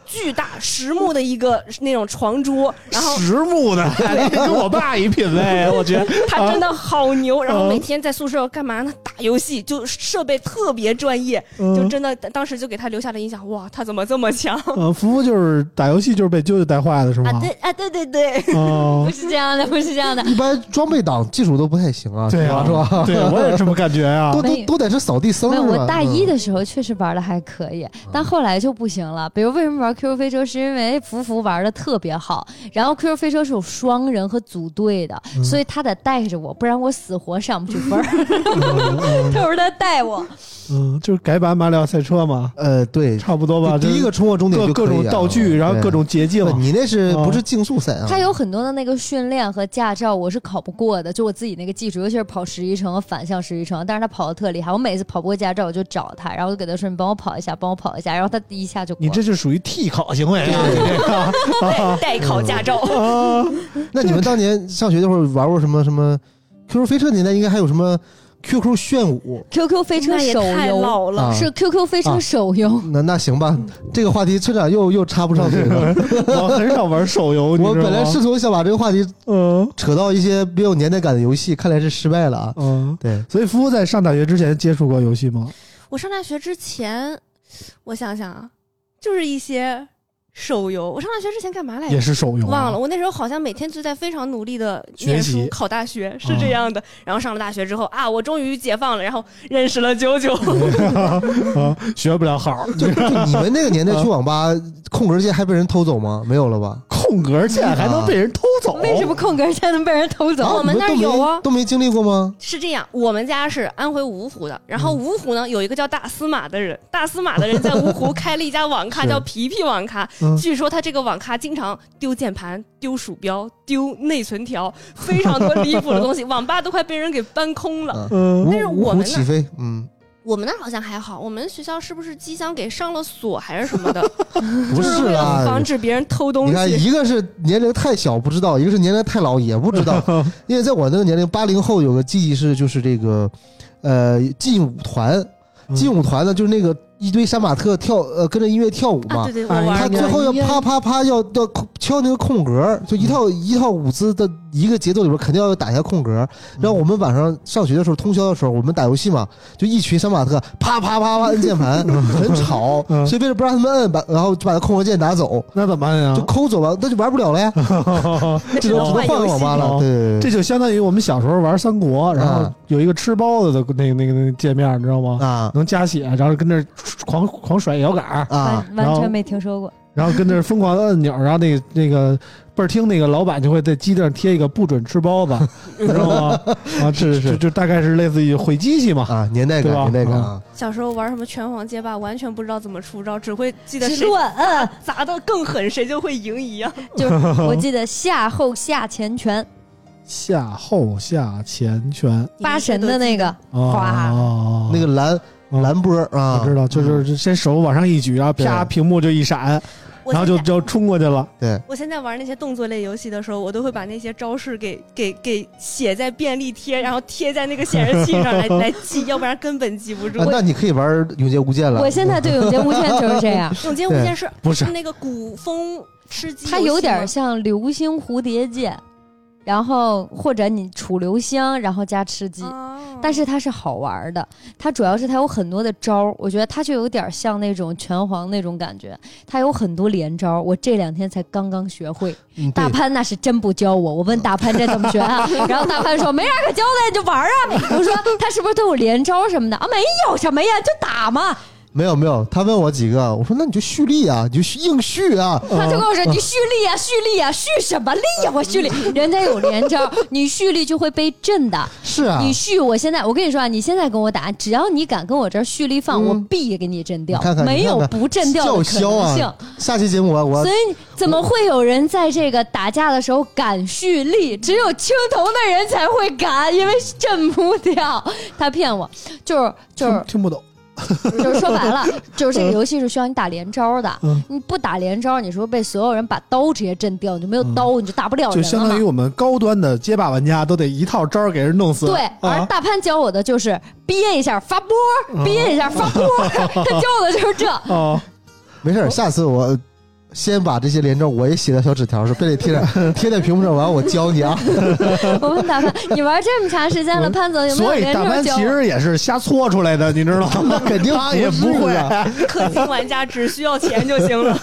Speaker 7: 巨大实木的一个那种床桌，然后
Speaker 3: 实木 的，跟我爸一品位，我觉得。
Speaker 7: 他真的好牛，然
Speaker 3: 啊
Speaker 7: 后每天在宿舍干嘛呢？打游戏，就设备特别专业，
Speaker 3: 嗯
Speaker 7: 就真的当时就给他留下了印象。哇，他怎么这么强？
Speaker 4: 嗯
Speaker 3: 呃，福福就是打游戏就是被舅舅带坏的是吗？
Speaker 5: 啊，对啊，对对 对，
Speaker 3: 哦
Speaker 2: 不是这样的，不是这样的。
Speaker 4: 一般装备党技术都不太行啊，
Speaker 3: 对啊，
Speaker 4: 是吧？
Speaker 3: 对，我也这么感觉啊
Speaker 4: 都。
Speaker 2: 没
Speaker 4: 都
Speaker 2: 有
Speaker 4: 都得是扫地僧
Speaker 2: 没
Speaker 4: 是嗯
Speaker 2: 有，
Speaker 4: 吧？
Speaker 2: 我大一
Speaker 4: 嗯
Speaker 2: 的时候确实玩的还可以，但后来就不行了。比如为什么玩 QQ 飞车，是因为福福玩的特别好，然后 QQ 飞车是有双人和组队的，
Speaker 4: 嗯
Speaker 2: 所以他得带着我，不然我死活上不去分儿。
Speaker 4: 嗯
Speaker 2: 都 是他带我，
Speaker 3: 嗯，就是改版马里奥赛车嘛，
Speaker 4: 呃，对，
Speaker 3: 差不多吧。
Speaker 4: 就第一个冲过终
Speaker 3: 就
Speaker 4: 点
Speaker 3: 是
Speaker 4: 就
Speaker 3: 各各
Speaker 4: 可以
Speaker 3: 种
Speaker 4: 啊
Speaker 3: 道具，然后各。种捷径
Speaker 4: 对。对你那是
Speaker 3: 啊
Speaker 4: 不是竞速赛啊？
Speaker 2: 他有很多的那个训练和驾照，我是考不过的，就我自己那个技术，尤其是跑十一程和反向十一程，但是他跑的特厉害。我每次跑不过驾照，我就找他，然后我就给他说：“你帮我跑一下，帮我跑一下。”然后他一下就过
Speaker 3: 你
Speaker 2: 了
Speaker 3: 这就属于替考行为啊！你这个 啊
Speaker 7: 代代考驾照，
Speaker 3: 嗯
Speaker 4: 那你们当年上学的时候玩过什么什么 QQ 飞车？年代应该还有什么 QQ 炫舞？
Speaker 2: QQ 飞车
Speaker 7: 那也
Speaker 2: 手
Speaker 7: 太
Speaker 2: 游
Speaker 7: 老了。
Speaker 4: 啊
Speaker 2: 是 QQ 飞
Speaker 4: 啊
Speaker 2: 车手游。
Speaker 4: 那那行吧，
Speaker 2: 嗯
Speaker 4: 这个话题村长又又插不上去 了。
Speaker 3: 我很少玩手游，你
Speaker 4: 我
Speaker 3: 知道
Speaker 4: 本来
Speaker 3: 吗
Speaker 4: 试图想把这个话题
Speaker 3: 嗯
Speaker 4: 扯到一些别有年代感的游戏，看来是失败了啊。
Speaker 3: 嗯，
Speaker 4: 对，
Speaker 3: 所以夫在上大学之前接触过游戏吗？
Speaker 7: 我上大学之前，我想想啊，就是一些手游。我上大学之前干嘛来着
Speaker 3: 也？是手游啊，
Speaker 7: 忘了，我那时候好像每天就在非常努力的
Speaker 3: 学
Speaker 7: 念
Speaker 3: 习嗯
Speaker 7: 书、考大学，是这样的。然后上了大学之后啊，我终于解放了，然后认识了九九。
Speaker 3: 嗯 啊，学不了好。
Speaker 4: 就就你们那个年代去网吧，空格键还被人偷走吗？没有了吧？
Speaker 3: 空格键还能被人偷走？
Speaker 10: 啊为什么空格才能被人偷走？
Speaker 7: 我
Speaker 3: 哦
Speaker 7: 们那儿
Speaker 4: 你都没
Speaker 7: 有啊
Speaker 4: 都没经历过吗？
Speaker 7: 是这样，我们家是安徽芜湖的，然后
Speaker 4: 嗯
Speaker 7: 芜湖呢有一个叫大司马的人，大司马的人在芜湖开了一家网咖，
Speaker 4: 是
Speaker 7: 叫皮皮网咖
Speaker 4: 嗯。
Speaker 7: 据说他这个网咖经常丢键盘、丢鼠标、丢内存条，非常多离谱的东西，网吧都快被人给搬空了。
Speaker 4: 啊，
Speaker 3: 嗯
Speaker 4: 五
Speaker 7: 但是
Speaker 4: 五
Speaker 7: 我
Speaker 4: 虎
Speaker 7: 们
Speaker 4: 起飞，嗯，
Speaker 7: 我们那儿好像还好，我们学校是不是机箱给上了锁还是 什么的？
Speaker 4: 不
Speaker 7: 就是为了
Speaker 4: 啦
Speaker 7: 防。止别人偷东
Speaker 4: 你看，
Speaker 7: 西。
Speaker 4: 一个是年龄太小不知道，一个是年龄太老也不知道。 因为在我那个年龄，八零后有个记忆是就是这个，呃，劲舞团，
Speaker 3: 嗯
Speaker 4: 劲舞团呢就是那个一堆杀马特跳，呃，跟着音乐跳舞嘛。
Speaker 7: 啊，对对，我
Speaker 3: 哎
Speaker 7: 玩
Speaker 4: 他
Speaker 7: 过。
Speaker 4: 最后要啪啪啪要要空敲那个空格，就
Speaker 3: 嗯
Speaker 4: 一套、一套舞姿的一个节奏里边肯定要打一下空格。
Speaker 3: 嗯
Speaker 4: 然后我们晚上上学的时候，通宵的时候，我们打游戏嘛，就一群杀马特啪啪啪啪摁键盘，很吵，
Speaker 3: 嗯
Speaker 4: 所以为了不让他们摁，把然后就把空格键拿走，
Speaker 3: 那怎么办呀
Speaker 4: 就？抠走了，那就玩不了了呀，这就只能换个网吧了。
Speaker 3: 哦
Speaker 4: 对对
Speaker 3: 这
Speaker 4: 对
Speaker 3: 就相当于我们小时候玩三国，然后
Speaker 4: 啊
Speaker 3: 有一个吃包子的那个那个那个界面，你知道吗？
Speaker 4: 啊
Speaker 3: 能加血，然后跟那儿狂狂甩摇杆儿，
Speaker 4: 啊！
Speaker 10: 完
Speaker 3: 然
Speaker 10: 完
Speaker 3: 后
Speaker 10: 全没听说过。
Speaker 3: 然后跟那儿疯狂的按钮，然后那个那个倍儿听那个老板就会在机子上贴一个不准吃包子，你知道吗？啊，
Speaker 4: 是是是
Speaker 3: 就就大概是类似于毁机器嘛。
Speaker 4: 啊，年代感，
Speaker 3: 哎对吧
Speaker 4: 年代感啊！
Speaker 7: 小时候玩什么拳皇街霸，完全不知道怎么出招，只会记得
Speaker 10: 是
Speaker 7: 谁
Speaker 10: 乱 摁，
Speaker 7: 砸的更狠，谁就会赢一样。
Speaker 10: 就是
Speaker 2: 嗯
Speaker 10: 我记得夏后夏前拳
Speaker 3: 下后下前拳
Speaker 10: 八神的那个，哗
Speaker 3: 啊，
Speaker 4: 那个蓝
Speaker 3: 嗯
Speaker 4: 蓝波啊，
Speaker 3: 我知
Speaker 2: 嗯
Speaker 3: 道，就是先手往上一举，然后啪，
Speaker 4: 对
Speaker 3: 屏幕就一闪，
Speaker 7: 我
Speaker 3: 然后
Speaker 7: 现
Speaker 3: 就
Speaker 7: 在
Speaker 3: 就冲过去了。
Speaker 4: 对，
Speaker 7: 我现在玩那些动作类游戏的时候，我都会把那些招式给 给给写在便利贴，然后贴在那个显示器 上来来记，要不然根本记不住，
Speaker 4: 啊，。那你可以玩永劫无间了。
Speaker 10: 我现在对永劫无间就是这样
Speaker 7: 永劫无间是
Speaker 3: 不是
Speaker 7: 那个古风吃鸡游戏
Speaker 2: 它
Speaker 7: 吗，
Speaker 2: 有点像流星蝴蝶剑，然后或者你杵留香，然后加吃鸡。
Speaker 7: 哦，
Speaker 2: 但是它是好玩儿的，它主要是它有很多的招儿，我觉得它就有点像那种拳皇那种感觉，它有很多连招儿。我这两天才刚刚学会，
Speaker 4: 嗯对
Speaker 2: 大潘那是真不教我，我问大潘这怎么学 啊，然后大潘说没啥可教的，你就玩儿啊。我说他是不是都有连招儿什么的啊？没有什么呀，就打嘛。
Speaker 4: 没有没有，他问我几个，我说那你就蓄力啊，你就续硬续啊。
Speaker 2: 他就跟我说：“你蓄力呀、蓄力呀、啊蓄什么力呀、我蓄力，人家有连 招，你蓄力就会被震的。
Speaker 4: 是嗯啊，
Speaker 2: 你蓄，我现在我跟你说啊，你现在跟我打，只要你敢跟我这儿蓄力放，
Speaker 4: 嗯
Speaker 2: 我必给你震掉，
Speaker 4: 你看看
Speaker 2: 没有
Speaker 4: 你看看
Speaker 2: 不震掉的可
Speaker 4: 叫嚣
Speaker 2: 能性。
Speaker 4: 啊！下期节目我我
Speaker 2: 所以怎么会有人在这个打架的时候敢蓄力？只有青铜的人才会敢，因为震不掉。他骗我，就是就是
Speaker 3: 听听不懂，
Speaker 2: 就是说白了，就是这个游戏是需要你打连招的。
Speaker 3: 嗯
Speaker 2: 你不打连招，你说被所有人把刀直接震掉，你就没有刀，你就打不了
Speaker 3: 嗯就
Speaker 2: 哦人了
Speaker 3: 相当于
Speaker 2: 嘛。
Speaker 3: 我们高端的街霸玩家都得一套招儿给人弄死。
Speaker 2: 对，而
Speaker 3: 啊，
Speaker 2: 大潘教我的就是憋一下发波，憋一下发 波，他教我的就是这。
Speaker 3: 哦，
Speaker 4: 没事儿，下次我先把这些连招我也写在小纸条上，非得贴上贴在屏幕上，完我教你啊。
Speaker 2: 我问大潘，你玩这么长时间了，潘总有没有
Speaker 3: 所以
Speaker 2: 连
Speaker 3: 大
Speaker 2: 招
Speaker 3: 潘
Speaker 2: 教
Speaker 3: 其
Speaker 2: 我？
Speaker 3: 实也是瞎搓出来的，你知道 吗？
Speaker 4: 那肯定
Speaker 3: 他也
Speaker 4: 不是
Speaker 3: 不会，
Speaker 4: 啊
Speaker 7: 氪金玩家只需要钱就 行了。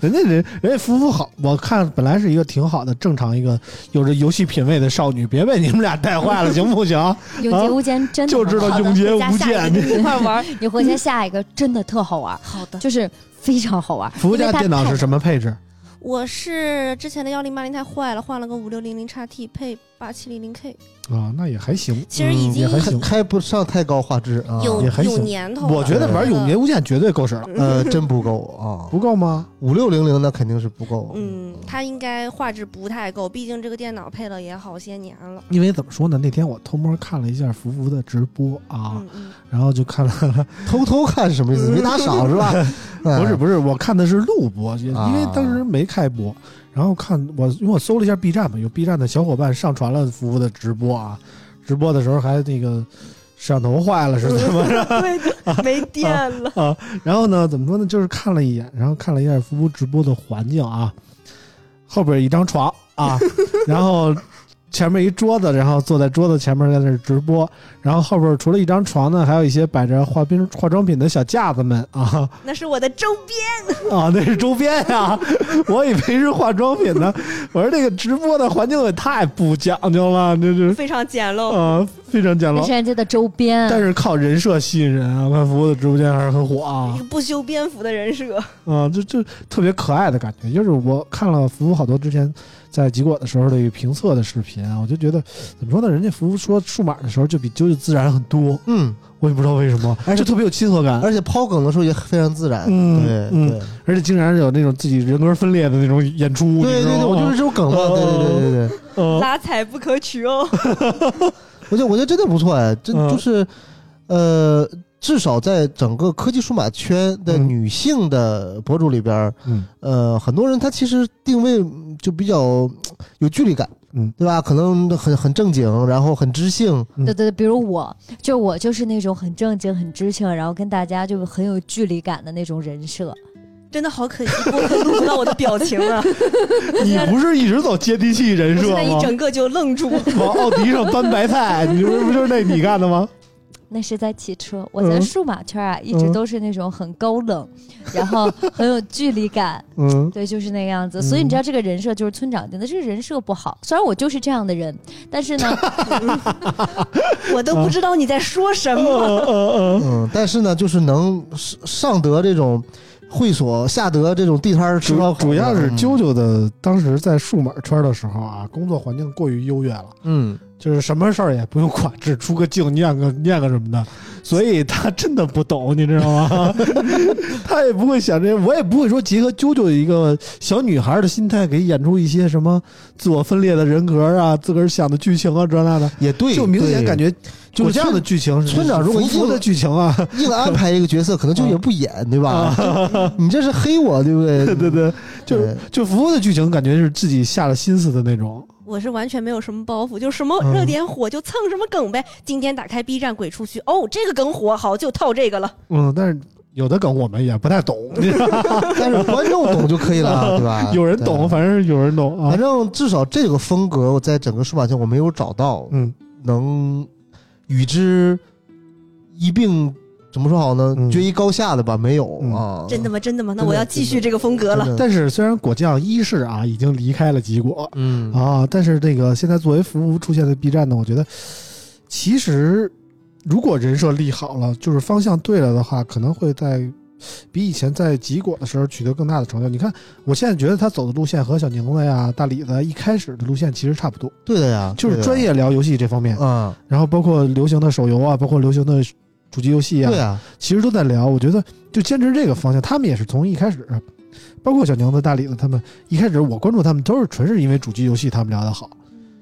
Speaker 3: 人家人人家夫妇好，我看本来是一个挺好的，正常一个有着游戏品味的少女，别被你们俩带坏了，行不行？
Speaker 2: 永劫无间真的
Speaker 3: 啊就知
Speaker 2: 很好
Speaker 3: 道
Speaker 2: 玩
Speaker 3: 永劫无
Speaker 7: 回家下一
Speaker 3: 间
Speaker 7: 个。一块 玩。
Speaker 2: 你回家下一个真的特好玩，
Speaker 7: 嗯好的，
Speaker 2: 就是非常好玩。
Speaker 3: 服务家电脑是什么配置？
Speaker 7: 我是之前的幺零八零太坏了，换了个五六零零 x T 配八七零零 K，
Speaker 3: 啊，那也还行，
Speaker 7: 其实已
Speaker 3: 嗯也
Speaker 7: 经
Speaker 3: 还
Speaker 4: 开
Speaker 3: 行。
Speaker 4: 开不上太高画质啊。
Speaker 7: 有、
Speaker 3: 也还行
Speaker 7: 有年
Speaker 2: 哦
Speaker 7: 头了。
Speaker 3: 我觉得玩《永劫无间》绝对够使了，
Speaker 4: 呃，真不够啊，
Speaker 3: 不够吗？
Speaker 4: 五六零零那肯定是不够。
Speaker 7: 嗯，它应该画质不太够，毕竟这个电脑配了也好些年了。
Speaker 3: 因为怎么说呢，那天我偷摸看了一下福福的直播啊，
Speaker 7: 嗯嗯，
Speaker 3: 然后就看 了，
Speaker 4: 偷偷看是什么意思？没打赏是吧？
Speaker 3: 嗯 不是
Speaker 4: 嗯，
Speaker 3: 不是，我看的是录播，也
Speaker 4: 啊
Speaker 3: 因为当时没开播。然后看我，因为我搜了一下 B 站嘛，有 B 站的小伙伴上传了福福的直播啊，直播的时候还那个摄像头坏了是怎么着？
Speaker 7: 对，没电了。
Speaker 3: 然后呢，怎么说呢？就是看了一眼，然后看了一下福福直播的环境啊，后边一张床啊，然后前面一桌子，然后坐在桌子前面在那儿直播，然后后边除了一张床呢，还有一些摆着化冰化妆品的小架子们啊
Speaker 7: 那是我的周边，
Speaker 3: 啊，那是周边啊，我以为是化妆品呢。我说这个直播的环境也太不讲究了，这是
Speaker 7: 非常简陋。
Speaker 3: 啊，非常简
Speaker 2: 人
Speaker 3: 陋。
Speaker 2: 家的周边，
Speaker 3: 但是靠人设吸引人啊，我看福福的直播间还是很火啊
Speaker 7: 一个。不修边幅的人设，
Speaker 3: 啊、就就特别可爱的感觉。就是我看了福福好多之前在极果的时候的一个评测的视频啊，我就觉得怎么说呢？人家福福说数码的时候就比啾啾自然很多，
Speaker 4: 嗯，
Speaker 3: 我也不知道为什么，
Speaker 4: 而且
Speaker 3: 就特别有亲和感，
Speaker 4: 哎而且抛梗的时候也非常自然。
Speaker 3: 嗯
Speaker 4: 对
Speaker 3: 嗯
Speaker 4: 对
Speaker 3: 而且竟然有那种自己人格分裂的那种演出。你
Speaker 4: 对
Speaker 3: 知
Speaker 4: 对对，
Speaker 3: 道
Speaker 4: 我就是
Speaker 3: 吗
Speaker 4: 这种梗嘛。对对对对对，
Speaker 3: 呃
Speaker 7: 拉踩不可取哦。
Speaker 4: 我觉得我觉得真的不错哎，这
Speaker 3: 嗯
Speaker 4: 就是呃，至少在整个科技数码圈的
Speaker 3: 嗯
Speaker 4: 女性的博主里边儿，
Speaker 3: 嗯
Speaker 4: 呃，很多人他其实定位嗯就比较嗯有距离感，
Speaker 3: 嗯，
Speaker 4: 对吧？可能很很正经，然后很知性，
Speaker 2: 对对对，比如我，就我就是那种很正经、很知性，然后跟大家就很有距离感的那种人设。
Speaker 7: 真的好可惜，播客录不到我的表情啊！
Speaker 3: 你不是一直走接地气人
Speaker 7: 我现
Speaker 3: 设
Speaker 7: 在一
Speaker 3: 吗？
Speaker 7: 整个就愣住。
Speaker 3: 往奥迪上搬白菜，你不是不就是那你干的吗？
Speaker 2: 那是在骑车，我在
Speaker 3: 嗯
Speaker 2: 数码圈啊，一直
Speaker 3: 嗯
Speaker 2: 都是那种很高 冷，然后很有距离感，
Speaker 3: 嗯
Speaker 2: 对，就是那个样子。所以你知道这个人设就是村长定的，这个人设不好。虽然我就是这样的人，但是 呢，
Speaker 7: 我都不知道你在说什
Speaker 3: 呃
Speaker 7: 么。
Speaker 3: 呃
Speaker 4: 嗯，但是呢，就是能上上得这种会所，下得这种地摊儿吃烧
Speaker 3: 主
Speaker 4: 烤
Speaker 3: 主要是
Speaker 4: 嗯
Speaker 3: 啾啾的当时在数码圈的时候啊，工作环境过于优越了。
Speaker 4: 嗯，
Speaker 3: 就是什么事儿也不用管，只出个镜念个念个什么的，所以他真的不懂，你知道 吗？他也不会想这些，我也不会说结合啾啾一个小女孩的心态给演出一些什么自我分裂的人格啊，自个儿想的剧情啊，这那的，
Speaker 4: 也对，
Speaker 3: 就明显感
Speaker 4: 觉
Speaker 3: 觉
Speaker 4: 就是
Speaker 3: 我这样的剧情是。
Speaker 4: 村长如果
Speaker 3: 福
Speaker 4: 硬
Speaker 3: 福的剧情啊，
Speaker 4: 硬安排一个角色，可能就也不演，对吧？你这是黑我，对不 对？
Speaker 3: 对对对， 就是就福福的剧情感觉是自己下了心思的那种。
Speaker 7: 我是完全没有什么包袱，就什么热点火就蹭什么梗呗。今天打开 B 站鬼畜区，哦，这个梗火，好就套这个了。
Speaker 3: 嗯，但是有的梗我们也不太懂，你知道吗
Speaker 4: 但是观众懂就可以了，对 吧？
Speaker 3: 有人
Speaker 4: 啊对
Speaker 3: 懂，，反正是有人懂啊
Speaker 4: 反。正至少这个风格，我在整个数码圈我没有找到
Speaker 3: 嗯
Speaker 4: 能与之一并怎么说好呢？
Speaker 3: 嗯
Speaker 4: 决一高下的吧，没有
Speaker 3: 嗯
Speaker 4: 啊。
Speaker 7: 真的吗？真的吗？那
Speaker 4: 真的
Speaker 7: 我要继续这个风格
Speaker 4: 真
Speaker 7: 了。
Speaker 4: 的，
Speaker 3: 但是虽然果酱一世啊已经离开了极果
Speaker 4: 嗯
Speaker 3: 啊，但是这个现在作为服务出现在 B 站呢，我觉得其实如果人设立好了，就是方向对了的话，可能会在比以前在极果的时候取得更大的成就。你看，我现在觉得他走的路线和小宁子呀、大李子一开始的路线其实差不多，
Speaker 4: 对啊的呀，
Speaker 3: 就是专业聊游戏这方面，
Speaker 4: 啊，
Speaker 3: 然后包括流行的手游啊，包括流行的主机游戏啊
Speaker 4: 对，啊，。
Speaker 3: 其实都在聊。我觉得就坚持这个方向，他们也是从一开始，包括小宁子、大李子他们一开始我关注他们都是纯是因为主机游戏他们聊得好，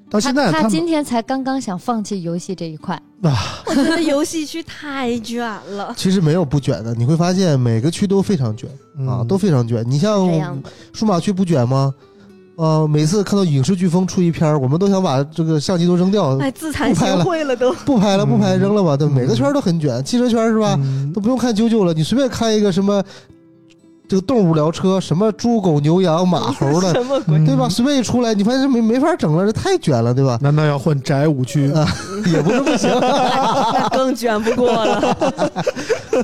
Speaker 3: 到现在
Speaker 2: 他
Speaker 3: 们
Speaker 2: 今天才刚刚想放弃游戏这一块，
Speaker 7: 我觉得游戏区太卷 了
Speaker 4: 其实没有不卷的，你会发现每个区都非常卷啊，
Speaker 3: 嗯
Speaker 4: 都非常卷。你
Speaker 5: 这样
Speaker 4: 像
Speaker 5: 的，
Speaker 4: 数码区不卷吗？呃，每次看到影视飓风出一篇儿，我们都想把这个相机都扔掉，
Speaker 7: 哎，自惭
Speaker 4: 不拍
Speaker 7: 形
Speaker 4: 了
Speaker 7: 秽了都。
Speaker 4: 不拍了，不拍，
Speaker 3: 嗯
Speaker 4: 扔了吧。对，
Speaker 3: 嗯
Speaker 4: 每个圈儿都很卷，汽车圈儿是吧？
Speaker 3: 嗯？
Speaker 4: 都不用看啾啾了，你随便看一个什么这个动物聊车，什么猪狗牛羊马猴 的，嗯
Speaker 7: 什么鬼？
Speaker 4: 对吧？随便一出来，你发现这没没法整了，这太卷了，对吧
Speaker 3: 难道要换宅舞区？
Speaker 4: 啊 也不是 不行，
Speaker 7: 那更卷不过了。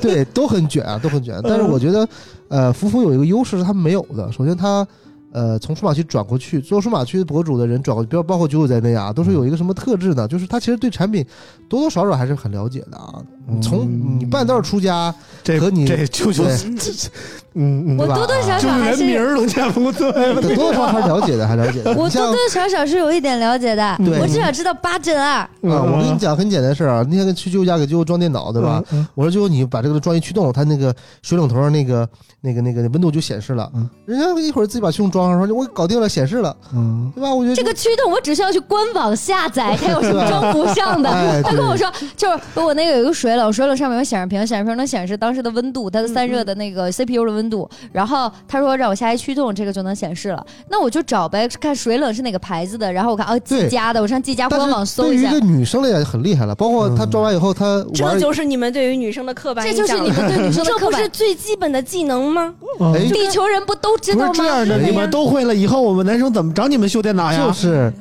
Speaker 4: 对，都很卷啊，都很卷。但是我觉得，呃，福福有一个优势是他们没有的。首先他，呃，从数码区转过去做数码区博主的人转过去，包包括九九在内啊，都是有一个什么特质呢？就是他其实对产品多多少少还是很了解的啊。从你半道出 家，
Speaker 3: 这
Speaker 4: 和你
Speaker 3: 这舅舅
Speaker 4: 对，
Speaker 3: 嗯
Speaker 2: 我
Speaker 3: 嗯，
Speaker 4: 吧
Speaker 2: 多多少
Speaker 3: 就
Speaker 2: 少
Speaker 3: 是
Speaker 2: 还
Speaker 3: 连
Speaker 2: 是
Speaker 3: 名儿都见不对。
Speaker 4: 多多少少还是了解的，还了解的。
Speaker 2: 我
Speaker 4: 你像
Speaker 2: 多
Speaker 4: 嗯
Speaker 2: 多少少是有一点了解的，
Speaker 4: 对
Speaker 2: 我至少知道八针二。
Speaker 3: 嗯
Speaker 4: 啊，我跟你讲很简单的事儿啊，那天去舅舅家给舅舅装电脑，对吧？
Speaker 3: 嗯？嗯
Speaker 4: 我说舅舅，你把这个装一驱动，它那个水龙头上那个那个那个温度就显示了。
Speaker 3: 嗯
Speaker 4: 人家一会儿自己把驱动装上，说我搞定了，显示了，
Speaker 3: 嗯，
Speaker 4: 对吧？我觉得
Speaker 2: 这个驱动我只需要去官网下载，它有什么装不上
Speaker 4: 哎
Speaker 2: 的？他
Speaker 4: 对
Speaker 2: 跟我说，就是我那个有一个水冷，水冷上面有显示屏，显示屏能显示当时的温度，它的散热的那
Speaker 4: 嗯
Speaker 2: 个 CPU 的温度。然后他说让我下一驱动，这个就能显示了。那我就找呗，看水冷是哪个牌子的，然后我看哦
Speaker 4: 对
Speaker 2: 技嘉的，我上技嘉官网
Speaker 4: 但是
Speaker 2: 搜
Speaker 4: 对于
Speaker 2: 一
Speaker 4: 一
Speaker 2: 下
Speaker 4: 个。女生来讲很厉害了，包括
Speaker 3: 嗯
Speaker 4: 她装完以后，她玩
Speaker 7: 这就是你们对于女生的刻板
Speaker 2: 这
Speaker 7: 印
Speaker 2: 就
Speaker 7: 象
Speaker 2: 是你
Speaker 7: 了。
Speaker 2: 们对女生的
Speaker 7: 这
Speaker 2: 刻
Speaker 7: 不是
Speaker 2: 板。
Speaker 7: 最基本的技能吗？
Speaker 4: 哎
Speaker 3: 嗯
Speaker 2: 地球人不都知
Speaker 3: 不
Speaker 2: 道
Speaker 3: 是这
Speaker 2: 吗？
Speaker 3: 样的，你们都会了，以后我们男生怎么找你们修电脑呀
Speaker 4: 就？是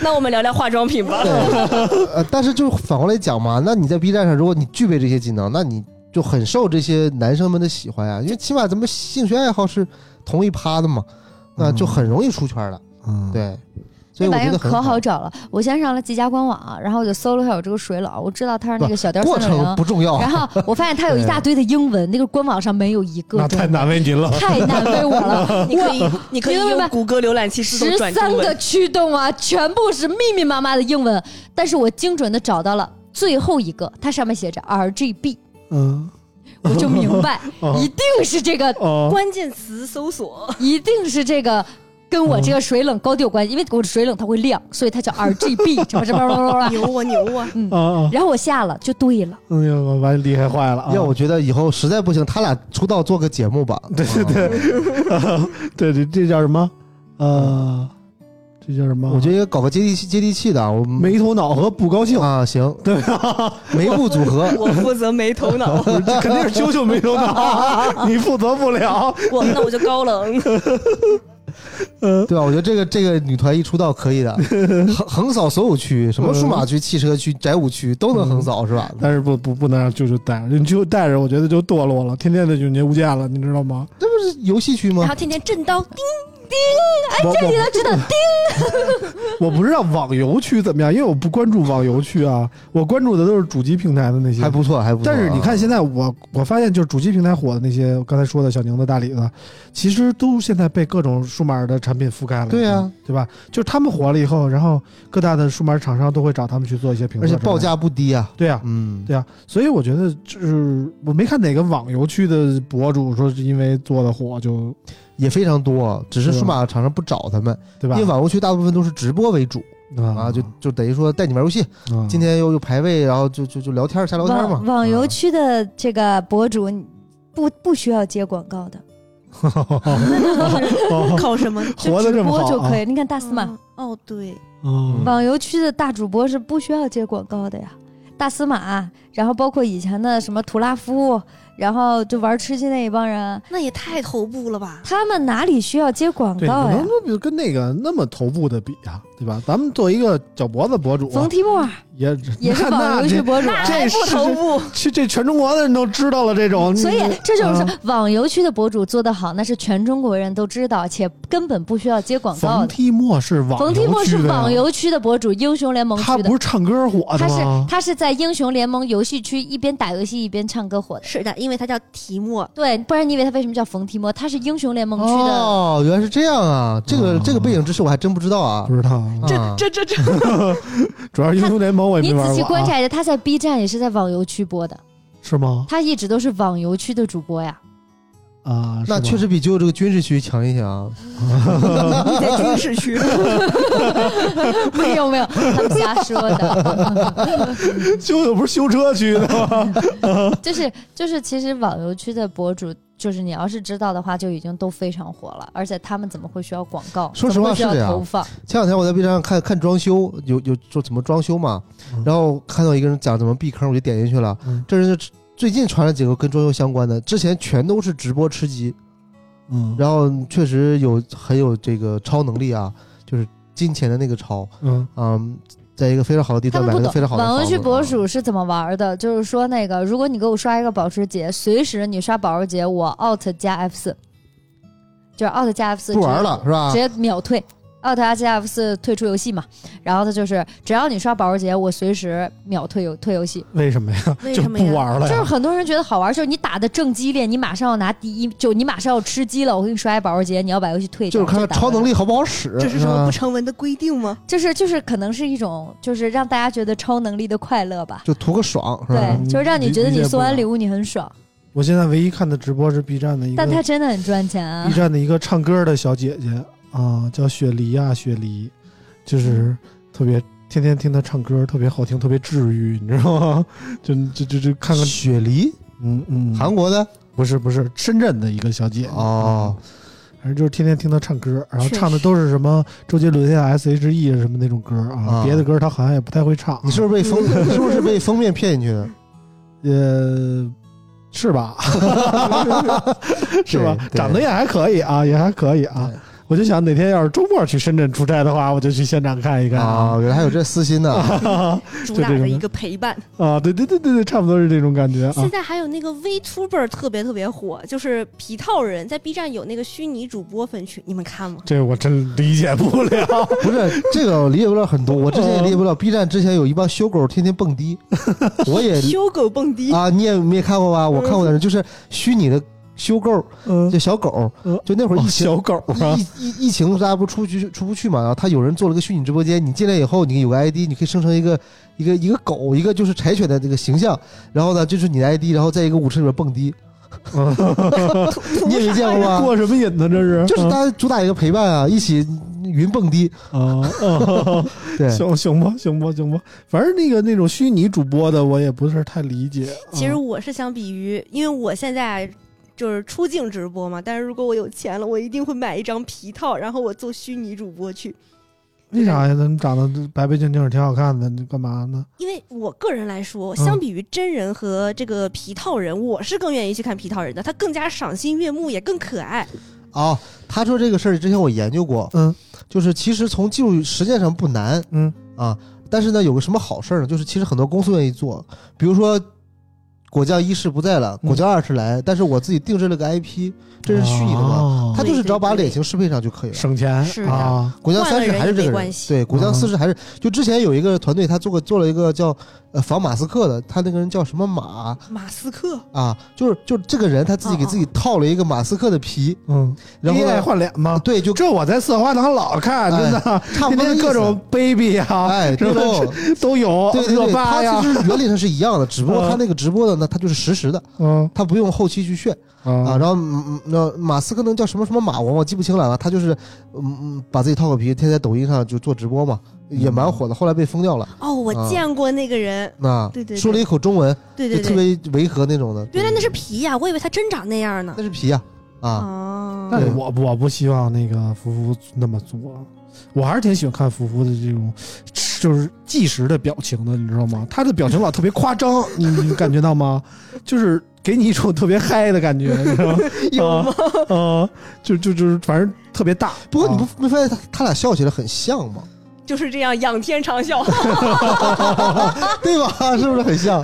Speaker 7: 那我们聊聊化妆品吧。
Speaker 4: 对，呃，但是就是反过来讲嘛，那你在 B 站上，如果你具备这些技能，那你就很受这些男生们的喜欢呀，因为起码咱们兴趣爱好是同一趴的嘛，那就很容易出圈了。
Speaker 3: 嗯，
Speaker 4: 对，所
Speaker 2: 这
Speaker 4: 以我
Speaker 2: 玩意
Speaker 4: 觉
Speaker 2: 儿
Speaker 4: 得很
Speaker 2: 可好找了，我先上了技嘉官网，然后我就搜了一下有这个水冷，我知道它是那个小雕
Speaker 4: 过
Speaker 2: 三六
Speaker 4: 程
Speaker 2: 零
Speaker 4: 不，重要，
Speaker 2: 然后我发现它有一大堆的英文，那个官网上没有一个
Speaker 3: 那
Speaker 2: 中
Speaker 3: 太
Speaker 2: 文，
Speaker 3: 难为您了。
Speaker 2: 太难为我 了。
Speaker 7: 你可以，你可以
Speaker 2: 明白
Speaker 7: 用
Speaker 2: 明白
Speaker 7: 谷歌浏览器自
Speaker 2: 十
Speaker 7: 动转
Speaker 2: 三
Speaker 7: 中
Speaker 2: 个
Speaker 7: 文。
Speaker 2: 驱动啊，全部是密密麻麻的英文，但是我精准的找到了最后一个，它上面写着 R G B，
Speaker 3: 嗯，
Speaker 2: 我就明 白
Speaker 3: 哦
Speaker 2: 一定是这个，
Speaker 3: 哦，
Speaker 7: 关键词搜索，
Speaker 2: 一定是这个。跟我
Speaker 4: 嗯
Speaker 2: 这个水冷高低有关系，因为我的水冷它会亮，所以它叫 R G B，什么什么什么什么什嗯么。
Speaker 7: 牛啊牛啊！
Speaker 3: 啊啊！
Speaker 2: 然后我下了就对了，
Speaker 3: 哎呦，我完厉害坏了啊！
Speaker 4: 要我觉得以后实在不行，他俩出道做个节目吧。
Speaker 3: 对对对，对对，这叫什么？呃，这叫什么？
Speaker 4: 啊，我觉得搞个接地气接地气的啊，我们
Speaker 3: 没头脑和不高 兴，
Speaker 4: 啊行，
Speaker 3: 对吧？
Speaker 4: 眉部 组合
Speaker 7: 我负责没头脑，
Speaker 3: 这肯定是啾啾没头 脑，你负责不了。
Speaker 7: 我那我就高冷。
Speaker 4: 对吧？我觉得这个这个女团一出道可以 的，横横扫所有区，
Speaker 3: 嗯
Speaker 4: 什么数码区、汽车区、宅舞区都能横扫是吧？
Speaker 3: 但是不不不能让啾啾带着，你啾啾带着，我觉得就堕落了，天天的永劫无间了，你知道吗？
Speaker 4: 这不是游戏区
Speaker 7: 然
Speaker 4: 吗
Speaker 7: 后？天天震刀叮，
Speaker 4: 哎
Speaker 3: 我
Speaker 2: 这你都知道。
Speaker 3: 我我不知道网游区怎么样，因为我不关注网游区啊，我关注的都是主机平台的那些
Speaker 4: 还。不错，还不错啊。
Speaker 3: 但是你看，现在我我发现，就是主机平台火的那些，我刚才说的小宁子、大李子，其实都现在被各种数码的产品覆盖了。嗯
Speaker 4: 对啊呀
Speaker 3: 对吧？就是他们火了以后，然后各大的数码厂商都会找他们去做一些评测
Speaker 4: 而
Speaker 3: 之
Speaker 4: 且
Speaker 3: 类的，
Speaker 4: 报价不低啊，
Speaker 3: 对呀、
Speaker 4: 嗯，
Speaker 3: 对啊，所以我觉得就是我没看哪个网游区的博主说是因为做的火就
Speaker 4: 也非常多啊，只
Speaker 3: 是
Speaker 4: 是
Speaker 3: 吧
Speaker 4: 数码厂商不找他们，
Speaker 3: 对吧？
Speaker 4: 因为网游区大部分都是直播为主啊，就就等于说带你玩游戏，
Speaker 3: 嗯
Speaker 4: 今天又又排位，然后就就就聊天儿瞎聊天儿嘛
Speaker 2: 网。网游
Speaker 4: 啊
Speaker 2: 区的这个博主不不需要接广告的，
Speaker 7: 靠什么？
Speaker 3: 活得
Speaker 2: 直
Speaker 3: 这么
Speaker 2: 播就
Speaker 3: 好啊
Speaker 2: 可以。你看大司马，
Speaker 7: 嗯哦，对，
Speaker 3: 嗯
Speaker 2: 网游区的大主播是不需要接广告的呀。大司马，然后包括以前的什么图拉夫，然后就玩吃鸡那一帮人，
Speaker 7: 那也太头部了吧？
Speaker 2: 他们哪里需要接广
Speaker 3: 对，
Speaker 2: 告
Speaker 3: 不
Speaker 2: 呀
Speaker 3: 能？不跟那个那么头部的比啊，对吧？咱们作为一个脚脖子博主，啊
Speaker 2: 冯提莫尔
Speaker 3: 也
Speaker 2: 也是
Speaker 3: 那
Speaker 2: 网
Speaker 3: 那
Speaker 2: 游戏
Speaker 3: 这
Speaker 2: 博主，
Speaker 3: 这是
Speaker 7: 部，
Speaker 3: 这这全中国的人都知道了这种，
Speaker 2: 所以
Speaker 3: 你
Speaker 2: 这就是
Speaker 3: 啊
Speaker 2: 网游区的博主做得好，那是全中国人都知道，且根本不需要接广告
Speaker 3: 冯
Speaker 2: 的。
Speaker 3: 提莫是网
Speaker 2: 冯提莫是网游区的博主，英雄联盟
Speaker 3: 区的呀，他
Speaker 2: 区
Speaker 3: 不
Speaker 2: 的。
Speaker 3: 是唱歌火的
Speaker 2: 他是啊
Speaker 3: 吗？
Speaker 2: 他是在英雄联盟游戏区一边打游戏一边唱歌火的，
Speaker 7: 是的，因为它叫提莫，
Speaker 2: 对，不然你以为他为什么叫冯提莫？他是英雄联盟区的，
Speaker 4: 哦，原来是这样啊！这个
Speaker 3: 哦
Speaker 4: 这个背景知识我还真不知道啊
Speaker 3: 不。知道，
Speaker 2: 嗯
Speaker 4: 啊
Speaker 7: 这这这这
Speaker 3: 主要是英雄联盟我也
Speaker 2: 你
Speaker 3: 没玩
Speaker 2: 仔细
Speaker 3: 过
Speaker 2: 观
Speaker 3: 啊，
Speaker 2: 察一下，他在 B 站也是在网游区播的，
Speaker 3: 是吗？
Speaker 2: 他一直都是网游区的主播 呀。
Speaker 3: 啊，
Speaker 4: 那
Speaker 3: 是吗
Speaker 4: 确实比就这个军事区强一些啊。
Speaker 7: 你在军事区，
Speaker 2: 没有没有，他们瞎说的，
Speaker 3: 修的不是修车区的吗？
Speaker 2: 就是就是，其实网游区的博主，就是你要是知道的话，就已经都非常火了，而且他们怎么会需要广告？
Speaker 4: 说实
Speaker 2: 怎么
Speaker 4: 话
Speaker 2: 会
Speaker 4: 是
Speaker 2: 需要
Speaker 4: 这样
Speaker 2: 投放，
Speaker 4: 前两天我在 B 站上看看装修，有有说怎么装修嘛
Speaker 3: 嗯，
Speaker 4: 然后看到一个人讲怎么避坑，我就点进去了
Speaker 3: 嗯。
Speaker 4: 这人就最近传了几个跟装修相关的，之前全都是直播吃鸡，
Speaker 3: 嗯
Speaker 4: 然后确实有很有这个超能力啊，就是金钱的那个超，
Speaker 3: 嗯，
Speaker 4: 嗯，在一个非常好的地
Speaker 2: 他
Speaker 4: 段
Speaker 2: 们
Speaker 4: 买
Speaker 2: 不
Speaker 4: 了个非常
Speaker 2: 懂
Speaker 4: 好的啊
Speaker 2: 网
Speaker 4: 房
Speaker 2: 游
Speaker 4: 子嗯
Speaker 2: 区博主是怎么玩的？就是说，那个如果你给我刷一个保时捷，随时你刷保时捷，我 out 加 F 四，就是 out 加 F 四
Speaker 4: 不玩了是啊吧
Speaker 2: 直？接秒退。奥特 S F 四退出游戏嘛，然后他就是只要你刷保时捷，我随时秒退游退游戏，
Speaker 3: 为什么呀？
Speaker 7: 为
Speaker 3: 就
Speaker 7: 什么呀
Speaker 3: 不
Speaker 4: 啊
Speaker 3: 玩了
Speaker 2: 就是
Speaker 3: 呀？
Speaker 2: 很多人觉得好玩，就是你打的正激烈，你马上要拿第一，就你马上要吃鸡了，我给你刷一保时捷，你要把游戏退
Speaker 4: 就
Speaker 2: 掉。
Speaker 4: 是看看
Speaker 2: 打完
Speaker 4: 超能
Speaker 2: 了，
Speaker 4: 力好不好使，
Speaker 7: 这是什么
Speaker 4: 吧
Speaker 7: 不成文的规定吗？
Speaker 2: 就是就是可能是一种就是让大家觉得超能力的快乐吧。
Speaker 4: 就图个爽是吧？
Speaker 3: 嗯
Speaker 2: 对，就是让你觉得
Speaker 3: 理理
Speaker 2: 你
Speaker 3: 解不
Speaker 2: 送完
Speaker 3: 了
Speaker 2: 礼物你很爽，
Speaker 3: 我现在唯一看的直播是 B 站的一
Speaker 2: 但它
Speaker 3: 个
Speaker 2: 真的很赚钱啊
Speaker 3: B！站的一个唱歌的小姐姐啊，叫雪梨啊，雪梨，
Speaker 2: 嗯
Speaker 3: 就是特别天天听她唱歌，特别好听，特别治愈，你知道吗？ 就就就就看看，
Speaker 4: 雪梨，
Speaker 3: 嗯嗯，
Speaker 4: 韩国的
Speaker 3: 不是不是深圳的一个小姐姐
Speaker 4: 哦，
Speaker 3: 反正就是天天听她唱歌，然后
Speaker 2: 确实
Speaker 3: 唱的都是什么周杰伦呀、S.H.E 什么那种歌啊，
Speaker 4: 啊
Speaker 3: 别的歌她好像也不太会唱。
Speaker 4: 你是不是被封？
Speaker 7: 嗯
Speaker 4: 你是不是被封面骗进去的？
Speaker 3: 呃，是 吧？是吧？
Speaker 4: 对
Speaker 3: 长得也还可以啊，也还可以啊。我就想哪天要是周末去深圳出差的话，我就去现场看一看
Speaker 4: 啊，原来还有这私心 呢！
Speaker 3: 啊
Speaker 7: 主打着一个陪伴。
Speaker 3: 啊！对对对对对，差不多是这种感觉啊
Speaker 7: 现。在还有那个 VTuber 特别特别火，就是皮套人，在 B 站有那个虚拟主播分区，你们看吗？
Speaker 3: 这我真理解不了。
Speaker 4: 不是这个我理解不了很多，我之前也理解不
Speaker 7: 哦
Speaker 4: 了。B 站之前有一帮修狗天天蹦 迪，我也
Speaker 7: 修狗蹦迪，
Speaker 4: 啊，你也没看过吧？我看过点儿，就是虚拟的修狗，
Speaker 3: 嗯
Speaker 4: 就，小狗
Speaker 3: 嗯，
Speaker 4: 就那会儿
Speaker 3: 哦
Speaker 4: 疫情。
Speaker 3: 小狗 啊，
Speaker 4: 疫疫疫情，大家不出去出不去嘛？然后他有人做了个虚拟直播间，你进来以后，你有个 ID，你可以生成一个一个一个狗，一个就是柴犬的这个形象，然后呢，就是你的 ID，然后在一个舞池里边蹦迪， 你也没见过吧？
Speaker 3: 过什么瘾呢？这是
Speaker 4: 啊 就是大家主打一个陪伴啊，一起云蹦迪，
Speaker 3: 啊啊！
Speaker 4: 对，
Speaker 3: 行行吧，行吧，行吧。反正那个那种虚拟主播的，我也不是太理解。啊
Speaker 7: 其实
Speaker 4: 嗯
Speaker 7: 我是相比于，因为我现在就是出镜直播嘛，但是如果我有钱了，我一定会买一张皮套，然后我做虚拟主播去。
Speaker 3: 为啥呀？咱们长得白白净净，挺好看的，你干嘛呢？
Speaker 7: 因为我个人来说，
Speaker 4: 嗯
Speaker 7: 相比于真人和这个皮套人，我是更愿意去看皮套人的，他更加赏心悦目，也更可爱。
Speaker 4: 啊，他说这个事儿之前我研究过，
Speaker 3: 嗯，
Speaker 4: 就是其实从技术实践上不难
Speaker 3: 嗯
Speaker 4: 啊，但是呢，有个什么好事儿呢？就是其实很多公司愿意做，比如说。果酱一是不在了，
Speaker 3: 嗯
Speaker 4: 果酱二是来，但是我自己定制了个 IP，这是虚拟的嘛？
Speaker 3: 哦
Speaker 4: 他就是只要把
Speaker 7: 对对对
Speaker 4: 脸型适配上就可以了。
Speaker 3: 省钱
Speaker 7: 是的
Speaker 3: 啊，
Speaker 4: 果酱三世还是这个
Speaker 7: 换了人也没
Speaker 4: 人
Speaker 7: 关，系
Speaker 4: 对，果酱
Speaker 3: 啊
Speaker 4: 四世还是就之前有一个团队，他做过做了一个叫呃仿马斯克的，他那个人叫什么马
Speaker 7: 马斯克，
Speaker 4: 啊？就是就是这个人他自己给
Speaker 7: 哦哦
Speaker 4: 自己套了一个马斯克的皮，
Speaker 3: 嗯，
Speaker 4: 然后
Speaker 3: 恋爱
Speaker 4: 呢
Speaker 3: 换脸吗？
Speaker 4: 对就
Speaker 3: 这我在四花堂老看，
Speaker 4: 哎
Speaker 3: 真的，
Speaker 4: 差不
Speaker 3: 天天
Speaker 4: 多的意思
Speaker 3: 各种 baby 啊，
Speaker 4: 哎，哦对
Speaker 3: 什么
Speaker 4: 喽，
Speaker 3: 都有，
Speaker 4: 对对
Speaker 3: 热
Speaker 4: 对，
Speaker 3: 巴
Speaker 4: 它
Speaker 3: 呀
Speaker 4: 其，实原理上是一样的，只不过
Speaker 3: 嗯
Speaker 4: 它那个直播的呢，它就是实时的，
Speaker 3: 嗯
Speaker 4: 它不用后期去炫啊。
Speaker 3: 啊
Speaker 4: 然后嗯嗯那马斯克那个叫什么什么马我我记不清了啊，他就是嗯嗯把自己套个皮，天天在抖音上就做直播嘛，也蛮火的，后来被封掉了。
Speaker 7: 哦，我
Speaker 4: 啊
Speaker 7: 见过那个人，
Speaker 4: 那
Speaker 7: 对对对
Speaker 4: 说了一口中文，
Speaker 7: 对
Speaker 4: 就
Speaker 7: 对
Speaker 4: 特
Speaker 7: 对，
Speaker 4: 别违和那种的。
Speaker 7: 原来那
Speaker 4: 对
Speaker 7: 是皮呀、我以为他真长那样呢
Speaker 4: 那。是皮呀，啊。
Speaker 7: 哦
Speaker 3: 但
Speaker 4: 对
Speaker 3: 我我不希望那个福福那么做，我还是挺喜欢看福福的这种就是即时的表情的，你知道吗？他的表情老特别夸张，你你感觉到吗？就是给你一种特别嗨的感觉，你知道吗？有吗？啊、呃就就就是反正特别大。
Speaker 4: 不过你
Speaker 3: 啊
Speaker 4: 不没发现他他俩笑起来很像吗？
Speaker 7: 就是这样仰天长啸。
Speaker 4: 对吧？是不是很像？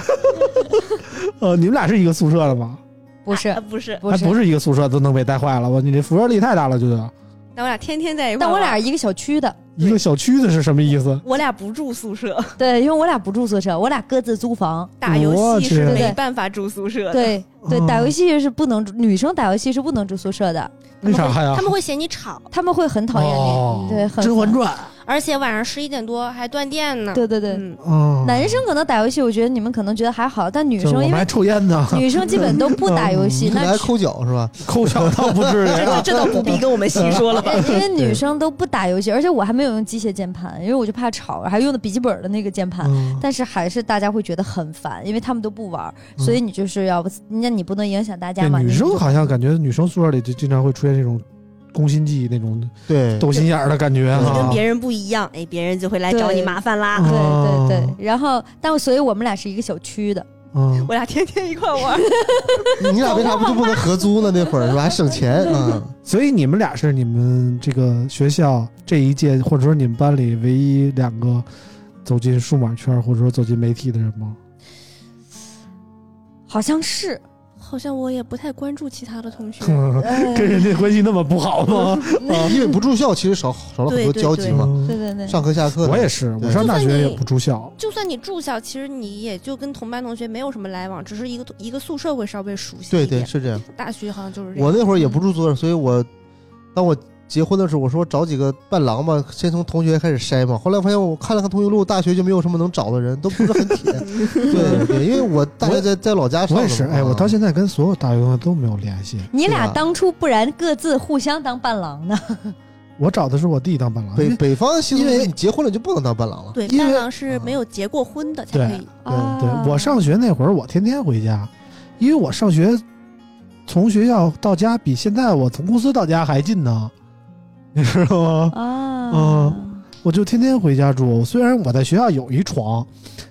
Speaker 3: 呃，你们俩是一个宿舍的吗？
Speaker 2: 不
Speaker 7: 啊
Speaker 2: 是
Speaker 7: 不是，
Speaker 2: 不
Speaker 3: 哎还不
Speaker 2: 是，
Speaker 3: 是一个宿舍都能被带坏了，我你这辐射力太大了，就得
Speaker 7: 但我俩天天在一块
Speaker 2: 但
Speaker 7: 儿玩。
Speaker 2: 我俩一个小区的，
Speaker 3: 一个小区的是什么意思？
Speaker 7: 我俩不住宿舍，
Speaker 2: 对，因为我俩不住宿舍，我俩各自租房。
Speaker 7: 打游
Speaker 3: 我
Speaker 7: 戏
Speaker 3: 去
Speaker 7: 是
Speaker 2: 对对
Speaker 7: 没办法住宿舍的。
Speaker 2: 对对
Speaker 3: 哦，
Speaker 2: 打游戏是不能住，女生打游戏是不能住宿舍的，
Speaker 3: 为啥呀
Speaker 5: 他？们会嫌你吵，
Speaker 2: 他们会很讨厌
Speaker 3: 哦
Speaker 2: 你，对，很
Speaker 3: 甄嬛传》
Speaker 5: 而且晚上十一点多还断电呢。
Speaker 2: 对对对。
Speaker 7: 嗯，
Speaker 3: 嗯，
Speaker 2: 男生可能打游戏，我觉得你们可能觉得还好，但女
Speaker 3: 就是我嗯
Speaker 2: 生
Speaker 3: 们
Speaker 2: 因
Speaker 3: 还
Speaker 2: 为
Speaker 3: 抽烟呢，
Speaker 2: 女 生基本都不打 游戏，
Speaker 4: 你
Speaker 2: 那
Speaker 4: 来抠脚是吧？
Speaker 3: 抠脚倒不至于
Speaker 7: 这
Speaker 3: 啊
Speaker 7: 倒这倒不必跟我们细说
Speaker 4: 啊
Speaker 7: 了吧。
Speaker 2: 因为女生都不打游戏，而且我还没有用机械键盘，因为我就怕吵，还用的笔记本的那个键盘。
Speaker 3: 嗯
Speaker 2: 但是还是大家会觉得很烦，因为他们都不玩儿，所以你就是要，那你不能影响大家
Speaker 3: 对，
Speaker 2: 嘛。
Speaker 3: 女
Speaker 2: 你
Speaker 3: 生
Speaker 2: 就
Speaker 3: 好像感觉女生宿舍里就经常会出现这种攻心计那种
Speaker 4: 对，
Speaker 3: 斗心眼儿的感觉
Speaker 7: 你跟
Speaker 3: 啊。
Speaker 7: 别人不一样，哎，别人就会来找你
Speaker 2: 对
Speaker 7: 麻烦啦。
Speaker 4: 嗯
Speaker 2: 对对
Speaker 3: 哦
Speaker 2: 对，然后，但所以我们俩是一个小区的，
Speaker 3: 嗯，
Speaker 7: 我俩天天一块儿 玩，
Speaker 4: 你俩为啥不就不能合租呢？那会儿是吧？还省钱啊！
Speaker 3: 所以你们俩是你们这个学校这一届，或者说你们班里唯一两个走进数码圈，或者说走进媒体的人吗？
Speaker 2: 好像是，
Speaker 7: 好像我也不太关注其他的同学
Speaker 4: 嗯
Speaker 2: 呃
Speaker 3: 跟人家关系那么不好吗？
Speaker 5: 嗯
Speaker 4: 哦因为不住校，其实少少了很多
Speaker 7: 对对
Speaker 4: 交集
Speaker 7: 对
Speaker 4: 嘛。
Speaker 2: 对对对，
Speaker 4: 上课下课的，
Speaker 3: 我也是，
Speaker 4: 对
Speaker 3: 我上大学也不住校。
Speaker 5: 就算你住校，其实你也就跟同班同学没有什么来往，只是一个一个宿舍会稍微熟悉
Speaker 4: 对
Speaker 5: 一
Speaker 4: 对
Speaker 5: 点。
Speaker 4: 是这样。
Speaker 5: 大学好像就是这样。
Speaker 4: 我那会儿也不住宿舍，所以我当我结婚的时候，我说找几个伴郎吧，先从同学开始筛嘛。后来发现我看了看通讯录，大学就没有什么能找的人，都不是 很铁。对对，因为我大学在在老家上
Speaker 3: 我
Speaker 4: 的嘛，
Speaker 3: 也是，哎，我到现在跟所有大学同学都没有联系。
Speaker 2: 你
Speaker 4: 对
Speaker 2: 俩
Speaker 4: 吧
Speaker 2: 当初不然各自互相当伴郎呢？
Speaker 3: 我找的是我弟当伴郎，因
Speaker 4: 啊北
Speaker 3: 为
Speaker 4: 北方的习俗
Speaker 3: 因
Speaker 4: 是
Speaker 3: 为
Speaker 4: 你结婚了就不能当伴郎了。
Speaker 5: 对，
Speaker 3: 因为
Speaker 5: 伴郎是
Speaker 4: 嗯
Speaker 5: 没有结过婚的才可以。
Speaker 3: 对
Speaker 4: 哦
Speaker 3: 对，我上学那会儿，我天天回家，因为我上学从学校到家比现在我从公司到家还近呢， 你知道吗？
Speaker 2: 啊，
Speaker 3: 嗯我就天天回家住。虽然我在学校有一床，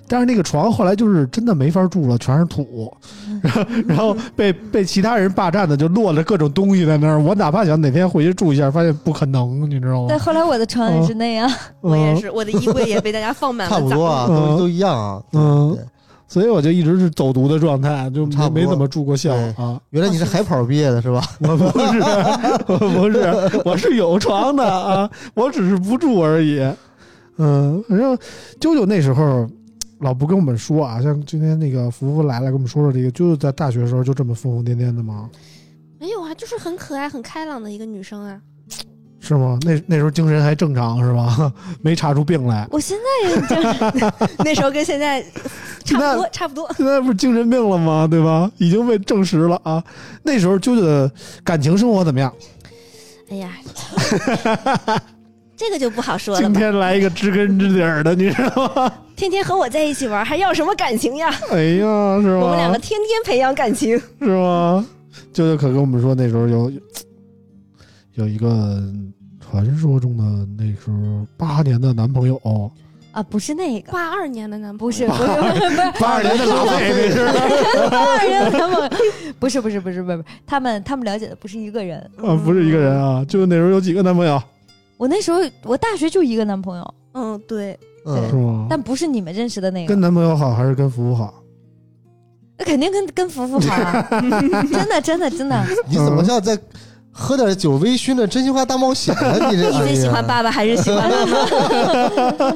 Speaker 3: 但是那个床后来就是真的没法住了，全是土，
Speaker 4: 嗯
Speaker 3: 然后被被其他人霸占的，就落了各种东西在那儿。我哪怕想哪天回去住一下，发现不可能，你知道
Speaker 2: 对，
Speaker 3: 吗？
Speaker 2: 后来我的床
Speaker 3: 哦
Speaker 2: 也是那样，
Speaker 7: 我也
Speaker 3: 嗯
Speaker 7: 是，我的衣柜也被大家放满 了
Speaker 4: 差不多啊，
Speaker 7: 杂物
Speaker 3: 嗯
Speaker 4: 都都一样啊。
Speaker 3: 嗯
Speaker 4: 对，
Speaker 3: 所以我就一直是走读的状态，就没
Speaker 4: 差不多
Speaker 3: 没怎么住过校
Speaker 4: 对
Speaker 3: 啊。
Speaker 4: 原来你是海跑毕业的是吧？
Speaker 3: 我不是，我不是，我是有床的啊，我只是不住而已。嗯，反正啾啾那时候老不跟我们说啊，像今天那个福福来了，跟我们说说这个，啾啾在大学的时候就这么疯疯癫癫的吗？
Speaker 5: 没有啊，就是很可爱、很开朗的一个女生啊。
Speaker 3: 是吗？那那时候精神还正常是吧？ 没查出病来。
Speaker 2: 我现在也这样，
Speaker 7: 那时候跟 现在差不多，差不多。
Speaker 3: 现在不是精神病了吗？对吧？已经被证实了啊！那时候啾啾的感情生活怎么样？
Speaker 5: 哎 呀，
Speaker 7: 这个就不好说了
Speaker 3: 今
Speaker 7: 吧？
Speaker 3: 天来一个知根知底儿的，你知道吗？
Speaker 7: 天天和我在一起玩，还要什么感情呀？
Speaker 3: 哎呀，是吗？
Speaker 7: 我们两个天天培养感 情，
Speaker 3: 是吗？舅舅可跟我们说，那时候有有一个传说中的那时候八年的男朋友，
Speaker 2: 啊，不是那个，
Speaker 5: 八二年的男朋友
Speaker 2: 不是不是不是不是
Speaker 3: 八二年的老北那是，
Speaker 2: 二人他们，不是不是不是不是，他们他们了解的不是一个人。
Speaker 3: 啊，不是一个人啊。舅舅那时候有几个男朋友
Speaker 2: 我那时候我大学就一个男朋友，
Speaker 7: 嗯，对，
Speaker 3: 是
Speaker 4: 嗯，
Speaker 3: 吗？
Speaker 2: 但不是你们认识的那个
Speaker 3: 跟，男朋友好还是跟服务好？
Speaker 2: 那肯定跟跟福福好 啊，真的真的真
Speaker 3: 哎
Speaker 2: 的，
Speaker 4: 你怎
Speaker 3: 嗯
Speaker 4: 么像在喝点酒微醺的真心话大冒险了？你这 哎
Speaker 7: 你最喜欢
Speaker 4: 爸，
Speaker 7: 爸爸还是喜欢妈妈？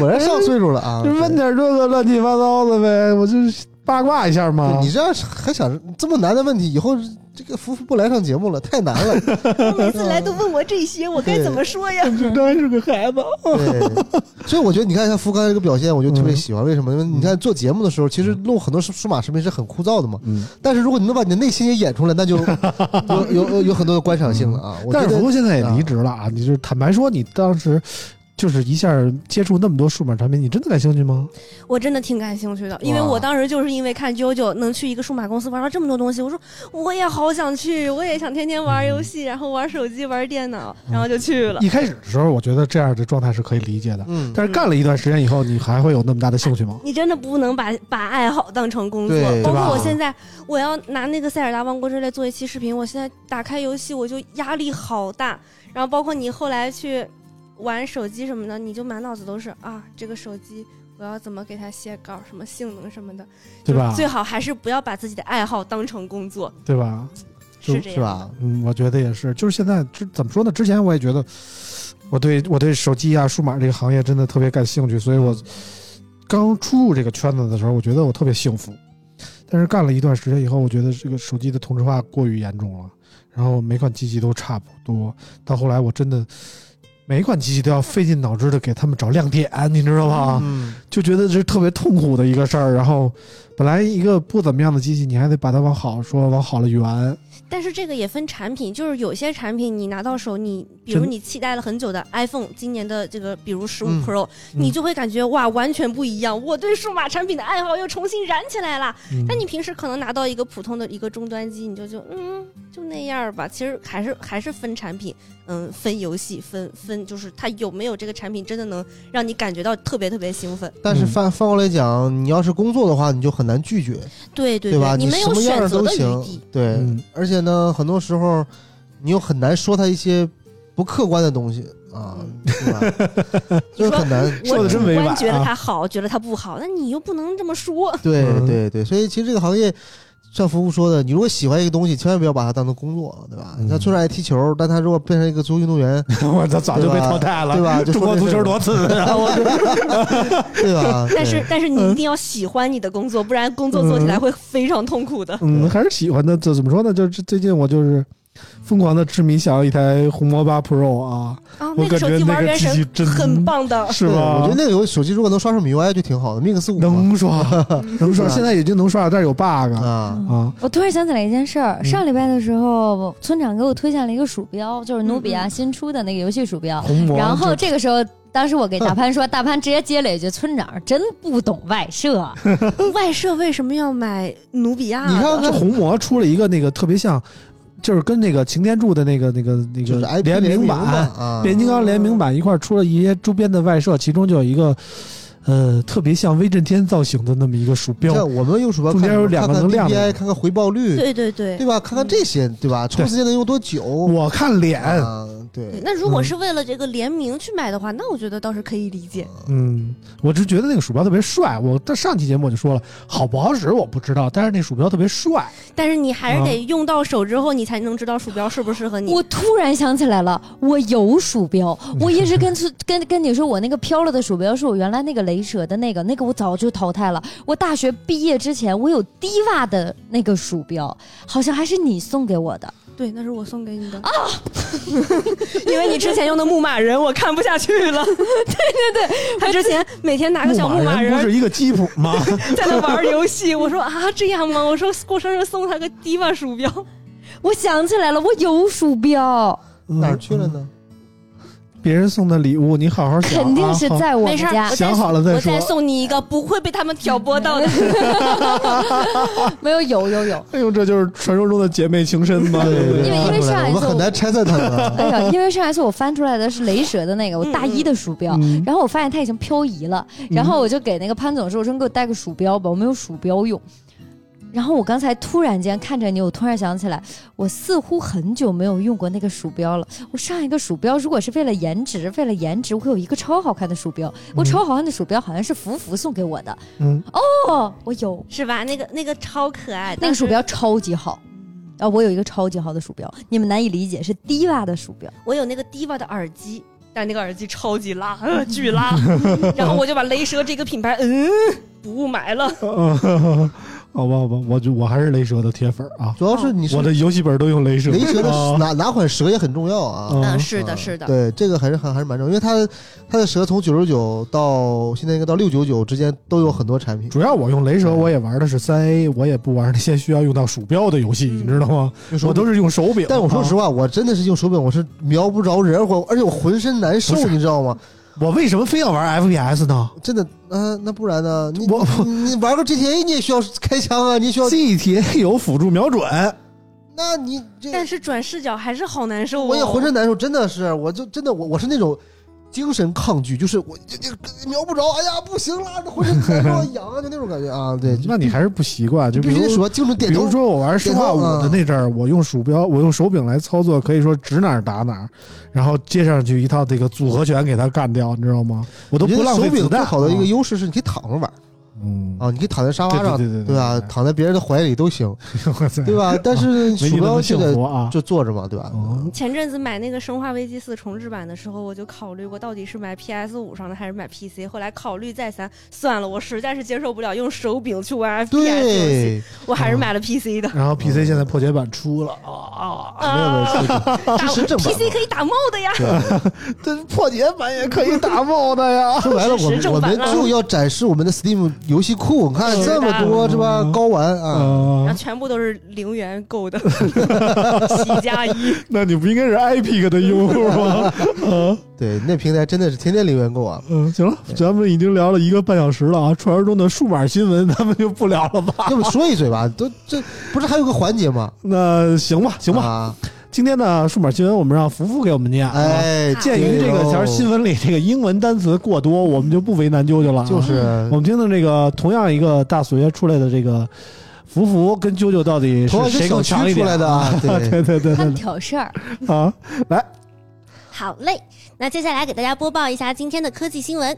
Speaker 4: 果然上岁数了啊！
Speaker 3: 嗯就问点这个乱七八糟的呗，我就是八卦一下嘛
Speaker 4: 对。你这样还想这么难的问题，以后这个福福不来上节目了，太 难了。
Speaker 7: 我每次来都问我这些，我该怎么说呀？
Speaker 3: 这哎当然是个孩子，
Speaker 4: 对，所以我觉得你看像福刚才这个表现，我就特
Speaker 3: 嗯
Speaker 4: 别喜欢。为什么？因为你看做节目的时候，其实录很多数数码视频是很枯燥的嘛。
Speaker 3: 嗯。
Speaker 4: 但是如果你能把你的内心也演出来， 那就有有有有很多的观赏性了啊！
Speaker 3: 嗯
Speaker 4: 我
Speaker 3: 但
Speaker 4: 觉
Speaker 3: 是
Speaker 4: 得
Speaker 3: 啊服务现在也离职了啊！你就是坦白说，你当时就是一下接触那么多数码产品，你真的感兴趣吗？
Speaker 7: 我真的挺感兴趣的，因为
Speaker 4: 哇
Speaker 7: 我当时就是因为看 JoJo 能去一个数码公司玩到这么多东西，我说我也好想去，我也想天天玩游戏，然后玩手机、玩电脑，然后就去了。
Speaker 3: 一开始的时候，我觉得这样的状态是可以理解的，
Speaker 4: 嗯，
Speaker 3: 但是干了一段时间以后，你还会有那么大的兴趣吗？
Speaker 7: 你真的不能把把爱好当成工作
Speaker 4: 对，
Speaker 7: 包
Speaker 3: 对吧
Speaker 7: 括我现在，我要拿那个《塞尔达王国之泪》做一期视频，我现在打开游戏我就压力好大，然后包括你后来去玩手机什么的，你就满脑子都是啊，这个手机我要怎么给它写稿，什么性能什么的，
Speaker 3: 对吧
Speaker 7: 就是最好还是不要把自己的爱好当成工作，
Speaker 3: 对吧？
Speaker 7: 是这
Speaker 4: 是
Speaker 7: 样。
Speaker 4: 吧？
Speaker 3: 嗯，我觉得也是，就是现在之怎么说呢？之前我也觉得我对我对手机啊、数码这个行业真的特别感兴趣，所以我刚出入这个圈子的时候，我觉得我特别幸福。但是干了一段时间以后，我觉得这个手机的同质化过于严重了，然后每款机器都差不多，到后来我真的每一款机器都要费尽脑汁的给他们找亮点，你知道吧？
Speaker 4: 嗯，
Speaker 3: 就觉得这是特别痛苦的一个事儿。然后本来一个不怎么样的机器，你还得把它往好说，往好了圆。
Speaker 7: 但是这个也分产品，就是有些产品你拿到手，你比如
Speaker 3: 真
Speaker 7: 你期待了很久的 iPhone 今年的这个，比如十五
Speaker 4: 嗯
Speaker 7: Pro，、你就会感觉哇，完全不一样，我对数码产品的爱好又重新燃起来了。
Speaker 3: 嗯
Speaker 7: 但你平时可能拿到一个普通的一个终端机，你就就嗯就那样儿吧。其实还是还是分产品，嗯，分游戏，分分就是它有没有这个产品真的能让你感觉到特别特别兴奋。
Speaker 4: 但是
Speaker 3: 嗯
Speaker 4: 反反过来讲，你要是工作的话，你就很难拒绝，
Speaker 7: 对对
Speaker 4: 对吧？
Speaker 7: 你没
Speaker 4: 什
Speaker 7: 有
Speaker 4: 么样
Speaker 7: 选
Speaker 4: 儿
Speaker 7: 择
Speaker 4: 都
Speaker 7: 的余
Speaker 4: 行
Speaker 7: 地。，
Speaker 4: 对。
Speaker 3: 嗯
Speaker 4: 而且呢，很多时候你又很难说他一些不客观的东西啊，
Speaker 7: 嗯
Speaker 4: 对吧？ 就是很难。
Speaker 3: 说
Speaker 7: 我
Speaker 3: 得真
Speaker 7: 主
Speaker 3: 委
Speaker 7: 观
Speaker 3: 婉
Speaker 7: 觉得
Speaker 3: 啊
Speaker 7: 它好，觉得它不好，那你又不能这么说。
Speaker 4: 对
Speaker 3: 嗯
Speaker 4: 对对，所以其实这个行业，像服务说的，你如果喜欢一个东西，千万不要把它当成工作，对吧？
Speaker 3: 嗯
Speaker 4: 你像崔帅爱踢球，但他如果变成一个足球运动员，
Speaker 3: 我操，早就被淘汰了，
Speaker 4: 对吧？就
Speaker 3: 中国
Speaker 4: 说这
Speaker 3: 足
Speaker 4: 事
Speaker 3: 球
Speaker 4: 儿
Speaker 3: 多次啊！我
Speaker 4: 对吧？
Speaker 7: 但是
Speaker 4: 对
Speaker 7: 但是你
Speaker 3: 嗯
Speaker 7: 一定要喜欢你的工作，不然工作做起来会非常痛苦的。
Speaker 3: 嗯，还是喜欢的。这怎么说呢？就是最近我就是疯狂的痴迷想要一台红魔八 Pro 啊，
Speaker 7: 啊，
Speaker 3: 我
Speaker 7: 那
Speaker 3: 感
Speaker 7: 个手
Speaker 3: 觉
Speaker 7: 机
Speaker 3: 那
Speaker 7: 玩
Speaker 3: 个
Speaker 7: 原
Speaker 3: 机器
Speaker 7: 神
Speaker 3: 真
Speaker 7: 很棒的，
Speaker 3: 是
Speaker 4: 对
Speaker 3: 吧？
Speaker 4: 我觉得那个游戏手机如果能刷上 MIUI 就挺好的，Mix 五
Speaker 3: 能刷， 能刷，
Speaker 4: 是吧
Speaker 3: 现在已经能刷了，但是有 bug 啊。
Speaker 4: 啊，
Speaker 3: 啊
Speaker 2: 我突然想起来一件事
Speaker 3: 嗯
Speaker 2: 儿，上礼拜的时候，村长给我推荐了一个鼠标，就是努比
Speaker 3: 嗯
Speaker 2: 亚新出的那个游戏鼠标。
Speaker 3: 红魔，
Speaker 2: 然后这个时候，当时我给大潘说，大潘直接接了一句：“村长真不懂外设。啊
Speaker 7: 外设为什么要买努比亚的？
Speaker 4: 你看
Speaker 3: 这红魔出了一个那个特别像，就是跟那个擎天柱的那个那个那
Speaker 4: 就是
Speaker 3: 个
Speaker 4: IP
Speaker 3: 联
Speaker 4: 名
Speaker 3: 名
Speaker 4: 版
Speaker 3: 版，
Speaker 4: 啊，
Speaker 3: 变形金刚联名版一块儿出了一些周边的外设，其中就有一个，呃，特别像威震天造型的那么一个鼠标
Speaker 4: 这。样我们用鼠标
Speaker 3: 中
Speaker 4: 看
Speaker 3: 间有两个能亮的
Speaker 4: DPI，看看回报率，
Speaker 7: 对对对
Speaker 4: 对吧？看看这
Speaker 2: 嗯
Speaker 4: 些，对吧？
Speaker 3: 对
Speaker 4: 长时间能用多久？
Speaker 3: 我嗯看脸，
Speaker 4: 啊，
Speaker 7: 对
Speaker 4: 对，
Speaker 7: 那如果是为了这个联名去买的话，那我觉得倒是可以理解。
Speaker 3: 嗯，我只觉得那个鼠标特别帅。我在上期节目我就说了，好不好使我不知道，但是那鼠标特别帅。
Speaker 7: 但是你
Speaker 3: 啊
Speaker 7: 还是得用到手之后，你才能知道鼠标适不适合”你。
Speaker 2: 我突然想起来了，我有鼠标，我一直跟村 跟跟你说，我那个飘了的鼠标是我原来那个雷蛇的那个，那个我早就淘汰了。我大学毕业之前，我有低瓦的那个鼠标，好像还是你送给我的。
Speaker 7: 对，那是我送给你的啊， 因为你之前用的牧马人我看不下去了。 对对对，他之前每天拿个小牧马
Speaker 3: 人不
Speaker 7: 人
Speaker 3: 是一个基谱吗？
Speaker 7: 在那玩游戏，我说啊这样吗？ 我说过生日送他个低瓦鼠标。
Speaker 2: 我想起来了，我有鼠标，
Speaker 4: 哪儿去了呢？
Speaker 3: 嗯别人送的礼物，你好好想、啊，
Speaker 2: 肯定是在我们
Speaker 7: 没事儿
Speaker 2: 家
Speaker 7: 我。再
Speaker 3: 想好了再
Speaker 7: 我
Speaker 3: 说
Speaker 7: 再送你一个不会被他们挑拨到的。
Speaker 2: 没有有有有，
Speaker 3: 哎呦，这就是传说中的姐妹情深吗？
Speaker 4: 对对
Speaker 2: 因为因为
Speaker 4: 看出来
Speaker 2: 上一
Speaker 4: 我
Speaker 2: 次
Speaker 4: 们很难拆散他们啊。
Speaker 2: 哎 呀，因为上一次我翻出来的是雷蛇的那个，我大一的鼠标，
Speaker 3: 嗯
Speaker 2: 然后我发现它已经漂移了，然后我就给那个潘总说，我说你给我带个鼠标吧，我没有鼠标用。然后我刚才突然间看着你，我突然想起来，我似乎很久没有用过那个鼠标了。我上一个鼠标如果是为了颜值，为了颜值，我有一个超好看的鼠标，我超好看的鼠标好像是福福送给我的。
Speaker 3: 嗯，
Speaker 2: 哦，我有
Speaker 7: 是吧？那个那个超可爱，
Speaker 2: 那个鼠
Speaker 7: 当时
Speaker 2: 标超级好。啊、我有一个超级好的鼠标，你们难以理解，是低洼的鼠标。
Speaker 7: 我有那个 Diva 的耳机，但那个耳机超级拉，呃巨拉。然后我就把雷蛇这个品牌，嗯，不买了。
Speaker 3: 嗯 好吧，好吧，我就我还是雷蛇的铁粉啊，
Speaker 4: 主要是你是
Speaker 3: 我的游戏本都用雷蛇。
Speaker 4: 雷蛇的
Speaker 3: 啊
Speaker 4: 哪哪款蛇也很重要啊。
Speaker 3: 嗯
Speaker 7: 是
Speaker 4: 啊，对，这个还是还还是蛮重要，因为它它的蛇从九十九到现在应该到六九九之间都有很多产品，
Speaker 3: 主要我用雷
Speaker 4: 嗯
Speaker 3: 蛇，我也玩的是三 A，我也不玩那些需要用到鼠标的游戏，你知道吗？我都是啊用手柄。
Speaker 4: 嗯但我说实
Speaker 3: 话，
Speaker 4: 话，我真的是用手柄，我是瞄不着人，我而且我浑身难受
Speaker 3: 不，是
Speaker 4: 你知道吗？
Speaker 3: 我为什么非要玩 FPS 呢
Speaker 4: 真的，嗯、那不然呢？你
Speaker 3: 我
Speaker 4: 你你玩个 GTA 你也需要开枪啊，
Speaker 3: 哦
Speaker 4: 你也需要，
Speaker 3: ？GTA 有辅助瞄准，
Speaker 4: 那你这
Speaker 7: 但是转视角还是好难受、哦。
Speaker 4: 我也浑身难受，真的是，我就真的我我是那种精神抗拒，就是我这这瞄不着，哎呀不行了，浑身难受痒啊，就那种感觉啊，对，就
Speaker 3: 嗯那你还是不习惯。就比
Speaker 4: 必须
Speaker 3: 如
Speaker 4: 得说精准点
Speaker 3: 比
Speaker 4: 头嗯
Speaker 3: 如。说我玩生化五的那阵儿，我用鼠标，我用手柄来操作，可以说指哪儿打哪儿，然后接上去一套这个组合拳给他干掉，你知道吗？我都
Speaker 4: 我觉
Speaker 3: 不
Speaker 4: 得
Speaker 3: 浪
Speaker 4: 手
Speaker 3: 费
Speaker 4: 柄
Speaker 3: 子
Speaker 4: 最
Speaker 3: 弹。啊
Speaker 4: 好的一个优势是你可以躺着玩
Speaker 3: 嗯，
Speaker 4: 啊，你可以躺在沙发上，
Speaker 3: 对对对对对
Speaker 4: 吧？
Speaker 3: 对
Speaker 4: 躺在别人的怀里都行，
Speaker 3: 我操
Speaker 4: 对吧？但是
Speaker 3: 没
Speaker 4: 鼠
Speaker 3: 你那
Speaker 4: 标
Speaker 3: 么
Speaker 4: 现
Speaker 3: 幸
Speaker 4: 在
Speaker 3: 福啊！
Speaker 4: 就坐着嘛，对吧？
Speaker 3: 哦
Speaker 7: 前阵子买那个《生化危机四》重置版的时候，我就考虑过到底是买 PS 五上的还是买 PC。后来考虑再三，算了，我实在是接受不了用手柄去玩 FPS 游戏，
Speaker 4: 对，
Speaker 7: 我
Speaker 4: 嗯
Speaker 7: 还是买了 PC 的。
Speaker 3: 然后 PC 现在破解版出了啊啊！
Speaker 4: 没有没有手柄，支持正版
Speaker 7: PC 可以打 mod 呀，
Speaker 3: 这破解版也可以打 mod 呀！
Speaker 4: 说白了，我
Speaker 7: 支持
Speaker 4: 们我
Speaker 7: 正版
Speaker 4: 们
Speaker 7: 了
Speaker 4: 就要展示我们的 Steam 游戏库，你看
Speaker 7: 是
Speaker 4: 这
Speaker 7: 的
Speaker 4: 么多是吧？
Speaker 3: 嗯
Speaker 4: 高玩啊，
Speaker 3: 啊
Speaker 7: 然后，全部都是零元 购的，喜加一。
Speaker 3: 那你不应该是 Epic 的用户吗？啊，
Speaker 4: 对，那平台真的是天天零元购啊。
Speaker 3: 嗯，行了，咱们已经聊了一个半小时了啊，传说中的数码新闻咱们就不聊了吧？
Speaker 4: 要不说一嘴吧，都这不是还有个环节吗？啊
Speaker 3: 那行吧，行吧，
Speaker 4: 吧，
Speaker 3: 今天的数码新闻我们让福福给我们念啊。
Speaker 4: 哎，
Speaker 3: 鉴于这个条新闻里这个英文单词过多，我们就不为难啾啾了啊。
Speaker 4: 就是
Speaker 3: 我们听听这个同样一个大学出来的这个福福跟啾啾到底
Speaker 4: 同
Speaker 3: 是
Speaker 4: 样是
Speaker 3: 谁更
Speaker 4: 小
Speaker 3: 强一
Speaker 4: 区出
Speaker 3: 点
Speaker 4: 来
Speaker 3: 啊？
Speaker 4: 的啊， 对，
Speaker 3: 对对对
Speaker 10: 他们
Speaker 3: 对
Speaker 10: 挑事儿，
Speaker 3: 啊！
Speaker 5: 好嘞，那接下来给大家播报一下今天的科技新闻。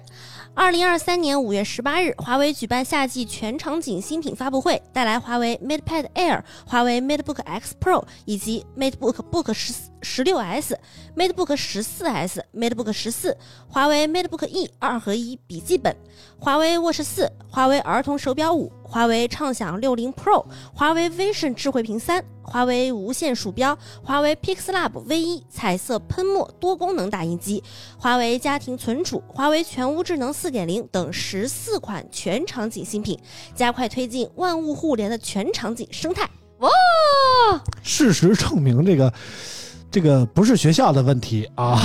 Speaker 5: 二零二三年五月十八日，华为举办夏季全场景新品发布会，带来华为 MatePad Air、华为 MateBook X Pro 以及 MateBook Book 十十六 S、MateBook 十四 S、MateBook 十四、华为 MateBook E 二合一笔记本、华为 Watch 四、华为儿童手表五、华为畅享六零 Pro、华为 Vision 智慧屏三、华为无线鼠标、华为 PixLab V 一彩色喷墨多功能打印机、华为家庭存储、华为全屋智能4.0等十四款全场景新品，加快推进万物互联的全场景生态。
Speaker 3: 事实证明，这个这个不是学校的问题啊，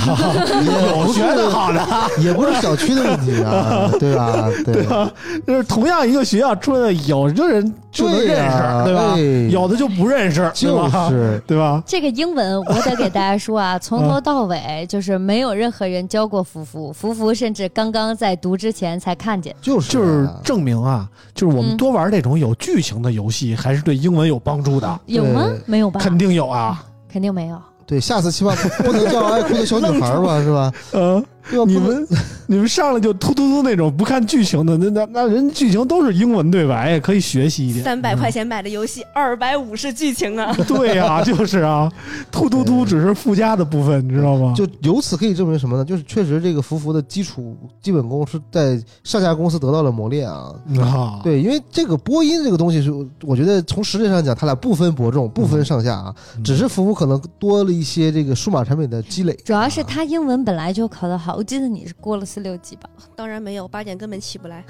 Speaker 4: 也
Speaker 3: 有
Speaker 4: 不是
Speaker 3: 学的好的，
Speaker 4: 也不是小区的问题 啊，对
Speaker 3: 对
Speaker 4: 吧？
Speaker 3: 啊
Speaker 4: 对，
Speaker 3: 吧？就是同样一个学校出来的，有的人就能认识，对
Speaker 4: 对呀
Speaker 3: 吧？
Speaker 4: 哎
Speaker 3: 有的就不认识，对
Speaker 4: 就
Speaker 3: 吧？
Speaker 4: 是啊
Speaker 3: 对吧？
Speaker 10: 这个英文我得给大家说啊，从头到尾就是没有任何人教过福福，福福甚至刚刚在读之前才看见。
Speaker 4: 就是
Speaker 3: 就是
Speaker 4: 啊
Speaker 3: 证明啊，就是我们
Speaker 10: 嗯
Speaker 3: 多玩这种有剧情的游戏，还是对英文有帮助的，
Speaker 10: 有吗？没有吧？
Speaker 4: 嗯
Speaker 3: 肯定有啊。
Speaker 10: 肯定没有。
Speaker 4: 对，下次起码不不能叫爱哭的小女孩吧，是吧？
Speaker 3: 呃，
Speaker 4: 对吧？
Speaker 3: 你
Speaker 4: 嗯哦不能
Speaker 3: 们 你们上来就突突突那种不看剧情的，那那那人剧情都是英文对白，可以学习一点。
Speaker 7: 三百块钱买的游戏，二百五是剧情 啊！
Speaker 3: 对呀、 就是啊，突突突只是附加的部分，你知道吗？
Speaker 4: 就由此可以证明什么呢？就是确实这个福福的基础基本功是在上家公司得到了磨练啊。
Speaker 3: 啊，
Speaker 4: 对，因为这个播音这个东西是，我觉得从实力上讲，它俩不分伯仲，不分上下啊。
Speaker 3: 嗯
Speaker 4: 只是福福可能多了一些这个数码产品的积累，
Speaker 10: 主要是他英文本来就考得好，我记得你是过了四六级吧？
Speaker 7: 当然没有，八点根本起不来。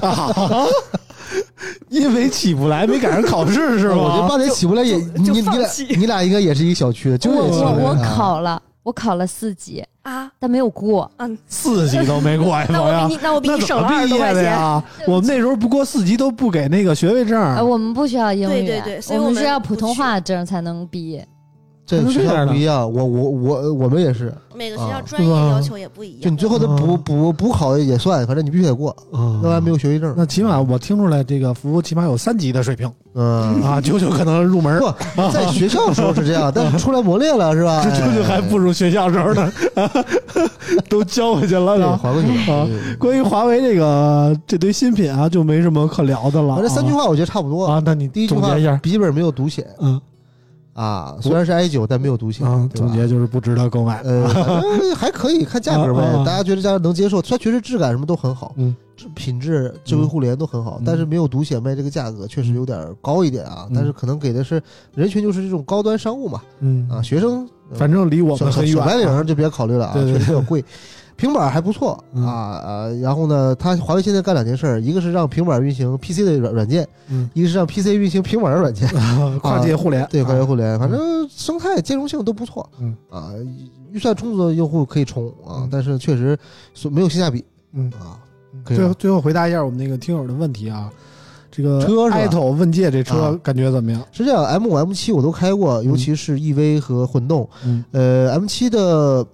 Speaker 3: 啊 因为起不来，没赶上考试是
Speaker 4: 啊
Speaker 3: 吗？
Speaker 4: 我觉得八点起不来也，你
Speaker 7: 就
Speaker 4: 你
Speaker 7: 放
Speaker 4: 俩
Speaker 7: 弃
Speaker 4: 你俩应该也是一个小区的，就是
Speaker 10: 我
Speaker 4: 也起不来
Speaker 10: 我我
Speaker 4: 啊
Speaker 10: 考了，我考了四级
Speaker 7: 啊，
Speaker 10: 但没有过。
Speaker 3: 四级都没过 呀，
Speaker 7: 那
Speaker 3: 朋友
Speaker 7: 我比你那我比
Speaker 3: 那
Speaker 7: 你
Speaker 3: 怎
Speaker 7: 省了
Speaker 3: 么
Speaker 7: 二十
Speaker 3: 毕
Speaker 7: 多块
Speaker 3: 业的
Speaker 7: 钱。
Speaker 3: 呀？我们那时候不过四级都不给那个学位证儿，
Speaker 4: 啊
Speaker 10: 呃，我们不需要英
Speaker 7: 对
Speaker 10: 语，
Speaker 7: 对对所以
Speaker 10: 我
Speaker 7: 我
Speaker 10: 们
Speaker 7: 们
Speaker 10: 是要
Speaker 7: 不
Speaker 10: 普通
Speaker 7: 去
Speaker 10: 话证才能毕业。
Speaker 4: 这学校不一样，我我我我们也是，
Speaker 7: 每个
Speaker 4: 学
Speaker 7: 学
Speaker 4: 校
Speaker 7: 校
Speaker 4: 专
Speaker 7: 专
Speaker 3: 业
Speaker 7: 业
Speaker 3: 要
Speaker 7: 要
Speaker 3: 求
Speaker 7: 求也不一
Speaker 4: 就
Speaker 7: 样
Speaker 3: 嗯
Speaker 4: 你。最后的补补补考也算，反正你必须得过，要不然没有学位证。
Speaker 3: 那起码我听出来，这个服务起码有三级的水平
Speaker 4: 嗯，
Speaker 3: 啊，九九可能入 门儿，
Speaker 4: 不在学校时候 是这样，但是出来磨练了是吧？
Speaker 3: 这九九还不如学校时候 呢，都交回去了
Speaker 4: 对
Speaker 3: 呢。
Speaker 4: 哎还回去
Speaker 3: 啊
Speaker 4: 了。对
Speaker 3: 关于华为这个这堆新品啊，就没什么可聊的了啊。
Speaker 4: 反正三句话我觉得差不多。
Speaker 3: 啊，那你
Speaker 4: 第一句
Speaker 3: 总
Speaker 4: 话
Speaker 3: 结一下，，
Speaker 4: 笔记本没有读写
Speaker 3: 嗯
Speaker 4: 啊，虽然是 i 九，但没有读写
Speaker 3: 啊，
Speaker 4: 对吧
Speaker 3: 总结就是不值得购买。
Speaker 4: 呃，反正还可以，看价格 呗
Speaker 3: 啊啊啊。
Speaker 4: 大家觉得价格能接受，它确实质感什么都很好，
Speaker 3: 嗯
Speaker 4: 质品质、智慧互联都很好
Speaker 3: 嗯，
Speaker 4: 但是没有独显卖这个价格确实有点高一点啊
Speaker 3: 嗯。
Speaker 4: 但是可能给的是人群就是这种高端商务嘛，
Speaker 3: 嗯
Speaker 4: 啊，学生，
Speaker 3: 反正离我
Speaker 4: 呃
Speaker 3: 们
Speaker 4: 小
Speaker 3: 很
Speaker 4: 小白
Speaker 3: 远啊。
Speaker 4: 领就别考虑了啊，
Speaker 3: 对对
Speaker 4: 确实比较贵。平板还不错
Speaker 3: 嗯
Speaker 4: 啊，呃，然后呢，它华为现在干两件事儿，一个是让平板运行 PC 的软软件，
Speaker 3: 嗯
Speaker 4: 一个是让 PC 运行平板的软件，
Speaker 3: 跨界互联，
Speaker 4: 对，
Speaker 3: 啊
Speaker 4: 跨界互联，反正生态兼容性都不错，
Speaker 3: 嗯
Speaker 4: 啊，预算充足的用户可以充啊
Speaker 3: 嗯，
Speaker 4: 但是确实所没有性价比
Speaker 3: 嗯。
Speaker 4: 啊，可以
Speaker 3: 最
Speaker 4: 了
Speaker 3: 后最后回答一下我们那个听友的问题啊，这个
Speaker 4: 车是吧
Speaker 3: i t 问界这车
Speaker 4: 啊
Speaker 3: 感觉怎么样？
Speaker 4: 是这样，M 五、M 七我都开过，尤其是 EV 和混动。
Speaker 3: 嗯
Speaker 4: 呃，M 七的，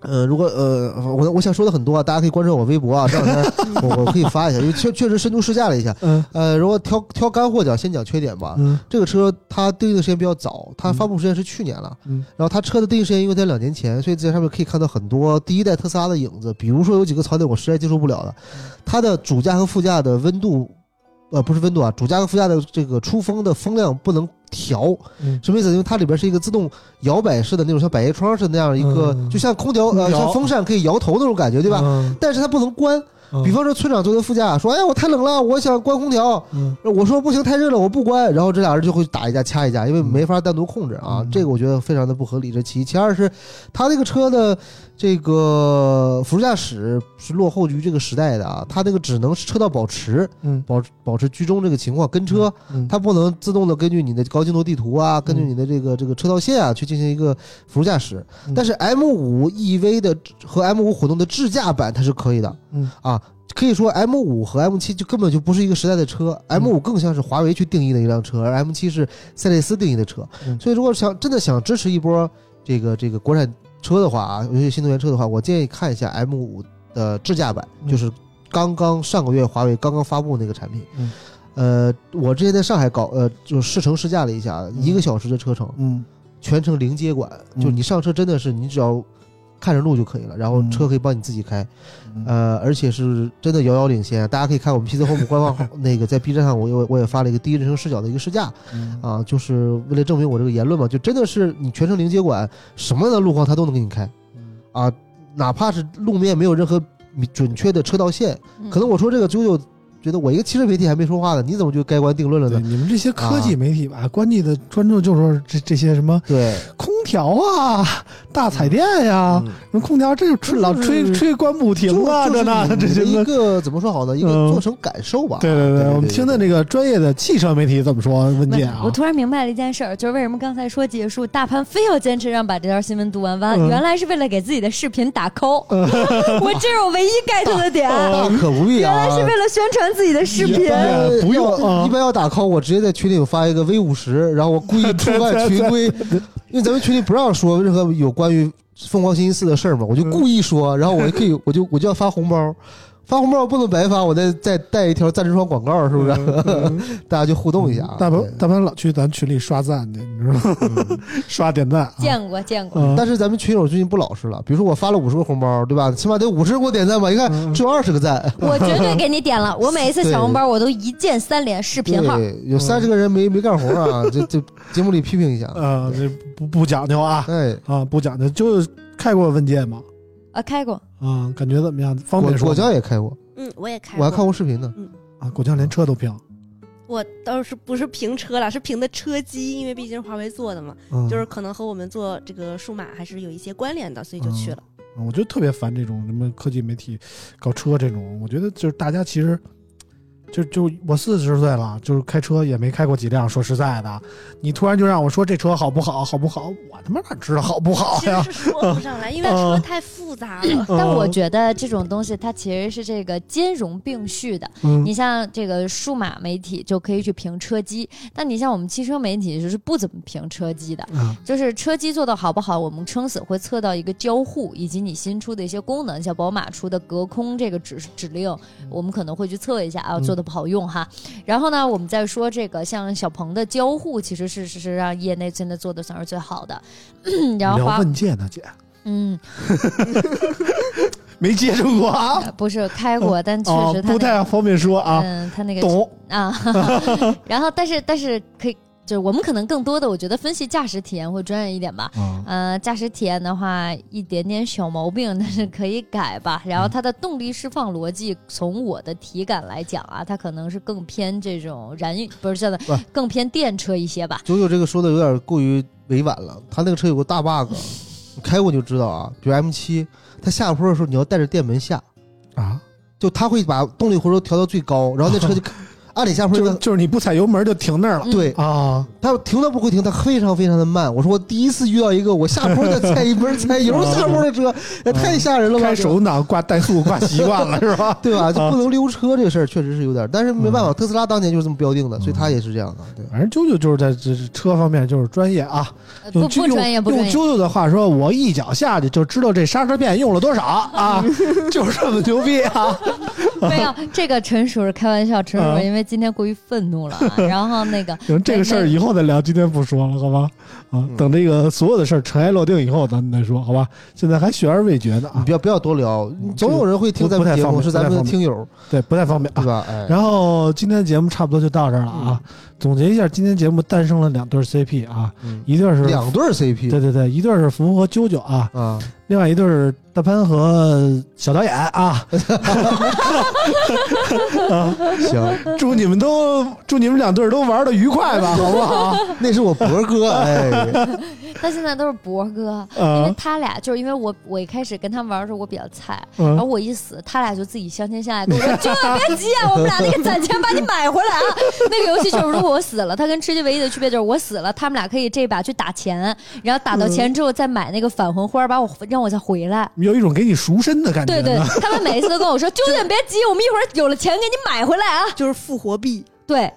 Speaker 4: 呃，如果呃，我我想说的很多啊，大家可以关注我微博啊，这两 天我我可以发一下，因为确确实深度试驾了一下。
Speaker 3: 嗯
Speaker 4: 呃，如果挑挑干货讲，先讲缺点吧。
Speaker 3: 嗯
Speaker 4: 这个车它对应的时间比较早，它
Speaker 3: 嗯
Speaker 4: 发布时间是去年了，
Speaker 3: 嗯
Speaker 4: 然后它车的对应时间因为在两年前，所以在上面可以看到很多第一代特斯拉的影子，比如说有几个槽点我实在接受不了的，
Speaker 3: 嗯
Speaker 4: 它的主驾和副驾的温度，呃，不是温度啊，主驾和副驾的这个出风的风量不能调，
Speaker 3: 嗯
Speaker 4: 什么意思？因为它里边是一个自动摇摆式的那种，像百叶窗似的那样一个，
Speaker 3: 嗯
Speaker 4: 就像空调呃
Speaker 3: 空调
Speaker 4: 像风扇可以摇头那种感觉，对吧？
Speaker 3: 嗯
Speaker 4: 但是它不能关，比方说村长坐在副驾说：“哎呀，我太冷了，我想关空调。”
Speaker 3: 嗯
Speaker 4: 我说不行，太热了，我不关。然后这俩人就会打一架、掐一架，因为没法单独控制啊。
Speaker 3: 嗯
Speaker 4: 这个我觉得非常的不合理。这其一，其二是它这个车的这个辅助驾驶是落后于这个时代的啊，它这个只能是车道保持、
Speaker 3: 嗯
Speaker 4: 保保持居中这个情况，跟车
Speaker 3: 嗯
Speaker 4: 它不能自动的根据你的高精度地图啊，根据你的这个这个车道线啊去进行一个辅助驾驶
Speaker 3: 嗯。
Speaker 4: 但是 M 五 EV 的和 M 五混动的智驾版它是可以的，
Speaker 3: 嗯
Speaker 4: 啊，可以说 M 五和 M 七就根本就不是一个时代的车，M
Speaker 3: 嗯
Speaker 4: 五更像是华为去定义的一辆车，而 M 七是赛力斯定义的车
Speaker 3: 嗯。
Speaker 4: 所以如果想真的想支持一波这个这个国产车的话啊，尤其新能源车的话，我建议看一下 M 五的智驾版，
Speaker 3: 嗯
Speaker 4: 就是刚刚上个月华为刚刚发布那个产品。
Speaker 3: 嗯
Speaker 4: 呃，我之前在上海搞，呃，就试乘试驾了一下，一个小时的车程，
Speaker 3: 嗯
Speaker 4: 全程零接管，
Speaker 3: 嗯
Speaker 4: 就是你上车真的是你只要看着路就可以了，然后
Speaker 3: 嗯
Speaker 4: 车可以帮你自己开，
Speaker 3: 嗯
Speaker 4: 呃，而且是真的遥遥领先。大家可以看我们 PC Home 官 方号那个在 B 站上我，我我也发了一个第一人称视角的一个试驾
Speaker 3: 嗯
Speaker 4: 啊，就是为了证明我这个言论嘛，就真的是你全程零接管，什么样的路况它都能给你开
Speaker 3: 嗯
Speaker 4: 啊，哪怕是路面没有任何准确的车道线，可能我说这个啾啾觉得我一个汽车媒体还没说话呢，你怎么就盖棺定论了
Speaker 3: 对，
Speaker 4: 呢？
Speaker 3: 你们这些科技媒体吧，关注的专注就是这这些什么
Speaker 4: 对，
Speaker 3: 空调啊、大彩电呀、
Speaker 4: 嗯
Speaker 3: 什么空调，这就吹老吹吹关不停啊，
Speaker 4: 就
Speaker 3: 这啊那
Speaker 4: 就是
Speaker 3: 这
Speaker 4: 你
Speaker 3: 些
Speaker 4: 的
Speaker 3: 个。
Speaker 4: 一个啊怎么说好呢？一个
Speaker 3: 嗯
Speaker 4: 做成感受吧。
Speaker 3: 对对对，我们听听这个专业的汽车媒体怎么说，温姐啊
Speaker 2: 我，突然明白了一件事儿，就是为什么刚才说结束，大潘非要坚持让把这条新闻读完完，
Speaker 3: 嗯
Speaker 2: 原来是为了给自己的视频打 call。我 这是我唯一 get 的点，
Speaker 4: 大可不必
Speaker 2: 原
Speaker 4: 啊！
Speaker 2: 来是为了宣传自己的视
Speaker 3: 一
Speaker 2: 频。
Speaker 3: 般
Speaker 4: 呃
Speaker 3: 不用
Speaker 4: 要
Speaker 3: 啊
Speaker 4: 一般要打 call，我直接在群里发一个 V 五十，然后我故意触犯群规，因为咱们群里不让说任何有关于凤凰星期四的事儿嘛，我就故意说，然后我就可以，我就我就要发红包，发红包不能白发，我再再带一条赞助商广告，是不是？ 大家就互动一下啊。
Speaker 3: 嗯大
Speaker 4: 对
Speaker 3: 鹏大鹏老去咱群里刷赞去，你知道吗？ 刷点赞啊。
Speaker 2: 见过见过，
Speaker 3: 嗯
Speaker 4: 但是咱们群友最近不老实了，比如说我发了五十个红包，对吧？起码得五十人给我点赞吧，你
Speaker 3: 嗯
Speaker 4: 看只有二十个赞，
Speaker 2: 我绝对给你点了。我每一次小红包，我都一键三连视频号。
Speaker 4: 对，有三十个人没没干活 啊，这这节目里批评一下，
Speaker 3: 呃，这不不讲究啊
Speaker 4: 哎。
Speaker 3: 啊，不讲究，就开过问界嘛，
Speaker 2: 啊，开过，
Speaker 3: 啊，感觉怎么样？方
Speaker 4: 果
Speaker 3: 便说
Speaker 4: 果
Speaker 3: 吗
Speaker 4: 酱也开过，
Speaker 7: 嗯，我也开
Speaker 4: 我
Speaker 7: 过，
Speaker 4: 还看过视频呢。
Speaker 3: 啊，果酱连车都评，
Speaker 7: 我倒是不是评车了，是评的车机，因为毕竟是华为做的嘛，
Speaker 3: 嗯
Speaker 7: 就是可能和我们做这个数码还是有一些关联的，所以就去了。
Speaker 3: 嗯我就特别烦这种什么科技媒体搞车这种，我觉得就是大家其实。就就我四十岁了，就是开车也没开过几辆。说实在的，你突然就让我说这车好不好，好不好，我他妈哪知道好不好
Speaker 7: 其
Speaker 3: 嗯哎呀？嗯
Speaker 7: 实是说不上来，因为车太复杂了。
Speaker 2: 但我觉得这种东西它其实是这个兼容并蓄的。
Speaker 3: 嗯
Speaker 2: 你像这个数码媒体就可以去评车机，但你像我们汽车媒体就是不怎么评车机的。
Speaker 3: 啊
Speaker 2: 就是车机做的好不好，我们撑死会测到一个交互，以及你新出的一些功能，像宝马出的隔空这个指指令，我们可能会去测一下啊，
Speaker 3: 嗯
Speaker 2: 做的不好用哈。然后呢，我们再说这个像小鹏的交互，其实是是是让业内真的做的算是最好的。 然后
Speaker 3: 聊
Speaker 2: 华
Speaker 3: 问界呢，姐
Speaker 2: 嗯
Speaker 3: 没接触过啊，
Speaker 2: 不是开过，但 确
Speaker 3: 哦
Speaker 2: 实，它
Speaker 3: 不
Speaker 2: 那
Speaker 3: 太方便说啊，
Speaker 2: 嗯它那个
Speaker 3: 懂
Speaker 2: 啊， 然后但是但是可以，就是我们可能更多的我觉得分析驾驶体验会专业一点吧。
Speaker 3: 啊，
Speaker 2: 呃，驾驶体验的话，一点点小毛病，但是可以改吧。然后它的动力释放逻辑，从我的体感来讲啊，它可能是更偏这种燃油，不是叫的
Speaker 4: 不
Speaker 2: 更偏电车一些吧。
Speaker 4: 九九这个说的有点过于委婉了，他那个车有个大 bug，你开过你就知道啊，比如 M 七，它下坡的时候你要带着电门下，
Speaker 11: 啊，
Speaker 4: 就它会把动力回收调到最高，然后那车 就按理下坡
Speaker 11: 就是
Speaker 4: 就
Speaker 11: 就是你不踩油门就停那儿了
Speaker 3: 嗯
Speaker 2: 嗯
Speaker 4: 对，
Speaker 11: 啊，
Speaker 4: 它停都不会停，它非常非常的慢。我说我第一次遇到一个我下坡再踩一门踩油下坡 的
Speaker 3: 嗯
Speaker 4: 车，也太吓人了吧！
Speaker 11: 开手动挡挂怠速挂习惯了是
Speaker 2: 嗯
Speaker 11: 吧？
Speaker 4: 对吧？就不能溜车这事儿确实是有点儿，但是没办法，特斯拉当年就是这么标定的，
Speaker 3: 嗯
Speaker 4: 所以它也是这样的。对，
Speaker 3: 反正啾啾就是在这这车方面就是专业啊，
Speaker 2: 呃
Speaker 3: 用
Speaker 2: 不不
Speaker 3: 用
Speaker 2: 专业不
Speaker 3: 用
Speaker 2: 专业。
Speaker 3: 啾啾的话说，我一脚下去就知道这刹车片用了多少 啊，就是这么牛逼啊！
Speaker 2: 没有，这个纯属是开玩笑，纯属
Speaker 3: 啊
Speaker 2: 是因为今天过于愤怒了啊。然后那个
Speaker 3: 行，这个事儿以后再聊，今天不说了，好吧？啊，
Speaker 4: 嗯
Speaker 3: 等这个所有的事儿尘埃落定以后，咱们再说，好吧？现在还悬而未决呢
Speaker 4: 你
Speaker 3: 啊
Speaker 2: 嗯
Speaker 4: 不，要不要多聊，总有人会听
Speaker 3: 不
Speaker 4: 咱
Speaker 3: 嗯不
Speaker 4: 们
Speaker 3: 太
Speaker 4: 节
Speaker 3: 方
Speaker 4: 目，
Speaker 3: 便
Speaker 4: 是咱
Speaker 3: 不太
Speaker 4: 们
Speaker 3: 方
Speaker 4: 的
Speaker 3: 便
Speaker 4: 听友，
Speaker 3: 对，不太方便啊
Speaker 4: 对。吧？
Speaker 2: 嗯
Speaker 4: 哎，
Speaker 3: 然后今天的节目差不多就到这儿了啊。总结一下，今天节目诞生了两对儿 CP 啊，
Speaker 4: 嗯
Speaker 3: 一对儿是
Speaker 4: 两对儿
Speaker 3: 对
Speaker 4: CP
Speaker 3: 对对，一对儿是福和啾啾啊，
Speaker 4: 啊，
Speaker 3: 另外一对儿是大潘和小导演 啊。
Speaker 4: 行，
Speaker 3: 祝你们都祝你们两对儿都玩的愉快吧，好不 好？
Speaker 4: 那是我博哥，哎，
Speaker 2: 他现在都是博哥，因为
Speaker 3: 呃，
Speaker 2: 他俩就是因为我我一开始跟他玩的时候我比较菜，然后
Speaker 3: 嗯
Speaker 2: 我一死，他俩就自己相亲相爱，跟我说：“君万别急啊，我们俩那个攒钱把你买回来啊。”那个游戏就是，如果我死了，它跟吃鸡唯一的区别就是我死了，他们俩可以这把去打钱，然后打到钱之后再买那个返魂花，把我让我再回来。
Speaker 3: 有一种给你赎身的感觉
Speaker 2: 对
Speaker 3: 呢。
Speaker 2: 对，他们每一次都跟我说：“君万别急，我们一会儿有了钱给你买回来啊。
Speaker 8: 就是复活币。”
Speaker 2: 对，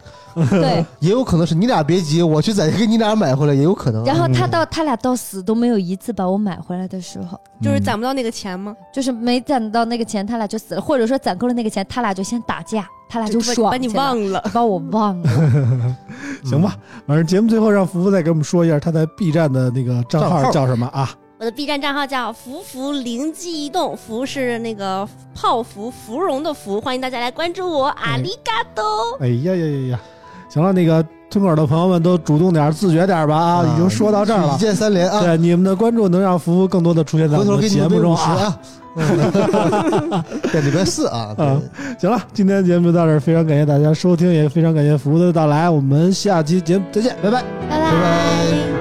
Speaker 2: 对。
Speaker 4: 也有可能是你俩别急，我去再给你俩买回来，也有可能啊。
Speaker 2: 然后他到他俩到死都没有一次把我买回来的时候，
Speaker 8: 就是攒不到那个钱吗？
Speaker 2: 就是没攒到那个钱，他俩就死了，或者说攒够了那个钱，他俩就先打架，他俩就
Speaker 8: 把
Speaker 2: 爽
Speaker 8: 把你
Speaker 2: 起来了，
Speaker 8: 忘了。
Speaker 2: 把我忘了。
Speaker 3: 行吧，反正节目最后让福福再给我们说一下他在 B 站的那个账号叫什么啊？
Speaker 7: 我的 B 站账号叫“福福灵机一动”，福是那个泡芙芙蓉的芙，欢迎大家来关注我，阿里嘎多。
Speaker 3: 哎呀呀呀呀！行了，那个村口的朋友们都主动点儿，自觉点儿吧啊！已经说到这儿
Speaker 4: 一
Speaker 3: 了，
Speaker 4: 键三连啊，
Speaker 3: 对你们的关注能让福福更多的出现在
Speaker 4: 回
Speaker 3: 我
Speaker 4: 头
Speaker 3: 们
Speaker 4: 给
Speaker 3: 的
Speaker 4: 你
Speaker 3: 节
Speaker 4: 们
Speaker 3: 目
Speaker 4: 背
Speaker 3: 中
Speaker 4: 五十
Speaker 3: 啊。
Speaker 4: 啊。嗯 对，礼拜四啊，对
Speaker 3: 啊行了，今天的节目就到这儿，非常感谢大家收听，也非常感谢福福的到来，我们下期节目再见，拜拜。
Speaker 4: 拜拜。